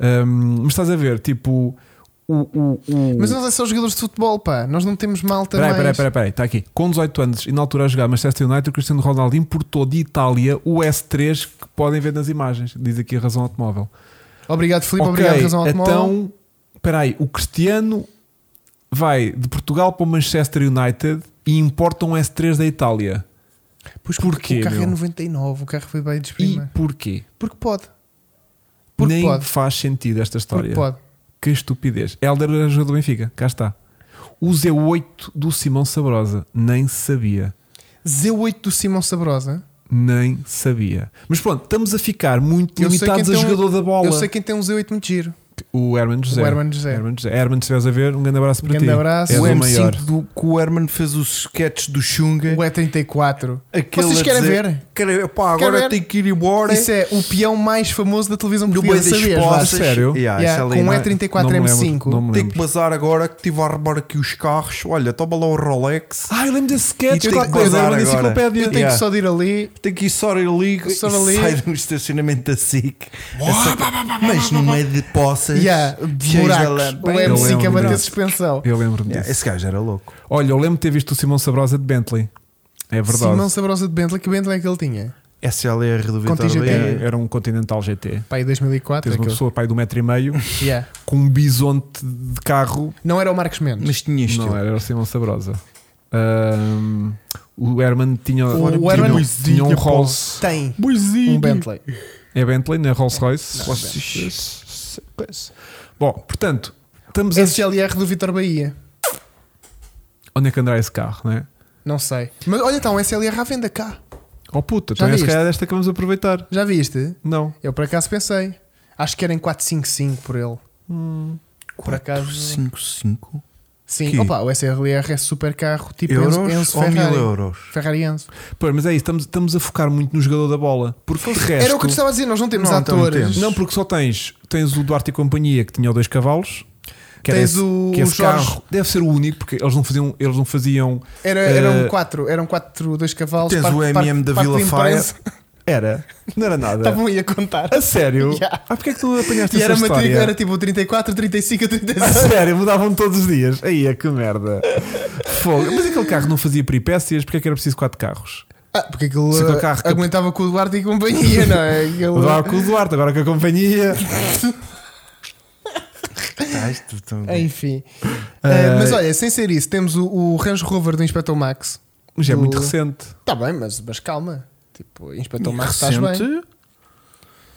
Speaker 1: Ahm, mas estás a ver, tipo, o. o, o...
Speaker 3: Mas nós é só jogadores de futebol, pá. Nós não temos malta
Speaker 1: Peraí,
Speaker 3: mais.
Speaker 1: peraí, peraí, peraí, está aqui. Com 18 anos e na altura a jogar Manchester United, o Cristiano Ronaldo importou de Itália o S3 que podem ver nas imagens. Diz aqui a razão automóvel.
Speaker 3: Obrigado, Filipe.
Speaker 1: Ok,
Speaker 3: Obrigado, Razão Automóvel.
Speaker 1: Então, peraí, o Cristiano vai de Portugal para o Manchester United e importa um S3 da Itália.
Speaker 3: Pois
Speaker 1: Porquê,
Speaker 3: o carro é
Speaker 1: meu?
Speaker 3: 99, o carro foi bem
Speaker 1: E
Speaker 3: desprima.
Speaker 1: porquê?
Speaker 3: Porque pode. Porque
Speaker 1: Nem
Speaker 3: pode.
Speaker 1: faz sentido esta
Speaker 3: Porque
Speaker 1: história.
Speaker 3: pode.
Speaker 1: Que estupidez. Helder era jogador do Benfica, cá está. O Z8 do Simão Sabrosa, nem sabia.
Speaker 3: Z8 do Simão Sabrosa.
Speaker 1: Nem sabia. Mas pronto, estamos a ficar muito
Speaker 3: Eu sei
Speaker 1: limitados
Speaker 3: quem
Speaker 1: a
Speaker 3: tem um-
Speaker 1: jogador da bola.
Speaker 3: Eu sei quem tem um Z8 muito giro.
Speaker 1: O Herman José.
Speaker 3: O Herman José.
Speaker 1: Herman José. Herman, se estiveres a ver, um grande abraço para
Speaker 3: Grande
Speaker 1: ti.
Speaker 3: abraço.
Speaker 1: És
Speaker 2: o
Speaker 1: o, maior.
Speaker 2: M5 É do, que o Herman fez os sketches do Xunga.
Speaker 3: O E34.
Speaker 2: aquele
Speaker 3: Vocês
Speaker 2: a
Speaker 3: querem
Speaker 2: dizer,
Speaker 3: ver?
Speaker 2: "Quero- pá,
Speaker 3: Quer
Speaker 2: agora
Speaker 3: ver?
Speaker 2: tenho que ir embora.
Speaker 3: Isso é o peão mais famoso da televisão
Speaker 2: no meio
Speaker 3: portuguesa,
Speaker 2: das
Speaker 3: sabias? Vasco?
Speaker 2: poças.
Speaker 1: Sério?
Speaker 2: Yeah,
Speaker 3: Yeah,
Speaker 2: isso ali
Speaker 3: com um
Speaker 2: não é-
Speaker 1: Não me
Speaker 3: E34
Speaker 1: lembro, não
Speaker 3: M5.
Speaker 1: me
Speaker 2: Tenho
Speaker 1: lembro.
Speaker 2: que bazar agora que estive a arrumar aqui os carros. Olha, toma lá o Rolex.
Speaker 1: Ah, eu lembro desse sketch.
Speaker 2: E tem
Speaker 1: Eu claro
Speaker 2: que
Speaker 1: que lembro, era uma
Speaker 2: bazar agora.
Speaker 1: enciclopédia.
Speaker 3: Eu tenho
Speaker 2: Yeah.
Speaker 3: que só de ir ali.
Speaker 2: Tenho que ir só ali e
Speaker 3: Só ali.
Speaker 2: sai de um estacionamento da SIC. A sa- Mas no meio de poças.
Speaker 3: Yeah,
Speaker 2: cheios de
Speaker 3: buracos.
Speaker 2: lama-
Speaker 3: O
Speaker 2: Bem,
Speaker 1: Não é um
Speaker 3: M5
Speaker 1: lembro
Speaker 3: a bater
Speaker 1: disso.
Speaker 3: suspensão.
Speaker 1: Eu lembro-me
Speaker 2: um yeah,
Speaker 1: disso.
Speaker 2: Esse gajo era louco.
Speaker 1: Olha, eu lembro de ter visto o Simão Sabrosa de Bentley. É verdade.
Speaker 3: Simão Sabrosa de Bentley, que Bentley é que ele tinha?
Speaker 2: SLR do Vitor
Speaker 3: Contingente.
Speaker 2: Leite.
Speaker 1: Era, era um Continental GT.
Speaker 3: Pai, 2004.
Speaker 1: Tens uma
Speaker 3: aquele.
Speaker 1: pessoa, pai, de um metro e meio,
Speaker 3: Yeah.
Speaker 1: com um bisonte de carro.
Speaker 3: Não era o Marcos Mendes.
Speaker 2: Mas tipo tinha isto.
Speaker 1: Não, era o Simão Sabrosa. Ahm, o Herman tinha,
Speaker 3: O
Speaker 1: tinha,
Speaker 3: Herman-
Speaker 1: tinha um Rolls.
Speaker 3: Tem
Speaker 2: Boizinho.
Speaker 3: um Bentley.
Speaker 1: É Bentley, não é Rolls Royce? Bom, portanto, estamos a.
Speaker 3: SGLR do Vitor Bahia.
Speaker 1: Onde é que andará esse carro, não é?
Speaker 3: Não sei. Mas olha, está um SLR à venda cá.
Speaker 1: Oh puta,
Speaker 3: Já
Speaker 1: então é se
Speaker 3: viste?
Speaker 1: calhar desta que vamos aproveitar.
Speaker 3: Já viste?
Speaker 1: Não.
Speaker 3: Eu por acaso pensei. Acho que era em 455 por ele.
Speaker 2: Hum.
Speaker 3: Por acaso.
Speaker 2: 455
Speaker 3: Sim,
Speaker 2: Que?
Speaker 3: opa, o SLR é super carro tipo
Speaker 2: euros
Speaker 3: Enzo, Enzo
Speaker 2: ou
Speaker 3: Ferrari.
Speaker 2: 1000 euros?
Speaker 3: Ferrari Enzo.
Speaker 1: Pô, mas é isso, estamos, estamos a focar muito no jogador da bola. Porque de resto.
Speaker 3: Era o que eu te estava a dizer, nós não temos
Speaker 2: Não, então não
Speaker 3: atores.
Speaker 2: temos.
Speaker 1: Não, porque só tens, tens o Duarte e Companhia que tinha dois cavalos. Que era
Speaker 3: Tens
Speaker 1: esse-
Speaker 3: o-
Speaker 1: que é
Speaker 3: o
Speaker 1: esse
Speaker 3: Jorge.
Speaker 1: carro deve ser o único, porque eles não faziam, eles não faziam
Speaker 3: Era,
Speaker 1: Eh,
Speaker 3: eram quatro, eram quatro, dois cavalos.
Speaker 2: Tens o MM da Vila Faia. É.
Speaker 1: Era, não era nada.
Speaker 3: Estavam aí a contar.
Speaker 1: A sério?
Speaker 3: Yeah.
Speaker 1: Ah, porque é que tu apanhaste
Speaker 3: E
Speaker 1: essa
Speaker 3: era,
Speaker 1: história?
Speaker 2: é.
Speaker 3: matrícula, era tipo o 34, 35, o
Speaker 1: A
Speaker 3: 36.
Speaker 1: sério, mudavam todos os dias. Aí é que merda. Fogo. Mas aquele carro não fazia peripécias, porque é que era preciso quatro carros?
Speaker 3: Ah, porque aquilo
Speaker 1: Se aquele
Speaker 3: ah,
Speaker 1: carro que-
Speaker 3: aguentava com o Duarte e companhia, não é? Aquilo-
Speaker 1: Agora com o Duarte, agora com a companhia.
Speaker 2: Tais, Tá, tu- tu-
Speaker 3: Enfim.
Speaker 1: Eh,
Speaker 3: Ah, mas olha, sem ser isso, temos o, o Range Rover do Inspector Max.
Speaker 1: Mas é
Speaker 3: Do-
Speaker 1: muito recente.
Speaker 3: Está Tá bem, mas, mas calma. Tipo,
Speaker 2: então,
Speaker 3: Inspector Max, estás bem.
Speaker 2: Recente?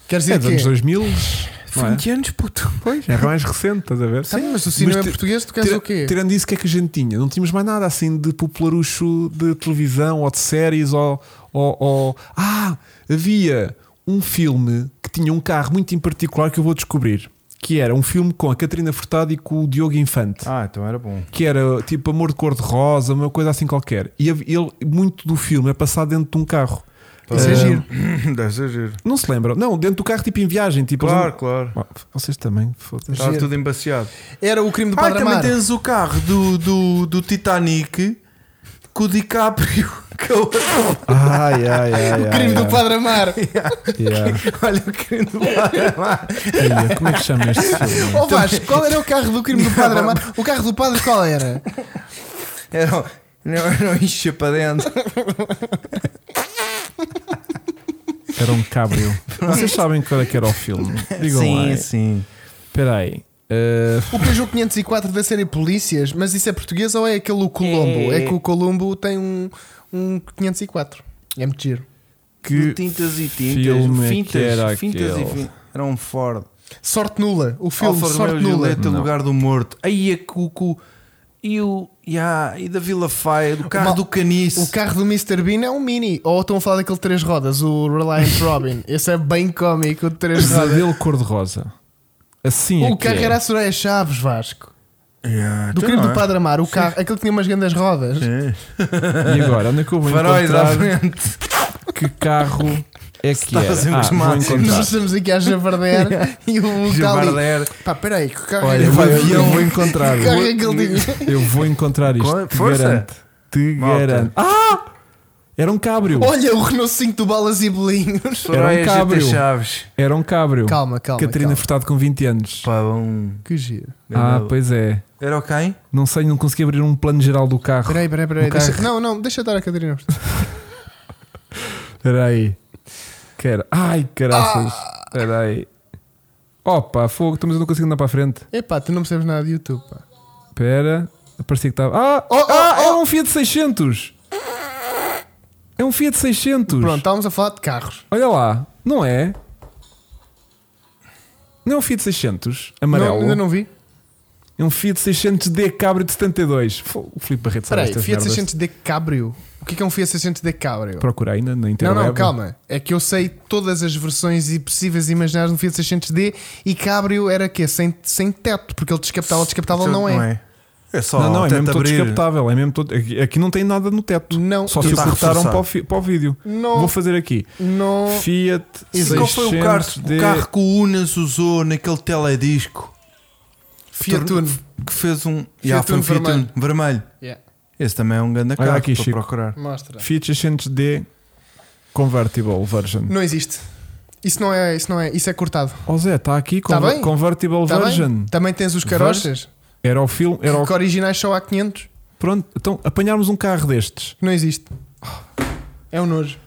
Speaker 3: Queres dizer
Speaker 1: É dos anos
Speaker 3: que
Speaker 1: 2000. não é?
Speaker 2: 20 anos, puto. Pois.
Speaker 1: É mais recente, estás a ver?
Speaker 3: Tá mas o cinema
Speaker 1: ti-
Speaker 3: português, tu queres
Speaker 1: tira-
Speaker 3: o quê?
Speaker 1: Tirando isso, o que é que a gente tinha? Não tínhamos mais nada assim de popularucho de televisão ou de séries ou. ou- ou- Ah, havia um filme que tinha um carro muito em particular que eu vou descobrir. Que era um filme com a Catarina Furtado e com o Diogo Infante.
Speaker 2: Ah, então era bom.
Speaker 1: Que era tipo Amor de Cor-de-Rosa, uma coisa assim qualquer. E hav- ele, muito do filme é passado dentro de um carro.
Speaker 3: Isso é
Speaker 1: Ah,
Speaker 3: giro.
Speaker 2: Deve ser giro.
Speaker 1: Não se lembram? Não, dentro do carro, tipo em viagem. Tipo,
Speaker 2: Claro,
Speaker 1: eles
Speaker 2: claro.
Speaker 1: não- Ah, Vocês também, foda-se.
Speaker 2: Estava
Speaker 3: Giro.
Speaker 2: tudo embaciado.
Speaker 3: Era o crime do
Speaker 2: Ah,
Speaker 3: Padre
Speaker 2: também
Speaker 3: Amaro.
Speaker 2: tens o carro do, do, do Titanic com o DiCaprio. que é eu-
Speaker 1: Ai, ai, ai.
Speaker 3: O crime do Padre Amaro.
Speaker 2: Olha, o querido para lá.
Speaker 1: Olha, como é que chama este filme?
Speaker 3: Ó Oh, Vasco, qual era o carro do crime do Padre Amaro? O carro do Padre qual era?
Speaker 2: Era, um- não, não enchia para dentro.
Speaker 1: Era um cabrio. Vocês sabem qual é que era o filme? Digam lá.
Speaker 2: sim.
Speaker 1: Espera aí. Uh,
Speaker 3: O Peugeot 504 da série Polícias, mas isso é português ou é aquele o Colombo? É que o Colombo tem um, um 504. É muito giro.
Speaker 2: De
Speaker 1: que
Speaker 2: tintas e tintas.
Speaker 1: filme é
Speaker 2: fintas,
Speaker 1: que era
Speaker 2: fintas e
Speaker 1: aquele?
Speaker 2: fintas. Era um Ford.
Speaker 3: Sorte nula. O filme
Speaker 2: Alfa
Speaker 3: Sorte
Speaker 2: Romeo
Speaker 3: nula.
Speaker 2: Julieta,
Speaker 1: Não.
Speaker 2: lugar do morto. Aí é que o. que o- E o. e a- e da Vila Faia, do carro
Speaker 3: Mal-
Speaker 2: do Caniço.
Speaker 3: O carro do Mr. Bean é um mini. Ou estão a falar daquele de três rodas, o Reliant Robin. Esse é bem cómico, o de três rodas.
Speaker 1: Pesadelo cor-de-rosa. Assim é
Speaker 3: O
Speaker 1: que
Speaker 3: carro
Speaker 1: é.
Speaker 3: era a Soraya Chaves, Vasco.
Speaker 2: Yeah,
Speaker 3: Do
Speaker 2: então
Speaker 3: crime
Speaker 2: não
Speaker 3: do
Speaker 2: é?
Speaker 3: Padre Amar, o carro, aquele que tinha umas grandes rodas.
Speaker 1: E agora, onde é que eu vou
Speaker 2: assim. Faróis à
Speaker 1: encontrar
Speaker 2: frente.
Speaker 1: que carro é que
Speaker 2: Estavas em
Speaker 1: era? Ah,
Speaker 2: uns
Speaker 1: vou
Speaker 2: máximos.
Speaker 3: Nós
Speaker 1: encontrar.
Speaker 3: estamos aqui a javardear e
Speaker 2: um
Speaker 3: o está ali.
Speaker 2: Jabarder.
Speaker 3: Pá, peraí, que o carro
Speaker 1: Olha,
Speaker 3: é
Speaker 1: eu
Speaker 3: que
Speaker 1: vou,
Speaker 3: ele
Speaker 1: eu
Speaker 3: tinha?
Speaker 1: vou encontrar.
Speaker 3: Que carro é que ele tinha?
Speaker 1: Eu vou encontrar isto. Te
Speaker 2: Força.
Speaker 1: garanto. Te
Speaker 2: Malta.
Speaker 1: garanto. Ah! Era um cabrio.
Speaker 3: Olha o Renault 5 do Balas e Bolinhos.
Speaker 2: Soraya GT
Speaker 1: cabrio.
Speaker 2: Chaves.
Speaker 1: Era um cabrio.
Speaker 3: Calma, calma.
Speaker 1: Catarina
Speaker 3: calma.
Speaker 1: Furtado com 20 anos.
Speaker 2: Pá, um...
Speaker 3: Que giro.
Speaker 1: Ah,
Speaker 2: Era-
Speaker 1: pois é.
Speaker 2: Era o quem?
Speaker 1: Não sei, não consegui abrir um plano geral do carro.
Speaker 3: Peraí, peraí, peraí.
Speaker 1: O
Speaker 3: deixa-
Speaker 1: carro-
Speaker 3: Não, não, deixa eu dar a Catarina.
Speaker 1: Espera aí. Que era- Ai, caraças.
Speaker 3: Ah!
Speaker 1: Espera aí. Opa, fogo, estamos eu não consigo andar para a frente.
Speaker 3: Epá, tu não percebes nada de YouTube, pá.
Speaker 1: Espera. Parecia que estava. Ah,
Speaker 3: Oh, oh,
Speaker 1: ah
Speaker 3: oh.
Speaker 1: é um Fiat 600. É um Fiat 600.
Speaker 3: Pronto, estávamos a falar de carros.
Speaker 1: Olha lá. Não é? Não é um Fiat 600?
Speaker 3: Não,
Speaker 1: Amarelo.
Speaker 3: ainda não vi.
Speaker 1: É um Fiat 600D Cabrio de 72. Fo- O Filipe Barreto
Speaker 3: Espera
Speaker 1: sabe
Speaker 3: aí,
Speaker 1: estas
Speaker 3: Fiat
Speaker 1: merdas.
Speaker 3: 600D Cabrio. O que é que é um Fiat 600D Cabrio?
Speaker 1: Procura ainda na
Speaker 3: Não,
Speaker 1: internet.
Speaker 3: não, calma. É que eu sei todas as versões e possíveis e imaginárias do Fiat 600D e Cabrio era quê? Sem, sem teto, porque ele descapitável, descapitável não é.
Speaker 2: É, só
Speaker 1: Não, não, é
Speaker 2: tenta
Speaker 1: mesmo todo
Speaker 2: abrir.
Speaker 1: descapotável. É mesmo todo... aqui, aqui não tem nada no teto.
Speaker 3: Não,
Speaker 1: Só se
Speaker 2: Está
Speaker 1: cortaram
Speaker 2: reforçado.
Speaker 1: para o, fi- para o vídeo.
Speaker 3: Não.
Speaker 1: Vou fazer aqui.
Speaker 3: não.
Speaker 1: Fiat
Speaker 2: E
Speaker 1: 600D.
Speaker 2: qual foi o carro, o carro que o Unas usou naquele teledisco?
Speaker 3: Fiat
Speaker 2: Tornou-
Speaker 3: Uno.
Speaker 2: Que fez um. Já, foi um
Speaker 3: Uno
Speaker 2: Fiat
Speaker 3: vermelho.
Speaker 2: Uno vermelho.
Speaker 3: Yeah,
Speaker 2: Esse também é um grande
Speaker 1: Olha
Speaker 2: carro
Speaker 1: aqui,
Speaker 2: para
Speaker 1: Chico.
Speaker 2: procurar.
Speaker 3: Mostra.
Speaker 1: Fiat 600D Convertible Version.
Speaker 3: Não existe. Isso não é, isso não é, isso é cortado.
Speaker 1: Ó Zé, está aqui
Speaker 3: Tá
Speaker 1: conver-
Speaker 3: bem.
Speaker 1: Convertible
Speaker 3: Tá bem?
Speaker 1: Version.
Speaker 3: Também tens os carochas,
Speaker 1: Era o filme. Era o...
Speaker 3: que originais só há 500,
Speaker 1: Pronto, então apanharmos um carro destes.
Speaker 3: que não existe.
Speaker 1: Oh.
Speaker 3: É um nojo.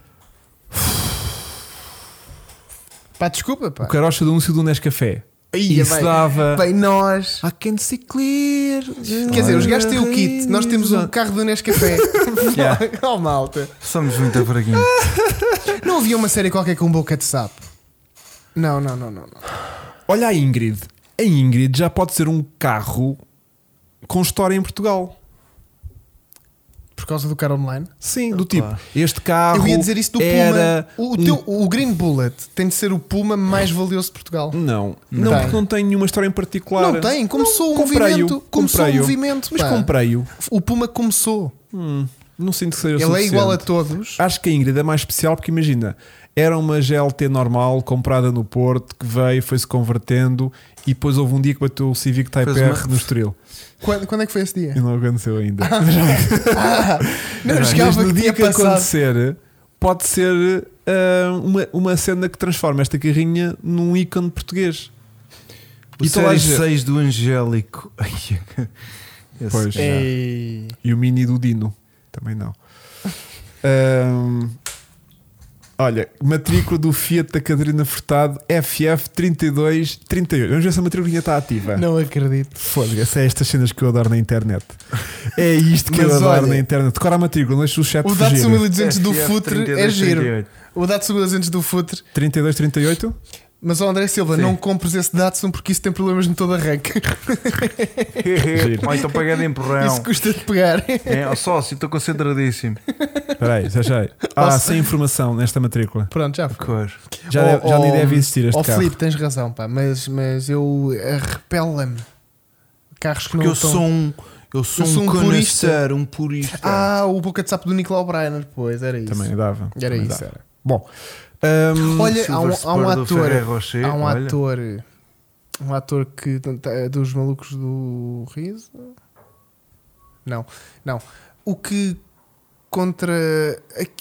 Speaker 3: Pá, desculpa, pá.
Speaker 1: O carocha do anúncio do Nescafé.
Speaker 3: Aí,
Speaker 1: Isso
Speaker 3: bem-
Speaker 1: dava.
Speaker 3: Bem, nós.
Speaker 1: I can see clear.
Speaker 3: Quer dizer, os gajos têm o kit, nós temos o carro do Nescafé.
Speaker 2: Yeah.
Speaker 3: oh, malta.
Speaker 2: Somos muito fraquinhos.
Speaker 3: Não havia uma série qualquer com boca de sapo? Não, não, não, não. não.
Speaker 1: Olha a Ingrid. A Ingrid já pode ser um carro com história em Portugal.
Speaker 3: Por causa do cara online?
Speaker 1: Sim, do tipo,
Speaker 2: claro.
Speaker 1: este carro.
Speaker 3: Eu ia dizer isso do
Speaker 1: era
Speaker 3: Puma. O, o
Speaker 1: um-
Speaker 3: teu- o Green Bullet tem de ser o Puma mais valioso de Portugal.
Speaker 1: Não, não,
Speaker 3: Tem.
Speaker 1: porque não tem nenhuma história em particular.
Speaker 3: Não tem, começou o
Speaker 1: comprei-o,
Speaker 3: movimento. Começou o
Speaker 1: comprei-o.
Speaker 3: movimento.
Speaker 1: Mas
Speaker 3: pá.
Speaker 1: comprei-o.
Speaker 3: O Puma começou.
Speaker 1: Hum, não sinto que seja
Speaker 3: Ele é
Speaker 1: suficiente.
Speaker 3: igual a todos.
Speaker 1: Acho que a Ingrid é mais especial porque imagina, era uma GLT normal comprada no Porto que veio, foi-se convertendo e depois houve um dia que bateu o Civic Type
Speaker 2: Fez
Speaker 1: R
Speaker 2: uma-
Speaker 1: no Estoril
Speaker 3: Quando, quando é que foi esse dia? Ah.
Speaker 1: e não aconteceu ainda.
Speaker 3: Não,
Speaker 1: Mas
Speaker 3: chegava
Speaker 1: no
Speaker 3: que tinha
Speaker 1: dia que
Speaker 3: passado.
Speaker 1: acontecer, pode ser ah, uma, uma cena que transforma esta carrinha num ícone português.
Speaker 2: O
Speaker 1: E toda a
Speaker 2: Série
Speaker 1: gente-
Speaker 2: 6 do Angélico. Ai, Esse
Speaker 1: Pois.
Speaker 2: é-
Speaker 3: Ei.
Speaker 1: E o mini do Dino. Também não. Ahm, olha, matrícula do Fiat da Catarina Furtado FF3238. Vamos ver se a matrícula está ativa.
Speaker 3: Não acredito.
Speaker 1: Foda-se, é estas cenas que eu adoro na internet. É isto que eu
Speaker 3: Mas
Speaker 1: adoro
Speaker 3: olha,
Speaker 1: na internet. Decora a matrícula, não deixa o chat
Speaker 3: O um
Speaker 1: fugir.
Speaker 3: Datsun 1200 do
Speaker 2: FF
Speaker 3: Futre é
Speaker 2: 32,
Speaker 3: giro.
Speaker 2: 38.
Speaker 3: O um Datsun 1200 do Futre
Speaker 1: 3238?
Speaker 3: Mas ó André Silva,
Speaker 2: Sim.
Speaker 3: não compres esse Datsun porque isso tem problemas no todo arranque.
Speaker 2: Ou então pagando em porrão.
Speaker 3: Isso custa de pegar.
Speaker 2: É, ó, sócio, estou concentradíssimo.
Speaker 1: Espera aí, já achei. Ah, sem informação nesta matrícula.
Speaker 3: Pronto, já foi.
Speaker 2: Cor.
Speaker 1: Já,
Speaker 3: Ó,
Speaker 1: deve- já nem
Speaker 3: ó,
Speaker 1: deve existir este
Speaker 3: ó,
Speaker 1: carro.
Speaker 3: Oh, Filipe, tens razão, pá, mas, mas eu eh, repela-me. Carros que
Speaker 2: Porque
Speaker 3: não
Speaker 2: eu
Speaker 3: estão-
Speaker 2: sou um. Eu sou,
Speaker 3: Eu sou um
Speaker 2: um,
Speaker 3: purista.
Speaker 2: conhecer, um purista.
Speaker 3: Ah, o boca de sapo do Nicolau Breiner, pois, era isso.
Speaker 1: Também dava.
Speaker 3: Era
Speaker 1: Também
Speaker 3: isso, é.
Speaker 1: dava.
Speaker 3: era.
Speaker 1: Bom. hum, ahm,
Speaker 3: Olha, há um,
Speaker 2: Silver
Speaker 3: há um
Speaker 2: Spur do
Speaker 3: ator.
Speaker 2: Ferrero Rocher,
Speaker 3: Há um
Speaker 2: olha.
Speaker 3: ator. Um ator que. é Dos malucos do riso? Não, não. O que contra.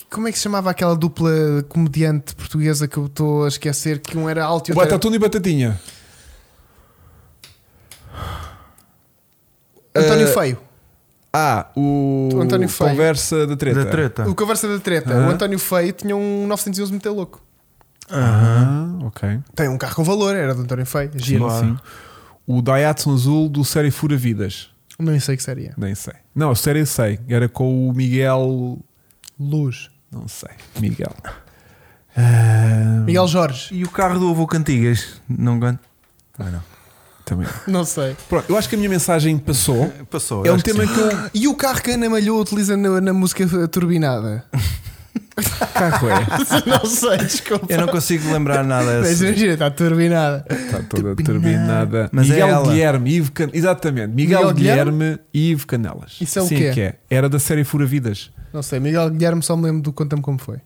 Speaker 3: Como é que se chamava aquela dupla comediante portuguesa que eu estou a esquecer? Que um era alto e
Speaker 1: o
Speaker 3: outro era.
Speaker 1: Batatuna e tá Batatinha.
Speaker 3: António
Speaker 1: Eh,
Speaker 3: Feio.
Speaker 1: Ah, o.
Speaker 3: O António Feio.
Speaker 1: Conversa da treta.
Speaker 2: Da treta.
Speaker 3: O Conversa da Treta.
Speaker 1: tá. Aham.
Speaker 3: O António Feio tinha um 911 muito louco.
Speaker 2: Aham.
Speaker 1: Ah, ok.
Speaker 3: Tem um carro com valor, era do António Feio. Giro.
Speaker 2: Claro.
Speaker 1: Sim. O Daihatsu Azul do Série Fura Vidas.
Speaker 3: Não sei o que é. seria.
Speaker 1: Nem sei. Não, a série eu sei. Era com o Miguel.
Speaker 3: Luz.
Speaker 1: Não sei. Miguel. Ah,
Speaker 3: Miguel Jorge.
Speaker 2: E o carro do avô Cantigas? Não ganho?
Speaker 1: Ah, Também.
Speaker 3: Não sei.
Speaker 1: Pronto, eu acho que a minha mensagem passou.
Speaker 2: Passou.
Speaker 1: É um
Speaker 2: acho que
Speaker 1: tema
Speaker 2: sim.
Speaker 1: que eu.
Speaker 3: E o carro que a Ana Malhou utiliza na, na música turbinada?
Speaker 1: Carro é.
Speaker 3: não sei, desculpa.
Speaker 2: Eu não consigo lembrar nada.
Speaker 3: Mas
Speaker 2: assim.
Speaker 3: imagina, está tá turbinada.
Speaker 1: Está Tá toda turbinada.
Speaker 2: Mas é
Speaker 1: Miguel
Speaker 2: ela.
Speaker 1: Guilherme, Ivo Can... Exatamente. Miguel,
Speaker 3: Miguel Guilherme?
Speaker 1: Guilherme? e Ivo Canelas.
Speaker 3: Isso é o
Speaker 1: Sim,
Speaker 3: quê?
Speaker 1: que é. Era da série Fura Vidas.
Speaker 3: Não sei, Miguel Guilherme só me lembro do Conta-me Como Foi.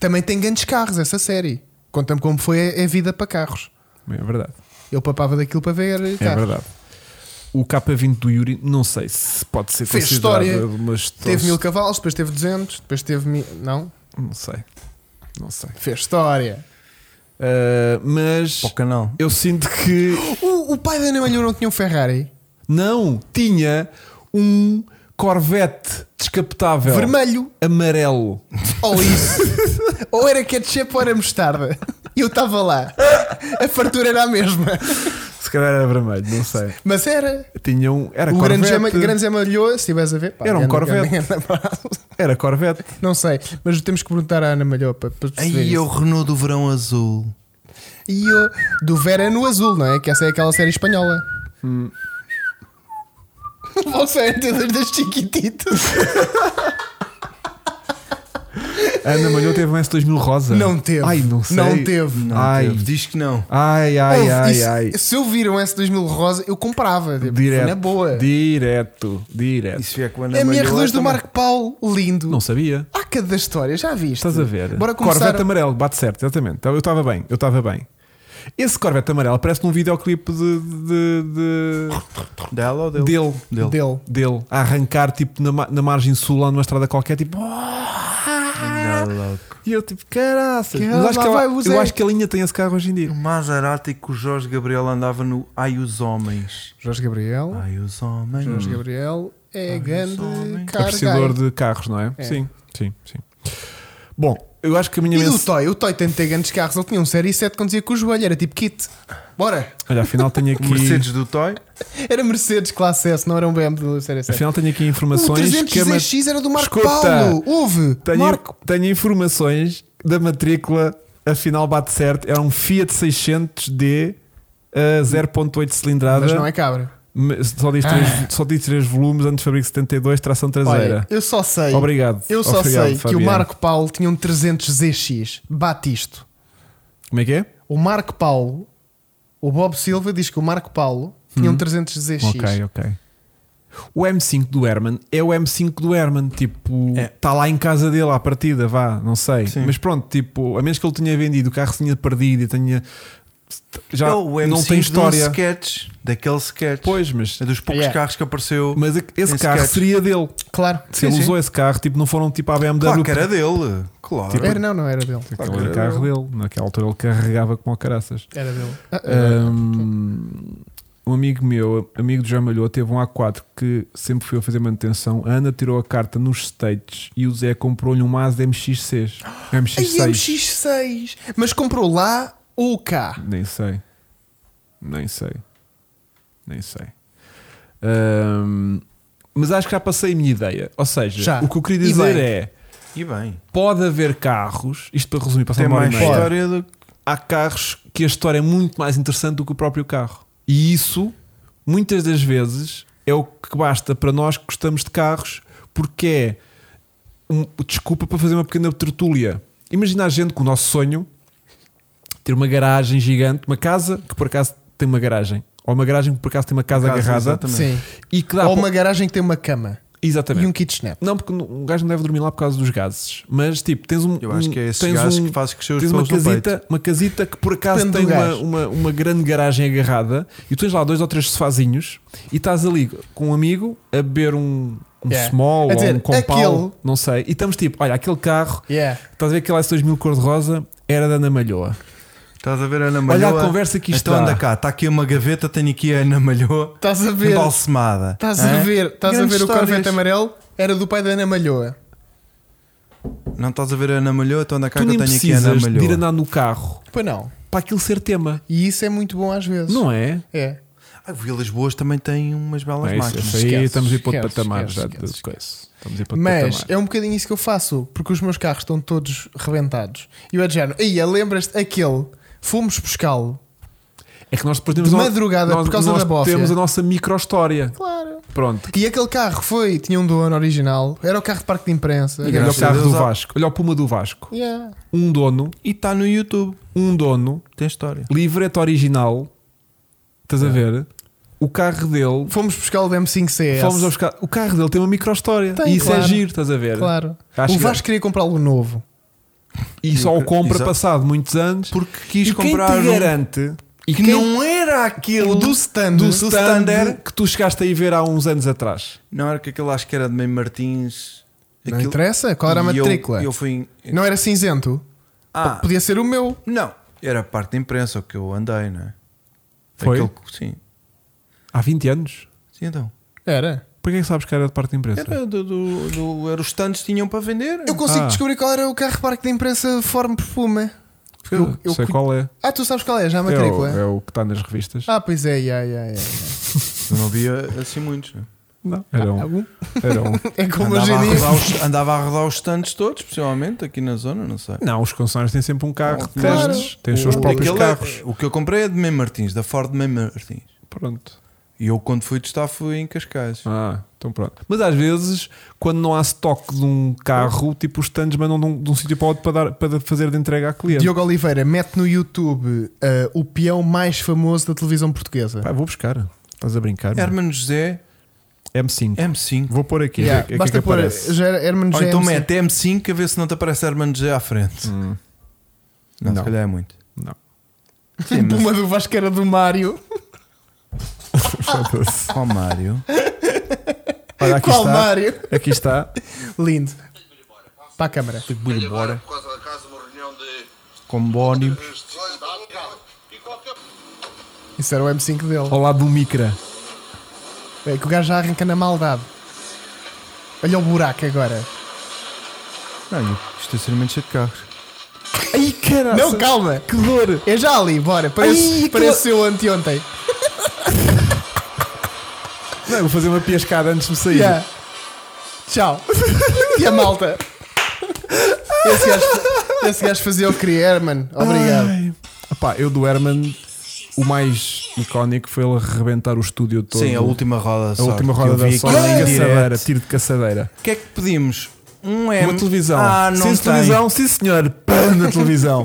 Speaker 3: Também tem grandes carros essa série. Conta-me Como Foi é, é vida para carros.
Speaker 1: É verdade.
Speaker 3: Eu papava daquilo para ver tá. carros.
Speaker 1: É verdade. O K20 do Yuri, não sei se pode ser
Speaker 3: Fez
Speaker 1: considerado
Speaker 3: história.
Speaker 1: uma história.
Speaker 3: Teve mil cavalos, depois teve 200, depois teve mil... Não?
Speaker 1: Não sei. Não sei.
Speaker 3: Fez história.
Speaker 1: Ah, mas
Speaker 2: Para o canal.
Speaker 1: eu sinto que.
Speaker 3: O, o pai da Ana Malhou não tinha um Ferrari?
Speaker 1: Não! Tinha um Corvette descapotável.
Speaker 3: Vermelho.
Speaker 1: Amarelo.
Speaker 3: Ou isso. ou era ketchup ou era mostarda. E eu estava lá. A fartura era a mesma.
Speaker 1: Se calhar era vermelho, não sei.
Speaker 3: Mas era.
Speaker 1: Tinha um. Era
Speaker 3: o grande Zé, Ma-
Speaker 1: Corvette.
Speaker 3: grande Zé Malhoa, se estivesse a ver, pá,
Speaker 1: Era um
Speaker 3: grande-
Speaker 1: Corvette.
Speaker 3: grande- grande abraço.
Speaker 1: Era Corvette.
Speaker 3: Não sei, mas temos que perguntar à Ana Malhoa para, para perceber.
Speaker 2: Aí é o
Speaker 3: isso.
Speaker 2: Renault do Verão Azul.
Speaker 1: Hum.
Speaker 3: E o do Vera no Azul, não é? Que essa é aquela série espanhola. Você é entender das chiquititas?
Speaker 1: A Ana Malhou teve um S2000 rosa.
Speaker 3: Não teve.
Speaker 1: Ai, não sei.
Speaker 3: Não teve.
Speaker 2: Não
Speaker 1: Ai.
Speaker 2: teve. Diz que não.
Speaker 1: Ai, ai,
Speaker 3: Ouve,
Speaker 1: ai,
Speaker 3: isso-
Speaker 1: ai.
Speaker 3: Se eu vir um S2000 rosa, eu comprava. Tipo,
Speaker 1: Direto.
Speaker 3: Na boa. É
Speaker 1: Direto, direto.
Speaker 2: E se vier com É. a Ana Malhoa
Speaker 3: MR2 do
Speaker 2: também.
Speaker 3: Marco Paulo, lindo.
Speaker 1: é Não sabia.
Speaker 3: Há cada história, já viste?
Speaker 1: Estás a ver?
Speaker 3: Bora começar.
Speaker 1: Corvette amarelo, bate certo, exatamente. Então, Eu estava bem, eu estava bem. Esse Corvette amarelo parece num videoclipe de, de-
Speaker 2: Dela ou
Speaker 1: de-
Speaker 2: dele?
Speaker 1: dele,
Speaker 2: Dele.
Speaker 3: Dele.
Speaker 1: dele, a arrancar tipo na, ma- na margem sul lá numa estrada qualquer, tipo. "Ah!"
Speaker 2: Não é louco.
Speaker 1: E eu tipo, caraças.
Speaker 3: Que
Speaker 1: Mas acho
Speaker 3: lá
Speaker 1: que
Speaker 3: vai
Speaker 1: ela-
Speaker 3: o Zé.
Speaker 1: eu acho que a linha tem esse carro hoje em dia.
Speaker 2: O Maserati que o Jorge Gabriel andava no Ai os Homens.
Speaker 3: Jorge Gabriel.
Speaker 2: Ai os Homens.
Speaker 3: Jorge Gabriel é
Speaker 2: Ai,
Speaker 3: grande
Speaker 2: homem.
Speaker 1: Apreciador
Speaker 3: carga.
Speaker 1: É de carros, não é?
Speaker 3: É.
Speaker 1: Sim, sim, sim. Bom, eu acho que a minha
Speaker 3: E do
Speaker 1: mensagem.
Speaker 3: Toy? O Toy tem de ter grandes carros. Ele tinha um Série 7 quando dizia que o joelho era tipo kit. Bora!
Speaker 1: Olha, afinal tenho
Speaker 2: O
Speaker 1: aqui.
Speaker 2: Mercedes do Toy.
Speaker 3: Era Mercedes classe S, não era um BMW Série 7.
Speaker 1: Afinal tenho aqui
Speaker 3: O
Speaker 1: informações que a ma-
Speaker 3: 300 era do Marco
Speaker 1: Escuta.
Speaker 3: Paulo. Houve.
Speaker 1: Tenho,
Speaker 3: Marco.
Speaker 1: tenho informações da matrícula, afinal bate certo, era um Fiat eh, 600D a 0.8 cilindrada,
Speaker 3: Mas não é cabra.
Speaker 1: me- só, diz três, só diz 3 volumes, antes de fabrico 72, tração
Speaker 3: Olha,
Speaker 1: traseira.
Speaker 3: eu só sei.
Speaker 1: Obrigado.
Speaker 3: Eu só
Speaker 1: Obrigado,
Speaker 3: sei que o
Speaker 1: Fabiano.
Speaker 3: Marco Paulo tinha um 300 ZX. Bate isto.
Speaker 1: Como é que é?
Speaker 3: O Marco Paulo, o Bob Silva diz que o Marco Paulo tinha um 300 ZX.
Speaker 1: Hum. Ok, ok. O M5 do Herman é o M5 do Herman, tipo,
Speaker 2: É.
Speaker 1: está lá em casa dele à partida, vá, não sei.
Speaker 2: Sim.
Speaker 1: Mas pronto, tipo, a menos que ele tenha vendido, o carro se tinha perdido e tinha. Já
Speaker 2: É o
Speaker 1: não
Speaker 2: MC De um
Speaker 1: tem história.
Speaker 2: sketch, daquele sketch.
Speaker 1: Pois, mas
Speaker 2: É dos poucos
Speaker 3: Yeah.
Speaker 2: carros que apareceu.
Speaker 1: Mas esse
Speaker 2: Esse
Speaker 1: carro
Speaker 2: sketch.
Speaker 1: seria dele.
Speaker 3: Claro.
Speaker 1: Se ele usou esse carro, tipo, não foram tipo à BMW.
Speaker 2: Claro que era dele. Claro.
Speaker 1: Tipo-
Speaker 3: Era, não, não era dele.
Speaker 1: Aquele
Speaker 2: Claro que
Speaker 1: era o
Speaker 2: era
Speaker 1: carro dele. Naquela altura ele carregava como ao caraças.
Speaker 3: Era dele. Ah,
Speaker 1: Um, um amigo meu, amigo do João Malhou, teve um A4 que sempre foi a fazer manutenção. A Ana tirou a carta nos States e o Zé comprou-lhe um Mazda MX-6.
Speaker 3: Ai, é
Speaker 1: MX-6.
Speaker 3: MX6. Mas comprou lá ou cá?
Speaker 1: Nem sei. Nem sei. Nem sei. Um, mas acho que já passei a minha ideia. Ou seja,
Speaker 3: Já.
Speaker 1: o que eu queria
Speaker 3: E
Speaker 1: dizer
Speaker 3: bem.
Speaker 1: é.
Speaker 2: E bem.
Speaker 1: pode haver carros, isto para resumir, passar
Speaker 2: Tem
Speaker 1: uma hora e
Speaker 2: mais
Speaker 1: meia,
Speaker 3: história.
Speaker 2: história do que.
Speaker 1: há carros que a história é muito mais interessante do que o próprio carro. E isso, muitas das vezes, é o que basta para nós que gostamos de carros, porque é um- desculpa para fazer uma pequena tertúlia. Imagina a gente com o nosso sonho ter uma garagem gigante, uma casa que por acaso tem uma garagem, ou uma garagem que por acaso tem uma casa,
Speaker 2: Casa,
Speaker 1: agarrada
Speaker 2: exatamente.
Speaker 3: Sim.
Speaker 1: e que dá
Speaker 3: ou
Speaker 1: para-
Speaker 3: uma garagem que tem uma cama
Speaker 1: exatamente.
Speaker 3: e um kitchenette.
Speaker 1: Não, porque não- um gajo não deve dormir lá por causa dos gases. Mas tipo, tens um.
Speaker 2: Eu acho que é esses
Speaker 1: tens
Speaker 2: gajos
Speaker 1: um-
Speaker 2: que fazem crescer os
Speaker 1: Tens uma
Speaker 2: pelos no
Speaker 1: casita, uma casita que por acaso
Speaker 3: Depende
Speaker 1: tem
Speaker 3: do
Speaker 1: uma,
Speaker 3: gajo.
Speaker 1: uma, uma grande garagem agarrada e tu tens lá dois ou três sofazinhos e estás ali com um amigo a beber um, um
Speaker 3: Yeah.
Speaker 1: small
Speaker 3: É. A
Speaker 1: ou
Speaker 3: dizer,
Speaker 1: um compal,
Speaker 3: aquele-
Speaker 1: não sei. E estamos tipo, olha, aquele carro,
Speaker 3: Yeah.
Speaker 1: estás a ver aquele S2000 cor-de-rosa, era da Ana Malhoa.
Speaker 2: Estás a ver a Ana Malhoa?
Speaker 1: Olha a conversa que isto
Speaker 2: Então
Speaker 1: dá.
Speaker 2: anda cá, está aqui uma gaveta, tenho aqui a Ana Malhoa.
Speaker 3: Estás a ver?
Speaker 2: Embalsemada.
Speaker 3: Estás a
Speaker 2: Hã?
Speaker 3: ver, estás a
Speaker 2: Grandes
Speaker 3: ver o
Speaker 2: histórias.
Speaker 3: Corvette amarelo? Era do pai da Ana Malhoa.
Speaker 2: Não estás a ver a Ana Malhoa? Então anda cá
Speaker 1: tu
Speaker 2: que
Speaker 1: nem
Speaker 2: eu tenho aqui a Ana
Speaker 1: precisas de ir
Speaker 2: Malhoa.
Speaker 1: andar no carro
Speaker 3: Pois não.
Speaker 1: para aquilo ser tema,
Speaker 3: E isso é muito bom às vezes.
Speaker 1: não é?
Speaker 3: É.
Speaker 2: Ah, Vilas Boas também tem umas belas
Speaker 1: é isso,
Speaker 2: máquinas.
Speaker 1: isso aí
Speaker 3: Esquece,
Speaker 1: estamos a ir para outro
Speaker 3: esquece,
Speaker 1: patamar
Speaker 3: esquece,
Speaker 1: já de
Speaker 3: esquece,
Speaker 1: coisa. Estamos a ir para outro
Speaker 3: Mas
Speaker 1: patamar.
Speaker 3: é um bocadinho isso que eu faço, porque os meus carros estão todos rebentados. E é o Adjano, aí lembras-te aquele? Fomos buscá-lo.
Speaker 1: É que nós depois temos
Speaker 3: De
Speaker 1: a no-
Speaker 3: madrugada,
Speaker 1: nós-
Speaker 3: por causa
Speaker 1: nós
Speaker 3: da bófia.
Speaker 1: Temos a nossa micro-história.
Speaker 3: Claro.
Speaker 1: Pronto.
Speaker 3: E aquele carro foi, tinha um dono original, era o carro de parque de imprensa.
Speaker 2: E
Speaker 1: Olha o
Speaker 2: graças a
Speaker 1: é carro do
Speaker 2: Deus há-
Speaker 1: Vasco. Olha o Puma do Vasco.
Speaker 3: Yeah.
Speaker 1: Um dono,
Speaker 2: E está no YouTube.
Speaker 1: um dono,
Speaker 2: Tem história.
Speaker 1: livreto original. Estás a ver? O carro dele.
Speaker 3: Fomos buscá-lo do M5CS.
Speaker 1: Fomos a buscar. O carro dele É tem uma micro-história.
Speaker 3: Tem,
Speaker 1: E isso é
Speaker 3: claro.
Speaker 1: giro, estás a ver?
Speaker 3: Claro.
Speaker 1: Acho
Speaker 3: o
Speaker 1: que-
Speaker 3: Vasco queria comprar algo novo.
Speaker 1: E só o compra
Speaker 2: Exato.
Speaker 1: passado muitos anos.
Speaker 2: Porque quis
Speaker 1: e quem
Speaker 2: comprar
Speaker 1: te
Speaker 2: um
Speaker 1: garante
Speaker 2: que
Speaker 1: quem-
Speaker 2: não era aquele
Speaker 3: O do stand.
Speaker 1: do
Speaker 2: do
Speaker 1: stand
Speaker 2: standard-
Speaker 1: que tu chegaste aí ver há uns anos atrás.
Speaker 2: Não era que aquele acho que era de Meio Martins.
Speaker 3: Não
Speaker 2: Aquilo-
Speaker 3: interessa qual era a
Speaker 2: E eu-
Speaker 3: matrícula.
Speaker 2: Eu, fui. em-
Speaker 3: Não era cinzento.
Speaker 2: Ah,
Speaker 3: Podia ser o meu.
Speaker 2: não. Era parte da imprensa o que eu andei, não é?
Speaker 1: Foi?
Speaker 2: Aquele que- sim.
Speaker 1: Há 20 anos.
Speaker 2: Sim, então.
Speaker 3: Era.
Speaker 1: Porquê é que sabes que era de parte da imprensa?
Speaker 2: Era, do, do, do- era os stands que tinham para vender. é?
Speaker 3: Eu consigo
Speaker 1: Ah.
Speaker 3: descobrir qual era o carro de parque de imprensa forma perfume. Eu- eu
Speaker 1: sei
Speaker 3: cu-
Speaker 1: qual é.
Speaker 3: Ah, tu sabes qual é? Já a
Speaker 1: É o,
Speaker 3: matrícula.
Speaker 1: é o que está nas revistas.
Speaker 3: Ah, pois é, yeah, yeah, yeah.
Speaker 2: Eu não via assim muitos. não é?
Speaker 1: Não, era um.
Speaker 3: Algum?
Speaker 1: Era um.
Speaker 3: É como
Speaker 2: Andava
Speaker 3: hoje
Speaker 2: a,
Speaker 3: em dia.
Speaker 2: rodar os, andava a rodar os stands todos, principalmente aqui na zona, não sei.
Speaker 1: Não, os concessionários têm sempre um carro de
Speaker 3: Claro.
Speaker 1: testes, têm os seus
Speaker 2: O-
Speaker 1: próprios
Speaker 2: aquele é-
Speaker 1: carros.
Speaker 2: o que eu comprei é de Mem Martins, da Ford Mem Martins.
Speaker 1: Pronto.
Speaker 2: E eu, quando fui testar, fui em Cascais.
Speaker 1: Ah, então pronto. Mas às vezes, quando não há stock de um carro, tipo os stands mandam de um, de um sítio para outro para, dar, para fazer de entrega a cliente.
Speaker 3: Diogo Oliveira, mete no YouTube ah, o peão mais famoso da televisão portuguesa.
Speaker 1: Pá, vou buscar. Estás a brincar? meu.
Speaker 2: Hermano José,
Speaker 1: M5.
Speaker 2: M5
Speaker 1: Vou pôr aqui.
Speaker 3: Yeah,
Speaker 1: É que- é que
Speaker 3: Basta
Speaker 1: é que
Speaker 3: pôr
Speaker 1: aparece.
Speaker 3: Ger- Herman
Speaker 2: Ou então
Speaker 3: James.
Speaker 2: mete M5 a ver se não te aparece Hermano José à frente.
Speaker 1: Hum,
Speaker 2: Não,
Speaker 1: Não.
Speaker 2: se calhar é muito.
Speaker 1: não.
Speaker 2: Sim, mas.
Speaker 3: Uma do Vasqueira do Mário.
Speaker 1: Foda-se.
Speaker 2: Ó Mário.
Speaker 1: Olha, aqui
Speaker 3: Qual
Speaker 1: está.
Speaker 3: Mário?
Speaker 1: Aqui está.
Speaker 3: Lindo. Para a câmara.
Speaker 2: Vou
Speaker 4: Venho agora
Speaker 2: embora.
Speaker 4: por causa da casa uma reunião de
Speaker 2: Com bónimo.
Speaker 4: cidade e qualquer
Speaker 3: Isso era o M5 dele.
Speaker 1: Ao lado do Micra.
Speaker 3: É que o gajo já arranca na maldade. Olha o buraco agora.
Speaker 2: Não, e o
Speaker 1: é
Speaker 2: estacionamento cheio de carros.
Speaker 1: Ai, caralho.
Speaker 3: Não, calma.
Speaker 1: Que dor.
Speaker 3: É já ali, bora. Parece,
Speaker 1: Ai, que
Speaker 3: parece eu anteontem.
Speaker 1: Não, vou fazer uma piascada antes de me sair.
Speaker 3: Yeah. Tchau. e a malta? Esse gajo, esse gajo fazia o que queria, Herman. Obrigado.
Speaker 1: Ai. Epá, eu do Herman, o mais icónico foi ele arrebentar o estúdio todo.
Speaker 3: é
Speaker 2: Sim, a última roda
Speaker 1: A
Speaker 2: da
Speaker 1: última
Speaker 2: sorte que
Speaker 1: roda
Speaker 2: eu
Speaker 1: da
Speaker 2: vi
Speaker 1: sorte.
Speaker 2: aquilo em
Speaker 1: Caçadeira,
Speaker 2: direto.
Speaker 1: tiro de caçadeira.
Speaker 2: O que é que pedimos? Um M.
Speaker 1: Uma televisão.
Speaker 2: Ah, não
Speaker 1: sim,
Speaker 2: tem.
Speaker 1: televisão, sim senhor. Pã, na televisão.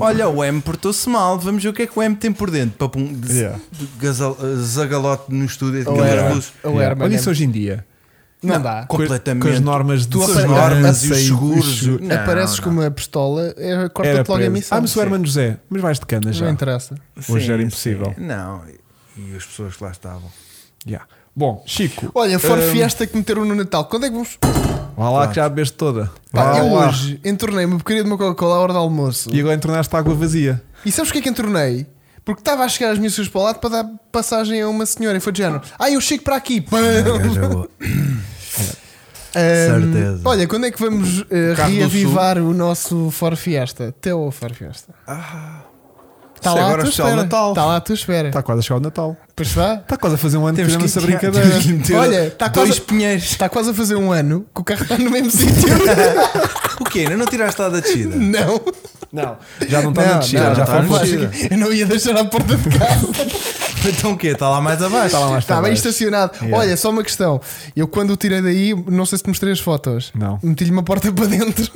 Speaker 2: Olha, o M portou-se mal. Vamos ver o que é que o M tem por dentro. Papum, des-
Speaker 1: Yeah. Oh,
Speaker 2: gasal- zagalote no estúdio.
Speaker 3: O
Speaker 2: aquelas
Speaker 3: Herman.
Speaker 2: luzes.
Speaker 3: O Herman.
Speaker 1: Olha isso
Speaker 3: é-
Speaker 1: hoje em dia.
Speaker 3: Não dá.
Speaker 1: Ah, Com-
Speaker 2: Completamente.
Speaker 1: Com as normas de
Speaker 2: Tu as
Speaker 3: apare-
Speaker 2: normas e os
Speaker 1: segurança
Speaker 2: seguros.
Speaker 1: os-
Speaker 2: Não,
Speaker 3: Apareces
Speaker 2: não.
Speaker 3: com uma pistola, é-
Speaker 1: Era
Speaker 3: corta-te logo a
Speaker 1: preso.
Speaker 3: missão.
Speaker 1: Ah, mas o Herman José, mas vais de cana já.
Speaker 3: Não interessa.
Speaker 1: Hoje
Speaker 2: Sim,
Speaker 1: era
Speaker 2: sim.
Speaker 1: impossível.
Speaker 2: Não, e- e as pessoas que lá estavam.
Speaker 1: Yeah. Bom, Chico.
Speaker 3: Olha, Ford
Speaker 1: hum,
Speaker 3: Fiesta que meteram no Natal. Quando é que vamos.
Speaker 1: Vá lá que já bebeste toda.
Speaker 3: Pá,
Speaker 1: Vá
Speaker 3: eu
Speaker 1: lá.
Speaker 3: hoje entornei uma porcaria de uma Coca-Cola à hora do almoço.
Speaker 1: E agora entornaste água vazia.
Speaker 3: E sabes o que é que entornei? Porque estava a chegar as minhas para o lado para dar passagem a uma senhora e foi de género. Ah, eu chego para aqui. Pã! Ahm,
Speaker 2: Certeza.
Speaker 3: olha, quando é que vamos eh,
Speaker 2: carro do
Speaker 3: reavivar o nosso Ford Fiesta? Teu Ford Fiesta. Está
Speaker 2: Isso Ah, agora
Speaker 3: lá à tua
Speaker 2: é especial
Speaker 3: espera.
Speaker 2: Natal. Tá.
Speaker 3: Está lá à tua espera.
Speaker 1: Está quase a chegar o Natal.
Speaker 3: Pois vá.
Speaker 1: Está quase a fazer um ano que
Speaker 2: Temos que
Speaker 1: fizemos essa
Speaker 2: enfiar-
Speaker 1: brincadeira.
Speaker 2: temos que meter
Speaker 3: Olha, tá
Speaker 2: dois
Speaker 3: quase-
Speaker 2: pinheiros.
Speaker 3: Está quase a fazer um ano que o carro está no mesmo sítio.
Speaker 2: O quê? Ainda não tiraste lá da descida?
Speaker 3: não.
Speaker 1: Não, já não está
Speaker 3: Não,
Speaker 1: na descida,
Speaker 2: não, não
Speaker 1: já
Speaker 2: está
Speaker 1: foi
Speaker 2: na
Speaker 1: para
Speaker 2: descida.
Speaker 1: descida.
Speaker 3: Eu não ia deixar à porta de casa.
Speaker 2: Então o quê? Está lá mais abaixo?
Speaker 1: Ah, Está Tá lá mais
Speaker 3: Está Tá bem
Speaker 1: abaixo.
Speaker 3: estacionado. Olha, só uma questão. Eu quando o tirei daí, não sei se te mostrei as fotos.
Speaker 1: Não.
Speaker 3: Meti-lhe uma porta para dentro.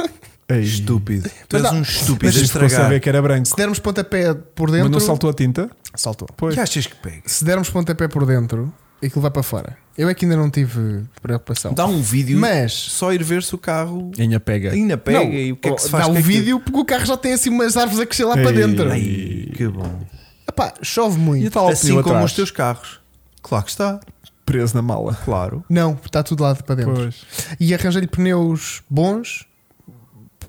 Speaker 1: Ei,
Speaker 2: Estúpido. Tu
Speaker 3: Mas
Speaker 2: és
Speaker 3: não-
Speaker 2: um
Speaker 1: Mas
Speaker 2: estúpido a
Speaker 1: isto ficou a
Speaker 2: estragar.
Speaker 1: saber que era branco.
Speaker 3: Se dermos pontapé por
Speaker 1: Mas
Speaker 3: dentro.
Speaker 1: não saltou a tinta?
Speaker 3: Saltou.
Speaker 1: Pois.
Speaker 2: que achas que pega?
Speaker 3: Se dermos pontapé por dentro, aquilo vai para fora. Eu é que ainda não tive preocupação.
Speaker 2: Dá um vídeo,
Speaker 3: Mas-
Speaker 2: só ir ver se o carro
Speaker 1: Ainha pega.
Speaker 2: ainda pega
Speaker 3: Não,
Speaker 2: e o que é que se faz
Speaker 3: Dá
Speaker 2: com
Speaker 3: um
Speaker 2: aquilo.
Speaker 3: vídeo porque o carro já tem assim umas árvores a crescer lá
Speaker 1: Ei.
Speaker 3: para dentro.
Speaker 1: Ei.
Speaker 2: Ai, que bom.
Speaker 3: Epá, chove
Speaker 1: E
Speaker 3: muito.
Speaker 1: está lá o
Speaker 2: Assim
Speaker 1: pneu
Speaker 2: como
Speaker 1: atrás,
Speaker 2: os teus carros. Claro que está.
Speaker 1: preso na mala.
Speaker 2: Claro.
Speaker 3: Não, está tudo lá para dentro.
Speaker 1: Pois.
Speaker 3: E arranjei-lhe pneus bons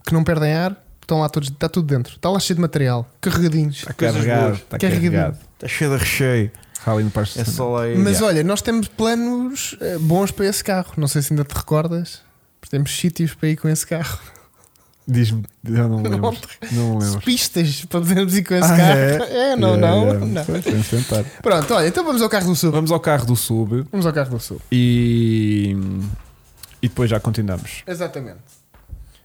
Speaker 3: que não perdem ar. Estão lá todos, está tudo dentro. Está lá cheio de material, carregadinhos.
Speaker 1: Está
Speaker 2: Coisas
Speaker 1: carregado.
Speaker 2: boas.
Speaker 1: Está
Speaker 3: Carregadinho.
Speaker 1: carregado.
Speaker 2: Está cheio de recheio.
Speaker 1: Está ali no parque de
Speaker 2: É
Speaker 1: estacionamento.
Speaker 2: só lá ir.
Speaker 3: Mas olha, nós temos planos eh, bons para esse carro. Não sei se ainda te recordas. mas Temos sítios para ir com esse carro.
Speaker 1: Diz-me, já não me lembro. Não me lembro.
Speaker 3: Pistas para podermos ir com esse
Speaker 1: Ah,
Speaker 3: carro.
Speaker 1: é?
Speaker 3: É, não,
Speaker 1: É,
Speaker 3: não,
Speaker 1: é.
Speaker 3: não.
Speaker 1: Pois, Vamos tentar.
Speaker 3: Pronto, olha, então vamos ao carro do sul.
Speaker 1: Vamos ao carro do sub
Speaker 3: Vamos ao carro do sul.
Speaker 1: e. E depois já continuamos.
Speaker 3: Exatamente.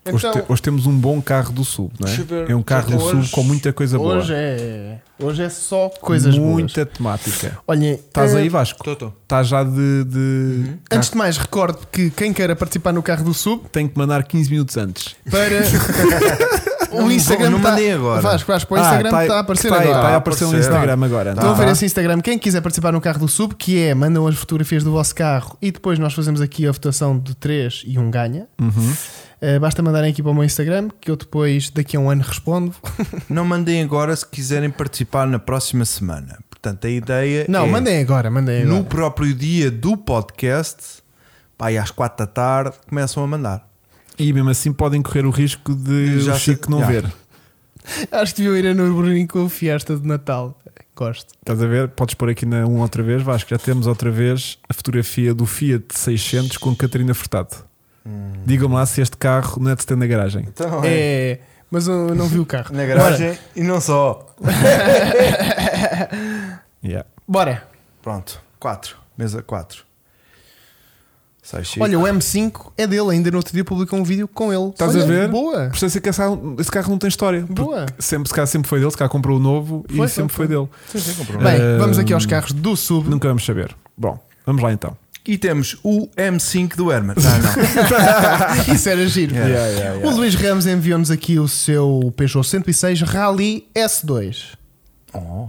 Speaker 1: Hoje,
Speaker 3: Então,
Speaker 1: te- hoje temos um bom carro do sub, não
Speaker 2: Deixa eu
Speaker 1: é?
Speaker 2: ver.
Speaker 1: É um carro do
Speaker 3: Hoje-
Speaker 1: sub com muita coisa boa.
Speaker 3: hoje é. Hoje é só coisas boas.
Speaker 1: muita temática.
Speaker 3: Olhem,
Speaker 1: Estás
Speaker 3: eh, Uhum.
Speaker 1: aí, Vasco?
Speaker 2: Tô, tô.
Speaker 1: Estás já de. de- carro-
Speaker 3: Antes de mais, recordo que quem queira participar no carro do sul
Speaker 1: Tenho que mandar 15 minutos antes.
Speaker 3: para
Speaker 2: Não,
Speaker 3: o Instagram.
Speaker 2: não
Speaker 3: tá-
Speaker 2: mandei agora.
Speaker 3: Vasco, Vasco, para o
Speaker 1: Ah,
Speaker 3: Instagram
Speaker 1: tá-
Speaker 3: está a aparecer
Speaker 1: tá aí,
Speaker 3: agora.
Speaker 1: Está a aparecer no
Speaker 2: Aparecer.
Speaker 1: Instagram agora.
Speaker 3: Estão Então, a ver
Speaker 1: Tá.
Speaker 3: esse Instagram. Quem quiser participar no carro do sub, que é mandam as fotografias do vosso carro e depois nós fazemos aqui a votação de 3 e 1 ganha. Eh, basta mandarem aqui para o meu Instagram que eu depois daqui a um ano respondo.
Speaker 2: Não mandem agora se quiserem participar na próxima semana. Portanto, a ideia
Speaker 3: Não,
Speaker 2: é
Speaker 3: mandem agora, mandem agora.
Speaker 2: no próprio dia do podcast, pá, aí às quatro da tarde, começam a mandar.
Speaker 1: E mesmo assim podem correr o risco de
Speaker 2: Já
Speaker 1: o Chico
Speaker 2: sei-
Speaker 1: não
Speaker 2: já.
Speaker 1: ver.
Speaker 3: Acho que deviam ir a Nürburgring com a fiesta de Natal. Gosto.
Speaker 1: Estás a ver? Podes pôr aqui na 1 outra vez. Vasco, já temos outra vez a fotografia do Fiat 600 com Catarina Furtado.
Speaker 2: Hum.
Speaker 1: Digam-me lá se este carro não é de se ter na garagem.
Speaker 2: Então,
Speaker 3: É, mas eu não vi o carro.
Speaker 2: Na garagem e não só.
Speaker 1: Yeah.
Speaker 3: Bora. Bora.
Speaker 2: Pronto, 4. Mesa 4. Sai Chico.
Speaker 3: Olha, o M5 é dele. Ainda no outro dia publicou um vídeo com ele.
Speaker 1: Estás
Speaker 3: Olha,
Speaker 1: a ver?
Speaker 3: Boa.
Speaker 1: Por isso é que esse carro, esse carro não tem história. Porque
Speaker 3: Boa.
Speaker 1: Sempre, se calhar sempre foi dele, se calhar comprou o novo
Speaker 3: Foi,
Speaker 1: e sempre
Speaker 3: foi,
Speaker 1: foi dele.
Speaker 2: Sim, sim, comprou.
Speaker 3: Bem,
Speaker 1: Ahm,
Speaker 3: vamos aqui aos carros do sub.
Speaker 1: Nunca vamos saber. Bom, Vamos lá então.
Speaker 2: E temos o M5 do Herman. Não, não. É.
Speaker 3: Isso era giro.
Speaker 1: Yeah, yeah, yeah.
Speaker 3: O Luís Ramos enviou-nos aqui o seu Peugeot 106 Rally S2.
Speaker 2: Oh.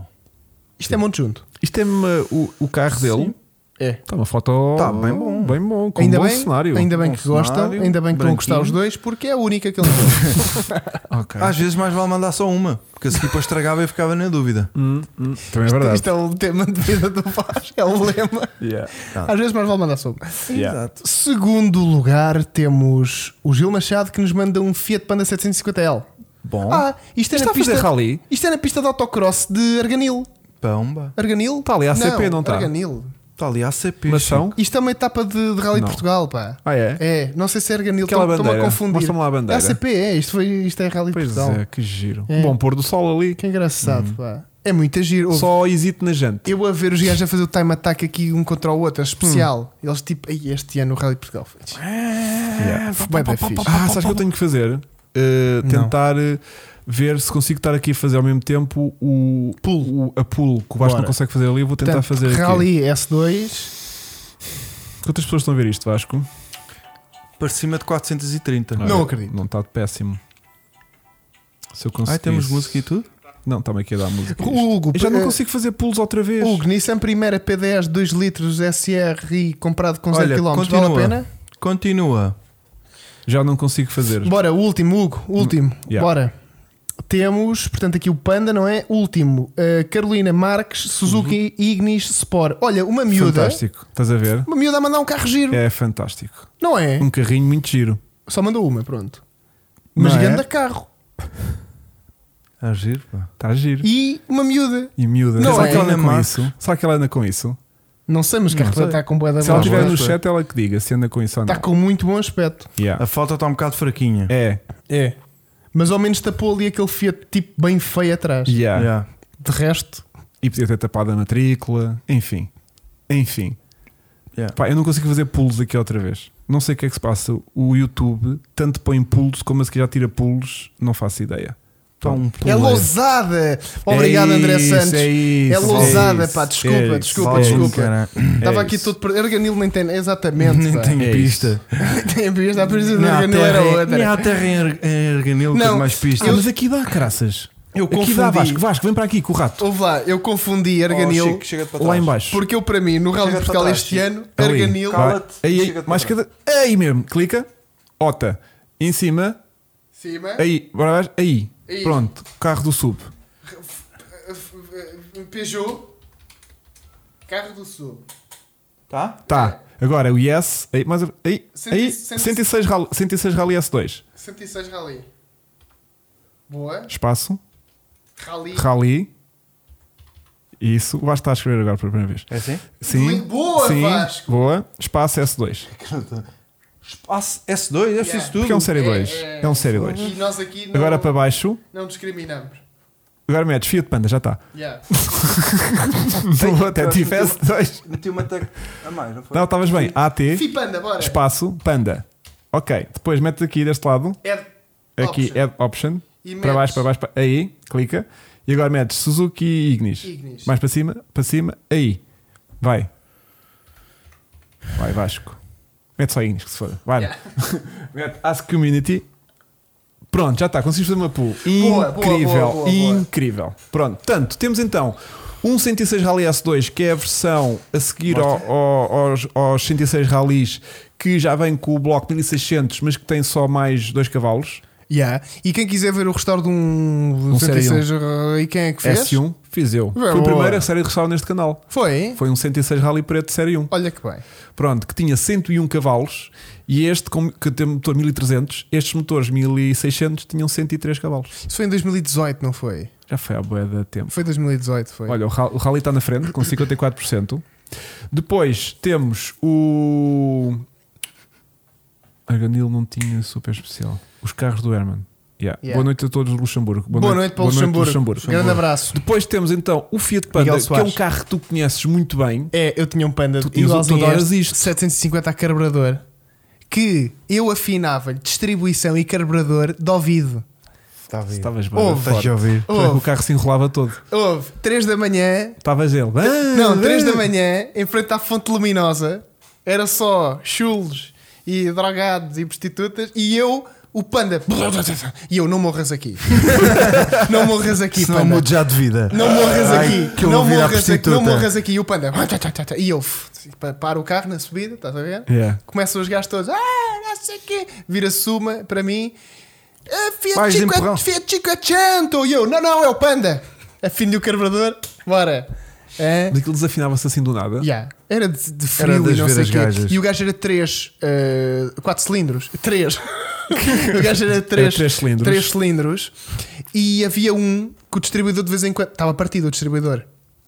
Speaker 3: Isto é muito junto.
Speaker 1: Isto é o, o carro dele.
Speaker 3: É.
Speaker 1: Está uma foto
Speaker 2: Tá bem bom.
Speaker 1: bem bom, com
Speaker 3: Ainda
Speaker 1: um bom
Speaker 3: bem,
Speaker 1: cenário.
Speaker 3: ainda bem
Speaker 2: Bom
Speaker 3: que gostam,
Speaker 2: cenário,
Speaker 3: ainda bem que vão gostar
Speaker 2: branquinho.
Speaker 3: os dois, porque é a única que ele tem.
Speaker 1: Ok.
Speaker 2: Às vezes mais vale mandar só uma, porque se tipo estragava eu ficava na dúvida.
Speaker 1: Hum, hum, também é verdade.
Speaker 3: Isto é o tema de vida do Vaz, é o lema.
Speaker 1: Yeah.
Speaker 3: Às vezes mais vale mandar sobre.
Speaker 1: Yeah.
Speaker 2: Exato.
Speaker 3: Segundo lugar, temos o Gil Machado que nos manda um Fiat Panda 750L.
Speaker 2: Bom,
Speaker 3: Ah, isto é,
Speaker 1: Isto
Speaker 3: na
Speaker 1: está a fazer
Speaker 3: pista,
Speaker 1: rally?
Speaker 3: isto é na pista de autocross de Arganil.
Speaker 2: pomba.
Speaker 3: Arganil? Está
Speaker 1: ali a ACP, não está?
Speaker 3: Arganil.
Speaker 2: Está Tá ali a ACP.
Speaker 1: Mas são?
Speaker 3: Isto é uma etapa de, de Rally de
Speaker 1: Não.
Speaker 3: Portugal, pá.
Speaker 1: Ah, é?
Speaker 3: É, não sei se é Arganil,
Speaker 1: Aquela
Speaker 3: estou- estou-me a
Speaker 1: bandeira.
Speaker 3: confundir.
Speaker 1: Mostra-me lá a bandeira.
Speaker 3: ACP, é, isto, foi, isto é Rally de
Speaker 1: Pois
Speaker 3: Portugal.
Speaker 1: é, que giro.
Speaker 3: É.
Speaker 1: Um bom pôr do sol ali.
Speaker 3: Que engraçado, pá. É muito giro. Ouve,
Speaker 1: Só hesito na gente.
Speaker 3: Eu a ver os gajos a fazer o time attack aqui um contra o outro, é especial.
Speaker 1: Hum.
Speaker 3: Eles tipo, "Ei, este ano o Rally de Portugal foi.
Speaker 1: É,
Speaker 3: É,
Speaker 1: Yeah.
Speaker 3: Bem, bem fixe.
Speaker 1: Ah, sabes o que eu tenho que fazer? Uh, tentar uh, ver se consigo estar aqui a fazer ao mesmo tempo o, o- a pull que o Vasco
Speaker 3: Bora.
Speaker 1: não consegue fazer ali. Eu vou tentar
Speaker 3: Portanto,
Speaker 1: fazer aqui.
Speaker 3: Rally S2.
Speaker 1: Quantas pessoas estão a ver isto, Vasco?
Speaker 2: Para cima de 430.
Speaker 3: Não
Speaker 1: Ah,
Speaker 3: acredito.
Speaker 1: Não está de péssimo. Se eu
Speaker 2: Ai,
Speaker 1: conseguir.
Speaker 2: temos música e tudo?
Speaker 1: Não, está-me aqui a dar música.
Speaker 3: Hugo,
Speaker 1: Eu já não
Speaker 3: eh,
Speaker 1: consigo fazer pulos outra vez.
Speaker 3: Hugo, Nissan Primeira P10 2 litros SRI comprado com 0
Speaker 2: Olha,
Speaker 3: km, vale a
Speaker 2: continua.
Speaker 3: pena?
Speaker 2: Continua.
Speaker 1: Já não consigo fazer.
Speaker 3: Bora, o último, Hugo, o último.
Speaker 1: yeah.
Speaker 3: Bora. Temos, portanto, aqui o Panda, não é? Último, eh, Carolina Marques, Suzuki Ignis Sport. Olha, uma miúda.
Speaker 1: Uhum. Fantástico. Estás a ver?
Speaker 3: Uma miúda a mandar um carro giro,
Speaker 1: É fantástico.
Speaker 3: não é?
Speaker 1: Um carrinho muito giro.
Speaker 3: Só mandou uma, pronto. Mas
Speaker 1: Não é?
Speaker 3: ganda carro.
Speaker 2: A giro, pá.
Speaker 1: Está Tá giro. E,
Speaker 3: E uma miúda.
Speaker 1: miúda.
Speaker 3: Não
Speaker 1: Será
Speaker 3: é?
Speaker 1: que ela anda com
Speaker 2: Marcos.
Speaker 1: isso? Será que ela anda com isso?
Speaker 3: Não sei, mas carro
Speaker 1: sei.
Speaker 3: está com boa da
Speaker 1: Se ela
Speaker 3: boa.
Speaker 1: estiver no
Speaker 2: acho eu.
Speaker 1: chat, ela que diga se anda com isso ou não.
Speaker 3: Está com muito bom aspecto.
Speaker 2: A
Speaker 1: Yeah.
Speaker 2: foto está um bocado fraquinha.
Speaker 1: É.
Speaker 3: É. Mas ao menos tapou ali aquele Fiat tipo bem feio atrás.
Speaker 1: Yeah.
Speaker 2: Yeah.
Speaker 3: De resto,
Speaker 1: E podia ter tapado a matrícula. Enfim. Enfim.
Speaker 2: Yeah.
Speaker 1: Pá, eu não consigo fazer pulos aqui outra vez. Não sei o que é que se passa. O YouTube tanto põe pulos como se já tira pulos. Não faço ideia. Então,
Speaker 2: Está um
Speaker 3: é
Speaker 2: pulo.
Speaker 3: lousada! Obrigado,
Speaker 1: É
Speaker 3: André
Speaker 1: isso,
Speaker 3: Santos.
Speaker 1: É, isso,
Speaker 3: É lousada,
Speaker 1: isso,
Speaker 3: pá, desculpa,
Speaker 1: isso,
Speaker 3: desculpa,
Speaker 1: é
Speaker 2: Vale,
Speaker 3: desculpa.
Speaker 2: cara.
Speaker 3: Estava
Speaker 1: É
Speaker 3: aqui
Speaker 1: isso.
Speaker 3: todo perdido. Arganil nem tem. Exatamente.
Speaker 2: Nem
Speaker 3: pá.
Speaker 2: tem
Speaker 1: É
Speaker 2: pista.
Speaker 3: Tem a pista, a pista de
Speaker 2: Nem há
Speaker 3: Arganil era
Speaker 2: terra- nem
Speaker 3: outra.
Speaker 2: há terra
Speaker 1: é
Speaker 2: em Ar- em Arganil que
Speaker 3: Não,
Speaker 2: tem mais pista.
Speaker 1: Ah, mas aqui dá, caraças.
Speaker 2: Eu
Speaker 1: Aqui dá,
Speaker 2: confundi.
Speaker 1: Vasco. Vasco, vem para aqui com o rato.
Speaker 3: Houve lá, eu
Speaker 1: Oh,
Speaker 3: confundi Arganil.
Speaker 1: Lá em baixo.
Speaker 3: Porque eu, para mim, no Rally de
Speaker 2: Chega-te
Speaker 3: Portugal
Speaker 2: para trás,
Speaker 3: este
Speaker 2: Chico.
Speaker 3: ano,
Speaker 1: Ali.
Speaker 3: Arganil.
Speaker 1: Vai.
Speaker 2: Cala-te.
Speaker 1: Aí, aí,
Speaker 2: Chega-te
Speaker 1: mais
Speaker 2: para
Speaker 1: cada... Aí mesmo. Clica. Ota. Em cima.
Speaker 3: Cima.
Speaker 1: Aí. Bora, Vasco. aí.
Speaker 3: É. Aí.
Speaker 1: Pronto. Carro do sub.
Speaker 3: Peugeot. Carro do Sul.
Speaker 2: Tá?
Speaker 1: Tá.
Speaker 3: É.
Speaker 1: Agora o yes. Aí, mais, aí,
Speaker 3: Cento e-
Speaker 1: aí
Speaker 3: cento e-
Speaker 1: 106, Rally, 106 Rally S2.
Speaker 3: 106 Rally. Boa.
Speaker 1: Espaço.
Speaker 3: Rally.
Speaker 1: Rally. Isso. Vasco está a escrever agora pela primeira vez.
Speaker 2: É assim?
Speaker 1: Sim.
Speaker 3: Boa,
Speaker 1: Sim.
Speaker 3: Vasco. É
Speaker 1: Boa. Espaço S2.
Speaker 2: Espaço S2, é preciso tudo.
Speaker 1: Porque é um Série
Speaker 3: É,
Speaker 1: 2.
Speaker 3: é.
Speaker 1: É, um Série 2.
Speaker 3: E nós aqui não,
Speaker 1: Agora para baixo.
Speaker 3: não discriminamos.
Speaker 1: Agora metes Fiat Panda. Já está.
Speaker 3: Yeah.
Speaker 1: Tu
Speaker 2: tá.
Speaker 1: Até tivesse dois.
Speaker 2: Meti uma tec... a mais, não foi?
Speaker 1: Não, estavas bem. AT,
Speaker 3: Fipanda, bora.
Speaker 1: espaço, panda. Ok, depois metes aqui deste lado,
Speaker 3: Ed-
Speaker 1: aqui
Speaker 3: Option.
Speaker 1: add option,
Speaker 3: E
Speaker 1: para baixo,
Speaker 3: metes.
Speaker 1: para baixo, para- aí, clica. E agora metes Suzuki e Ignis.
Speaker 3: Ignis.
Speaker 1: Mais para cima, para cima, aí. Vai. Vai, Vasco. Mete só Ignis, que se foda. Vai.
Speaker 3: Yeah.
Speaker 1: Mete Ask Community. Pronto, já está, conseguiste fazer uma pool.
Speaker 3: Boa, boa, boa,
Speaker 1: Incrível,
Speaker 3: boa, boa.
Speaker 1: incrível. Pronto, portanto, temos então um 106 Rally S2, que é a versão a seguir ao- ao- aos, aos 106 Rallys, que já vem com o bloco 1600, mas que tem só mais dois cavalos.
Speaker 3: Yeah. E quem quiser ver o restauro de um,
Speaker 1: Um
Speaker 3: 76 uh, e quem é que fez?
Speaker 1: S1, fiz eu.
Speaker 3: Boa.
Speaker 1: Foi a primeira série de restauro neste canal.
Speaker 3: Foi?
Speaker 1: Foi um 106 Rally Preto Série 1.
Speaker 3: Olha que bem.
Speaker 1: Pronto, que tinha 101 cavalos e este, com- que tem motor 1300, estes motores 1600 tinham 103 cavalos.
Speaker 3: Isso foi em 2018, não foi?
Speaker 1: Já foi à boia da tempo.
Speaker 3: Foi 2018, foi.
Speaker 1: Olha, o Ra- o Rally está na frente com 54%. Depois temos o. Arganil não tinha super especial. Os carros do Herman. Yeah.
Speaker 3: Yeah.
Speaker 1: Boa noite a todos de Luxemburgo.
Speaker 3: boa, noite para o Luxemburgo. Grande abraço.
Speaker 1: Depois temos então o Fiat Panda,
Speaker 3: Miguel
Speaker 1: que é um
Speaker 3: Soares.
Speaker 1: carro que tu conheces muito bem.
Speaker 3: É, eu tinha um Panda
Speaker 1: Tu tinhas
Speaker 3: igualzinho
Speaker 1: um- tu
Speaker 3: a
Speaker 1: adoras
Speaker 3: este,
Speaker 1: isto.
Speaker 3: 750 a carburador que eu afinava distribuição e carburador de ouvido.
Speaker 2: Está a
Speaker 1: Se
Speaker 2: ver.
Speaker 1: Estavas bem.
Speaker 3: Houve.
Speaker 1: tá forte.
Speaker 2: Deixa eu ver.
Speaker 1: Tu é que
Speaker 3: Houve.
Speaker 1: O carro se enrolava todo.
Speaker 3: Houve 3 da manhã,
Speaker 1: Estavas ele. Ah,
Speaker 3: não, 3
Speaker 1: ah.
Speaker 3: da manhã, em frente à fonte luminosa, era só chulos e drogados e prostitutas, e eu, o panda, e eu, não morras aqui. não morras aqui,
Speaker 2: Senão
Speaker 3: panda.
Speaker 2: mudo já de vida.
Speaker 3: Não morras
Speaker 2: Ai,
Speaker 3: aqui,
Speaker 2: que eu
Speaker 3: não
Speaker 2: vou virar
Speaker 3: morras aqui,
Speaker 2: prostituta.
Speaker 3: não morras aqui. E o panda, e eu, f- pa- paro o carro na subida, estás a ver?
Speaker 1: Yeah.
Speaker 3: Começam os gajos todos, ah, não sei o quê. Vira-se uma para mim, "Ah,
Speaker 2: Vais de empurrão.
Speaker 3: Fiat 500. E eu, não, não, é o panda. Afinho o carburador, bora. É,
Speaker 1: Mas aquilo desafinava-se assim do nada.
Speaker 3: yeah. Era de, de frio
Speaker 2: Era das
Speaker 3: e não sei o
Speaker 2: veras
Speaker 3: quê.
Speaker 2: gajas.
Speaker 3: E o gajo era 3, 4 cilindros. 3. o gajo era 3,
Speaker 1: três cilindros.
Speaker 3: cilindros. E havia um que o distribuidor de vez em quando. Estava partido o distribuidor.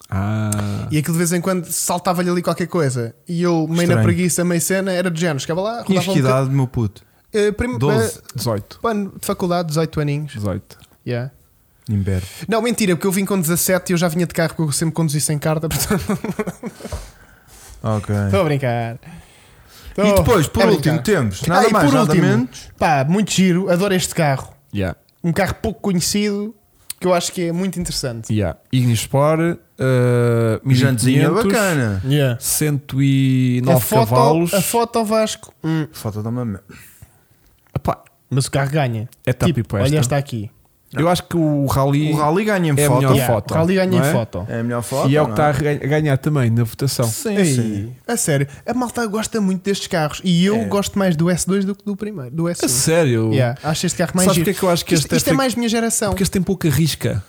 Speaker 1: Ah.
Speaker 3: E aquilo de vez em quando saltava-lhe ali qualquer coisa. E eu, meio na
Speaker 2: Estranho.
Speaker 3: preguiça, meio cena, era de género. Chegava lá,
Speaker 2: Tinhas
Speaker 3: rodava um
Speaker 2: que idade, meu puto?
Speaker 3: bocadinho. Eh, prim-
Speaker 2: 12.
Speaker 3: eh,
Speaker 1: 18.
Speaker 3: pano de faculdade, 18 aninhos.
Speaker 1: 18.
Speaker 3: Yeah.
Speaker 2: Imberbe.
Speaker 3: Não, mentira, porque eu vim com 17 e eu já vinha de carro, porque eu sempre conduzi sem carta. Portanto,
Speaker 2: Ok.
Speaker 1: Então,
Speaker 3: estou a brincar.
Speaker 2: E depois, por
Speaker 3: É brincar.
Speaker 2: último, temos
Speaker 3: Ah,
Speaker 2: nada
Speaker 3: e
Speaker 2: mais,
Speaker 3: por
Speaker 2: nada
Speaker 3: último,
Speaker 2: menos.
Speaker 3: Pá, muito giro, adoro este carro.
Speaker 1: Yeah.
Speaker 3: Um carro pouco conhecido que eu acho que é muito interessante.
Speaker 1: Yeah. Ignisport. Uh,
Speaker 2: Jantezinha
Speaker 1: 1500,
Speaker 2: é bacana.
Speaker 3: Yeah.
Speaker 1: 109
Speaker 3: A foto,
Speaker 1: cavalos.
Speaker 3: a foto ao Vasco, hum,
Speaker 2: Falta da mamãe.
Speaker 1: Epá,
Speaker 3: mas o carro ganha.
Speaker 1: É tapa e
Speaker 3: tipo,
Speaker 1: posta.
Speaker 3: olha, está aqui.
Speaker 1: eu acho que o Rally,
Speaker 2: O Rally ganha em
Speaker 1: é a
Speaker 2: foto.
Speaker 1: melhor
Speaker 3: Yeah,
Speaker 1: foto.
Speaker 3: o Rally ganha
Speaker 1: não
Speaker 3: em
Speaker 1: é?
Speaker 3: foto.
Speaker 2: É a melhor foto.
Speaker 1: E é o que
Speaker 2: não
Speaker 1: está a re- a ganhar também na votação.
Speaker 2: Sim, sim.
Speaker 3: Ei, a sério, a malta gosta muito destes carros e eu gosto mais do S2 do que do primeiro, do
Speaker 1: É. A
Speaker 3: S1.
Speaker 1: sério.
Speaker 3: Yeah, acho este carro mais
Speaker 1: Sabes
Speaker 3: giro.
Speaker 1: porque é que eu acho que
Speaker 3: isto,
Speaker 1: este é
Speaker 3: isto é
Speaker 1: feito-
Speaker 3: mais minha geração.
Speaker 1: Porque este tem pouca risca.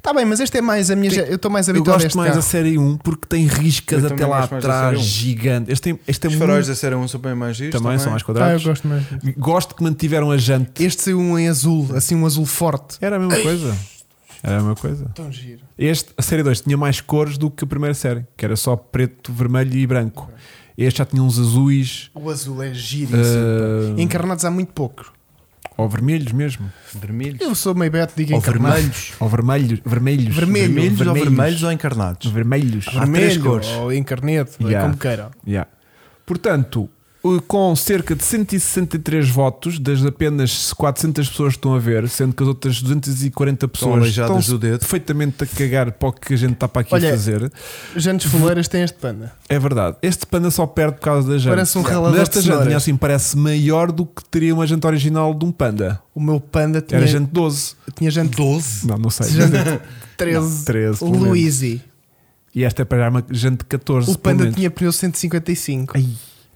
Speaker 3: Tá bem, mas este é mais a minha.
Speaker 1: Tem-
Speaker 3: ge- Eu estou mais
Speaker 1: Eu
Speaker 3: habituado a
Speaker 1: gosto
Speaker 3: este
Speaker 1: mais
Speaker 3: carro.
Speaker 1: da série 1 porque tem riscas
Speaker 2: Eu
Speaker 1: até
Speaker 2: também
Speaker 1: lá
Speaker 2: gosto mais da
Speaker 1: atrás,
Speaker 2: série um.
Speaker 1: gigante. Este, tem, este é
Speaker 2: Os
Speaker 1: muito-
Speaker 2: faróis da série 1 são bem mais giros.
Speaker 1: também, são mais
Speaker 3: Ah, eu
Speaker 1: quadrados.
Speaker 3: gosto mais.
Speaker 1: gosto que mantiveram a jante.
Speaker 3: Este saiu um em azul, assim um azul forte.
Speaker 1: Era a mesma coisa. Era a mesma coisa.
Speaker 3: Tão giro.
Speaker 1: Este, a série 2 tinha mais cores do que a primeira série, que era só preto, vermelho e branco. Este já tinha uns azuis
Speaker 3: O azul é giro.
Speaker 1: Ah.
Speaker 3: Encarnados há muito pouco.
Speaker 1: ou vermelhos mesmo.
Speaker 2: Vermelhos.
Speaker 3: Eu sou meio beto, diga
Speaker 2: Ou
Speaker 3: encarnado.
Speaker 2: vermelhos.
Speaker 1: Ou vermelhos. Vermelhos.
Speaker 3: Vermelho.
Speaker 2: Vermelhos ou
Speaker 1: Vermelhos.
Speaker 2: vermelhos ou encarnados.
Speaker 1: Vermelhos.
Speaker 2: Há três cores.
Speaker 3: ou encarnedo, é
Speaker 1: Yeah.
Speaker 3: como queira.
Speaker 1: Yeah. Portanto, o- com cerca de 163 votos, das apenas 400 pessoas que estão a ver, sendo que as outras 240 pessoas
Speaker 2: aleijadas do dedo.
Speaker 1: perfeitamente a cagar para o que a gente está para aqui
Speaker 3: Olha,
Speaker 1: a fazer,
Speaker 3: Jantes Foleiras tem este panda.
Speaker 1: é verdade. Este panda só perde por causa da janta.
Speaker 3: Parece um ralador
Speaker 1: Mas esta
Speaker 3: de
Speaker 1: janta,
Speaker 3: cenouras.
Speaker 1: assim, parece maior do que teria uma janta original de um panda.
Speaker 3: O meu panda tinha,
Speaker 1: Era jante 12.
Speaker 3: tinha jante
Speaker 2: 12.
Speaker 1: Não, não sei.
Speaker 3: Jante 13.
Speaker 1: 13, pelo menos.
Speaker 3: Luizy.
Speaker 1: E esta é para uma jante 14.
Speaker 3: O
Speaker 1: pelo
Speaker 3: panda
Speaker 1: menos.
Speaker 3: tinha pneu 155.
Speaker 1: Ai,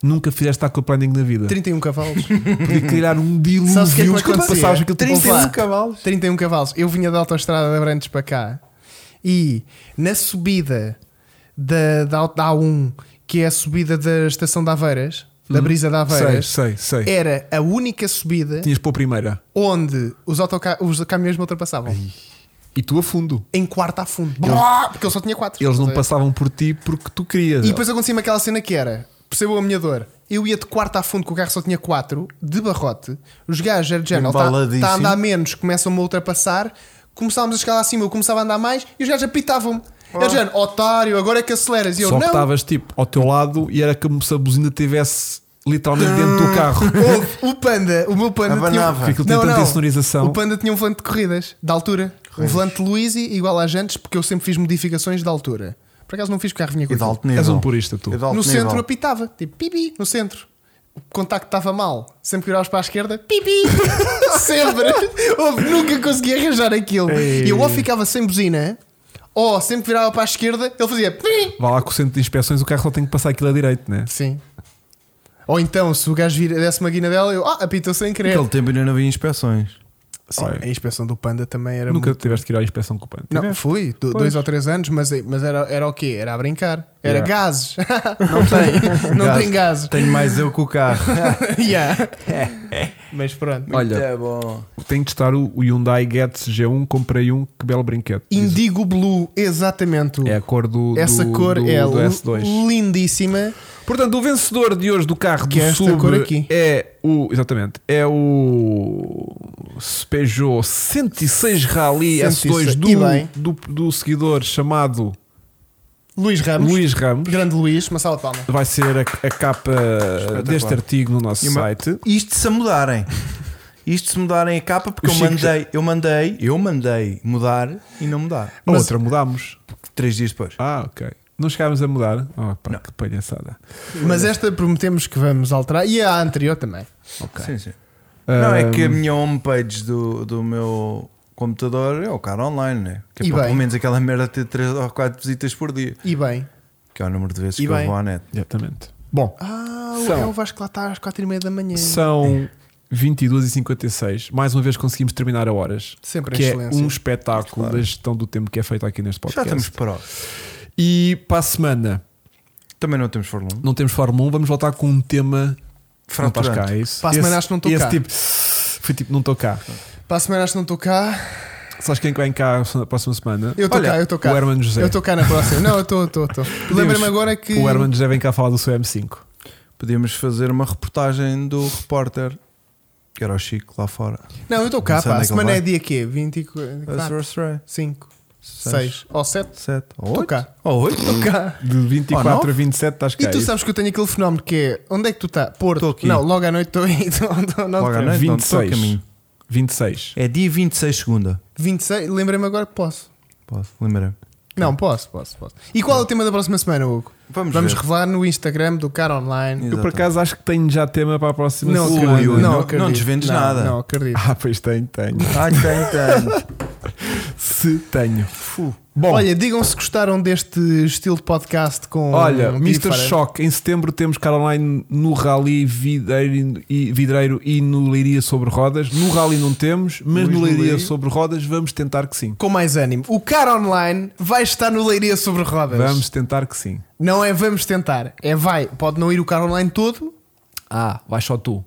Speaker 1: nunca fizeste taco planning na vida.
Speaker 3: 31 cavalos.
Speaker 1: Podia criar um
Speaker 3: Sabes o que é que
Speaker 1: dilúvio
Speaker 3: vai
Speaker 1: quando
Speaker 3: acontecer?
Speaker 1: passavas aquilo tipo
Speaker 3: 31
Speaker 1: ao-
Speaker 2: cavalos.
Speaker 3: 31 cavalos. Eu vinha da autoestrada de Abrantes para cá e na subida da, da, da A1, que é a subida da estação de Aveiras, da brisa de Aveiras,
Speaker 1: Uhum. Sei, sei, sei.
Speaker 3: era a única subida
Speaker 1: Tinhas para a primeira.
Speaker 3: onde os, autoca- os caminhões me ultrapassavam.
Speaker 1: E tu a fundo.
Speaker 3: Em quarto a fundo. porque eu só tinha quatro.
Speaker 1: Eles
Speaker 3: Estás
Speaker 1: não
Speaker 3: a ver?
Speaker 1: passavam por ti porque tu querias.
Speaker 3: é. E depois acontecia-me aquela cena que era: percebam a minha dor. Eu ia de quarto a fundo, que o carro só tinha quatro, de barrote. Os gajos era de género, está
Speaker 2: Embaladíssimo.
Speaker 3: tá- a andar menos, começam-me a ultrapassar. Começávamos a escalar acima, eu começava a andar mais e os gajos apitavam-me.
Speaker 2: Oh.
Speaker 3: Eu Era de género, otário, agora é que aceleras. E eu,
Speaker 1: Só que
Speaker 3: não,
Speaker 1: estavas tipo ao teu lado e era como se a buzina tivesse literalmente dentro do carro.
Speaker 3: Houve, o panda, o meu panda
Speaker 2: Abanava.
Speaker 1: Porque
Speaker 3: tinha. um
Speaker 1: aquilo tem tanta insonorização.
Speaker 3: O panda tinha um volante de corridas, de altura. Um volante Luizy igual a Jantes, porque eu sempre fiz modificações de altura. Por acaso não fiz porque o carro vinha com
Speaker 2: E de
Speaker 3: aquilo.
Speaker 2: alto nível.
Speaker 1: És um purista, tu.
Speaker 2: E de alto
Speaker 3: no
Speaker 2: nível.
Speaker 3: centro apitava, tipo pipi, no centro. O contacto estava mal, sempre que viravas para a esquerda, pipi, sempre. Houve, nunca consegui arranjar aquilo. E eu ou ficava sem buzina, ou sempre que virava para a esquerda, ele fazia pipi.
Speaker 1: Vá lá com o centro de inspeções, o carro só tem que passar aquilo a direito, né?
Speaker 3: Sim. Ou então, se o gajo vira, desse uma guina dela, eu, ah, apitou sem querer.
Speaker 2: Naquele tempo ainda não havia inspeções.
Speaker 3: Sim,
Speaker 1: Olha.
Speaker 3: a inspeção do panda também era
Speaker 1: Nunca
Speaker 3: É muito.
Speaker 1: tiveste que ir à inspeção com o pano.
Speaker 3: Não,
Speaker 1: Tiveste?
Speaker 3: fui, do-
Speaker 1: Pois.
Speaker 3: dois ou três anos, mas, mas era, era o quê? Era a brincar. Era
Speaker 1: Yeah.
Speaker 3: gases. não tem, não tem gases.
Speaker 2: Tenho mais eu que o carro.
Speaker 3: Yeah.
Speaker 1: É.
Speaker 3: mas pronto.
Speaker 1: Olha,
Speaker 2: É bom.
Speaker 1: tenho que testar o o Hyundai Getz G1, comprei um, que belo brinquedo.
Speaker 3: Indigo Blue, exatamente.
Speaker 1: É a cor do, do-
Speaker 3: Essa cor
Speaker 1: do-
Speaker 3: é
Speaker 1: do S2.
Speaker 3: lindíssima.
Speaker 1: Portanto, o vencedor de hoje do carro
Speaker 3: Que
Speaker 1: do
Speaker 3: é esta
Speaker 1: sub
Speaker 3: cor aqui.
Speaker 1: é o. Exatamente. É o. Peugeot 106 Rally
Speaker 3: 106.
Speaker 1: S2
Speaker 3: E bem.
Speaker 1: do, do, do seguidor chamado
Speaker 3: Luís Ramos.
Speaker 1: Luís Ramos.
Speaker 3: Grande Luís, uma salva de palma.
Speaker 1: Vai ser a, a capa deste artigo no nosso
Speaker 2: E uma-
Speaker 1: site.
Speaker 2: Isto se a mudarem. Isto se mudarem a capa, porque
Speaker 1: O
Speaker 2: eu
Speaker 1: Chico
Speaker 2: mandei, eu mandei, eu mandei mudar e não mudar.
Speaker 1: A
Speaker 3: Mas-
Speaker 1: outra mudámos.
Speaker 2: Três dias depois.
Speaker 1: Ah, ok. Não chegámos a mudar. Oh, pá, que palhaçada.
Speaker 3: Mas esta prometemos que vamos alterar e a anterior também.
Speaker 1: Ok.
Speaker 2: Sim, sim. Não, é que a
Speaker 1: Ahm,
Speaker 2: minha homepage do, do meu computador é o cara online, né? Que é
Speaker 3: E
Speaker 2: para
Speaker 3: bem.
Speaker 2: pelo menos aquela merda ter 3 ou 4 visitas por dia,
Speaker 3: E bem.
Speaker 2: que é o número de vezes
Speaker 3: E
Speaker 2: que
Speaker 3: bem.
Speaker 2: eu vou à net.
Speaker 1: Exatamente.
Speaker 3: Bom. Ah, o-
Speaker 1: São-
Speaker 3: é o Vasco lá está às 4h30 da manhã.
Speaker 1: São 22h56. Mais uma vez conseguimos terminar a horas.
Speaker 3: Sempre a
Speaker 1: que é
Speaker 3: excelência.
Speaker 1: um espetáculo da gestão do tempo que é feito aqui neste
Speaker 2: Já
Speaker 1: podcast.
Speaker 2: estamos parados.
Speaker 1: E para a semana
Speaker 2: Também não temos Fórmula 1.
Speaker 1: não temos Fórmula 1, vamos voltar com um tema que não estás cá,
Speaker 2: Fraturante.
Speaker 1: é isso?
Speaker 3: Para a semana acho que não estou
Speaker 1: esse
Speaker 3: cá.
Speaker 1: Tipo, foi tipo, não estou cá.
Speaker 3: Para a semana acho que não estou cá.
Speaker 1: Sabes quem é vem cá na próxima semana?
Speaker 3: Eu estou
Speaker 2: Olha,
Speaker 3: cá, eu estou cá.
Speaker 1: o Herman José.
Speaker 3: Eu estou cá na próxima. Não, eu estou, estou, estou. Lembra-me agora que.
Speaker 1: O Herman José vem cá falar do seu M5.
Speaker 2: Podíamos fazer uma reportagem do repórter, que era o Chico lá fora.
Speaker 3: Não, eu estou cá,
Speaker 2: Não sei
Speaker 3: pá.
Speaker 2: onde
Speaker 3: A
Speaker 2: é que
Speaker 3: semana
Speaker 2: ele
Speaker 3: é
Speaker 2: vai.
Speaker 3: dia quê? 20,
Speaker 2: A
Speaker 3: 4,
Speaker 2: Source Ray,
Speaker 3: 5,
Speaker 2: Seis.
Speaker 3: 6 ou 7?
Speaker 2: sete ou
Speaker 3: Estou
Speaker 2: oito.
Speaker 3: cá.
Speaker 2: Ou oito?
Speaker 3: Estou cá.
Speaker 1: De 24
Speaker 2: nove?
Speaker 1: a 27 estás cá.
Speaker 3: E tu
Speaker 1: é isso?
Speaker 3: sabes que eu tenho aquele fenómeno que é onde é que tu estás? Porto.
Speaker 2: É Tô aqui.
Speaker 3: Não, logo à noite estou aí. Não, não, não,
Speaker 2: Logo à
Speaker 3: não.
Speaker 2: noite, não, estou a
Speaker 1: 26.
Speaker 2: caminho.
Speaker 1: 26.
Speaker 2: É dia 26 segunda.
Speaker 3: 26, lembrei-me agora que posso.
Speaker 2: Posso, lembrei.
Speaker 3: Não,
Speaker 2: Tá.
Speaker 3: posso, posso, posso. E qual é o tema da próxima semana, Hugo?
Speaker 2: Vamos ver.
Speaker 3: revelar no Instagram do Cara Online.
Speaker 1: Eu por
Speaker 2: Exatamente.
Speaker 1: acaso acho que tenho já tema para a próxima
Speaker 3: Não,
Speaker 1: semana.
Speaker 3: acredito,
Speaker 2: ui, não-
Speaker 3: acredito.
Speaker 2: não desvendes
Speaker 3: Não,
Speaker 2: nada.
Speaker 3: Não, acredito.
Speaker 1: Ah, pois tenho, tenho.
Speaker 2: Ai, Ah, tem, tem.
Speaker 1: Se tenho. Bom, olha,
Speaker 3: Olha, digam se gostaram deste estilo de podcast com.
Speaker 1: Mr.
Speaker 3: Fara-
Speaker 1: Shock, em setembro temos cara online no Rally Videiro e, Vidreiro e no Leiria sobre rodas. No Rally não temos, mas
Speaker 2: Luís
Speaker 1: no
Speaker 2: no
Speaker 1: Leiria
Speaker 2: Leiria.
Speaker 1: sobre rodas vamos tentar que sim.
Speaker 3: Com mais ânimo. O Cara Online vai estar no Leiria sobre Rodas.
Speaker 1: Vamos tentar que sim.
Speaker 3: Não é vamos tentar. É vai. Pode não ir o Cara Online todo.
Speaker 1: Ah, vai só tu.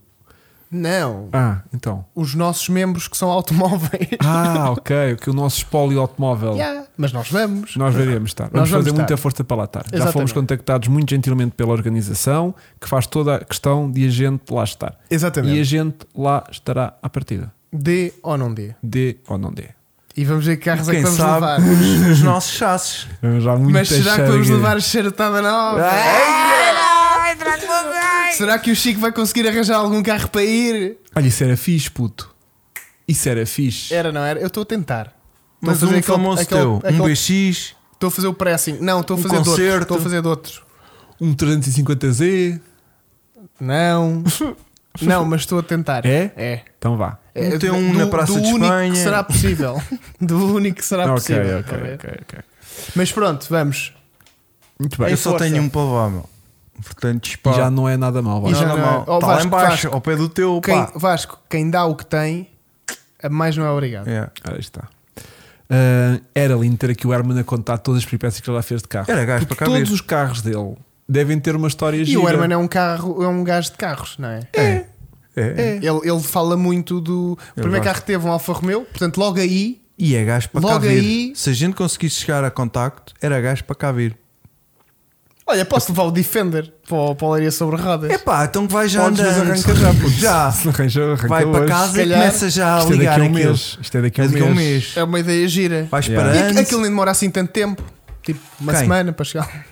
Speaker 3: Não.
Speaker 1: Ah, então.
Speaker 3: Os nossos membros que são automóveis.
Speaker 1: Ah, ok, que o nosso espólio automóvel.
Speaker 3: Yeah, Mas nós vamos.
Speaker 1: Nós veremos estar. Vamos
Speaker 3: Nós vamos
Speaker 1: fazer
Speaker 3: estar.
Speaker 1: muita força para lá estar. Já
Speaker 3: Exatamente.
Speaker 1: fomos contactados muito gentilmente pela organização, que faz toda a questão de a gente lá estar.
Speaker 3: Exatamente.
Speaker 1: E a gente lá estará à partida.
Speaker 3: Dê ou não dê.
Speaker 1: Dê ou não dê.
Speaker 3: E vamos ver que carros é que
Speaker 2: Quem
Speaker 3: vamos
Speaker 2: sabe
Speaker 3: levar.
Speaker 2: os, os nossos chassos.
Speaker 1: Já
Speaker 3: Mas será que vamos levar a xeratada nova? Será que o Chico vai conseguir arranjar algum carro para ir?
Speaker 1: Olha, isso era fixe, puto. Isso era fixe.
Speaker 3: Era, não era? Eu estou a tentar. Estou a
Speaker 2: Mas
Speaker 3: fazer
Speaker 2: um
Speaker 3: aquele-
Speaker 2: famoso
Speaker 3: aquele-
Speaker 2: teu, um
Speaker 3: aquele-
Speaker 2: BX.
Speaker 3: Estou a fazer o pressing. Não, estou a
Speaker 2: Um
Speaker 3: fazer de outro.
Speaker 2: concerto.
Speaker 3: Estou a fazer de outro.
Speaker 1: Um 350Z.
Speaker 3: Não. não, mas estou a tentar.
Speaker 1: É?
Speaker 3: É.
Speaker 1: Então vá.
Speaker 3: É,
Speaker 2: Tem um na Praça
Speaker 3: do
Speaker 2: de
Speaker 3: único
Speaker 2: Espanha.
Speaker 3: que será possível. do único que será
Speaker 1: ok,
Speaker 3: é possível. está a
Speaker 1: ok,
Speaker 3: ver?
Speaker 1: ok, ok.
Speaker 3: Mas pronto, vamos.
Speaker 1: Muito
Speaker 3: É
Speaker 1: bem.
Speaker 2: eu só
Speaker 3: força.
Speaker 2: tenho um para levar, meu. Portanto,
Speaker 1: E
Speaker 2: dispara.
Speaker 1: já não é nada mal.
Speaker 3: E
Speaker 2: Não,
Speaker 3: já
Speaker 2: não,
Speaker 3: não é-
Speaker 2: mal.
Speaker 3: Ó,
Speaker 2: Tá lá
Speaker 3: Vasco,
Speaker 2: em baixo,
Speaker 3: Vasco.
Speaker 2: ao pé do teu,
Speaker 3: Quem,
Speaker 2: pá.
Speaker 3: Vasco, quem dá o que tem, a mais não é obrigado.
Speaker 2: É.
Speaker 1: Aí está. Ah, era lindo ter aqui o Herman a contar todas as peripécias que ele já fez de carro.
Speaker 2: Era gajo
Speaker 1: Porque
Speaker 2: para cá
Speaker 1: todos
Speaker 2: ver.
Speaker 1: os carros dele devem ter uma história
Speaker 3: E
Speaker 1: gira.
Speaker 3: o Herman é um, carro, é um gajo de carros, não é?
Speaker 2: É.
Speaker 3: Ele, ele fala muito do. O
Speaker 2: Eu
Speaker 3: primeiro
Speaker 2: gosto.
Speaker 3: carro que teve um Alfa Romeo, portanto, logo aí.
Speaker 2: E é gajo para cá
Speaker 3: Logo
Speaker 2: vir.
Speaker 3: aí-
Speaker 2: Se a gente conseguisse chegar a contacto, era gajo para cá vir.
Speaker 3: Olha, posso levar o Defender para, o- para a Leiria sobre rodas.
Speaker 2: É pá, então que vai já
Speaker 1: Podes, mas
Speaker 2: andando.
Speaker 1: arranca já, puto.
Speaker 2: Já.
Speaker 1: Se arranja, arranca
Speaker 2: um Vai para
Speaker 1: hoje.
Speaker 2: casa
Speaker 3: Se
Speaker 2: e
Speaker 3: calhar,
Speaker 2: começa já a
Speaker 1: Isto é
Speaker 2: ligar
Speaker 1: daqui a um
Speaker 2: aquilo.
Speaker 1: mês. Isto é daqui a
Speaker 2: É
Speaker 1: um
Speaker 2: daqui a
Speaker 1: mês.
Speaker 2: um mês.
Speaker 3: É uma ideia gira.
Speaker 2: Vais
Speaker 1: Yeah.
Speaker 2: parando.
Speaker 3: E aqu- aquilo nem demora assim tanto tempo. Tipo, uma
Speaker 2: Quem?
Speaker 3: semana para chegar.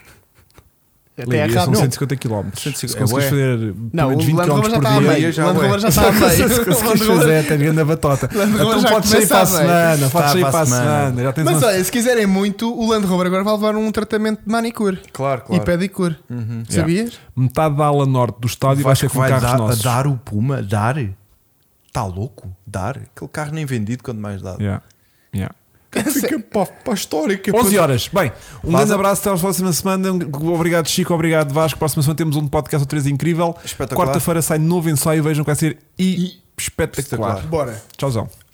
Speaker 3: Até é
Speaker 1: Leiria, são
Speaker 3: rápido.
Speaker 1: 150 km. Se
Speaker 2: 150
Speaker 1: conseguires
Speaker 2: é bué.
Speaker 1: fazer
Speaker 3: Não,
Speaker 1: pelo menos
Speaker 3: o
Speaker 1: 20
Speaker 3: Land
Speaker 1: km
Speaker 3: Rover já está
Speaker 1: por
Speaker 3: a
Speaker 1: dia,
Speaker 2: meio.
Speaker 3: meio. O
Speaker 2: já
Speaker 3: Land
Speaker 2: é.
Speaker 3: Rover já está a meio.
Speaker 1: se
Speaker 3: O
Speaker 1: conseguires
Speaker 3: Land Rover-
Speaker 1: fazer, tens grande batota.
Speaker 3: Land Rover
Speaker 1: Então
Speaker 3: já
Speaker 1: podes sair
Speaker 3: começa
Speaker 1: para a
Speaker 3: a meio.
Speaker 1: semana, podes
Speaker 2: Está
Speaker 1: sair
Speaker 2: Tá, para a
Speaker 1: para a
Speaker 2: semana.
Speaker 1: semana. Já tens
Speaker 3: Mas
Speaker 1: uma-
Speaker 3: olha, se quiserem muito, o Land Rover agora vai levar um tratamento de manicure
Speaker 2: Claro, Uhum.
Speaker 3: e pedicure. Sabias?
Speaker 1: metade da ala norte do estádio vai ser
Speaker 2: Vasco
Speaker 1: com
Speaker 2: vai
Speaker 1: carros
Speaker 2: dar,
Speaker 1: nossos.
Speaker 2: dar o Puma? Dar? Está louco? Dar? Aquele carro nem vendido, quanto mais dado.
Speaker 1: Yeah. Yeah.
Speaker 2: Fica para, para a história. que é
Speaker 1: 11
Speaker 2: para-
Speaker 1: horas. Bem, um
Speaker 2: Vaza.
Speaker 1: grande abraço. Até à próxima semana. Um- Obrigado, Chico. Obrigado, Vasco. Próxima semana temos um podcast ou três incrível.
Speaker 2: Espetacular.
Speaker 1: Quarta-feira sai novo ensaio. Vejam que vai ser e espetacular.
Speaker 2: Espetacular.
Speaker 3: Bora.
Speaker 1: Tchauzão.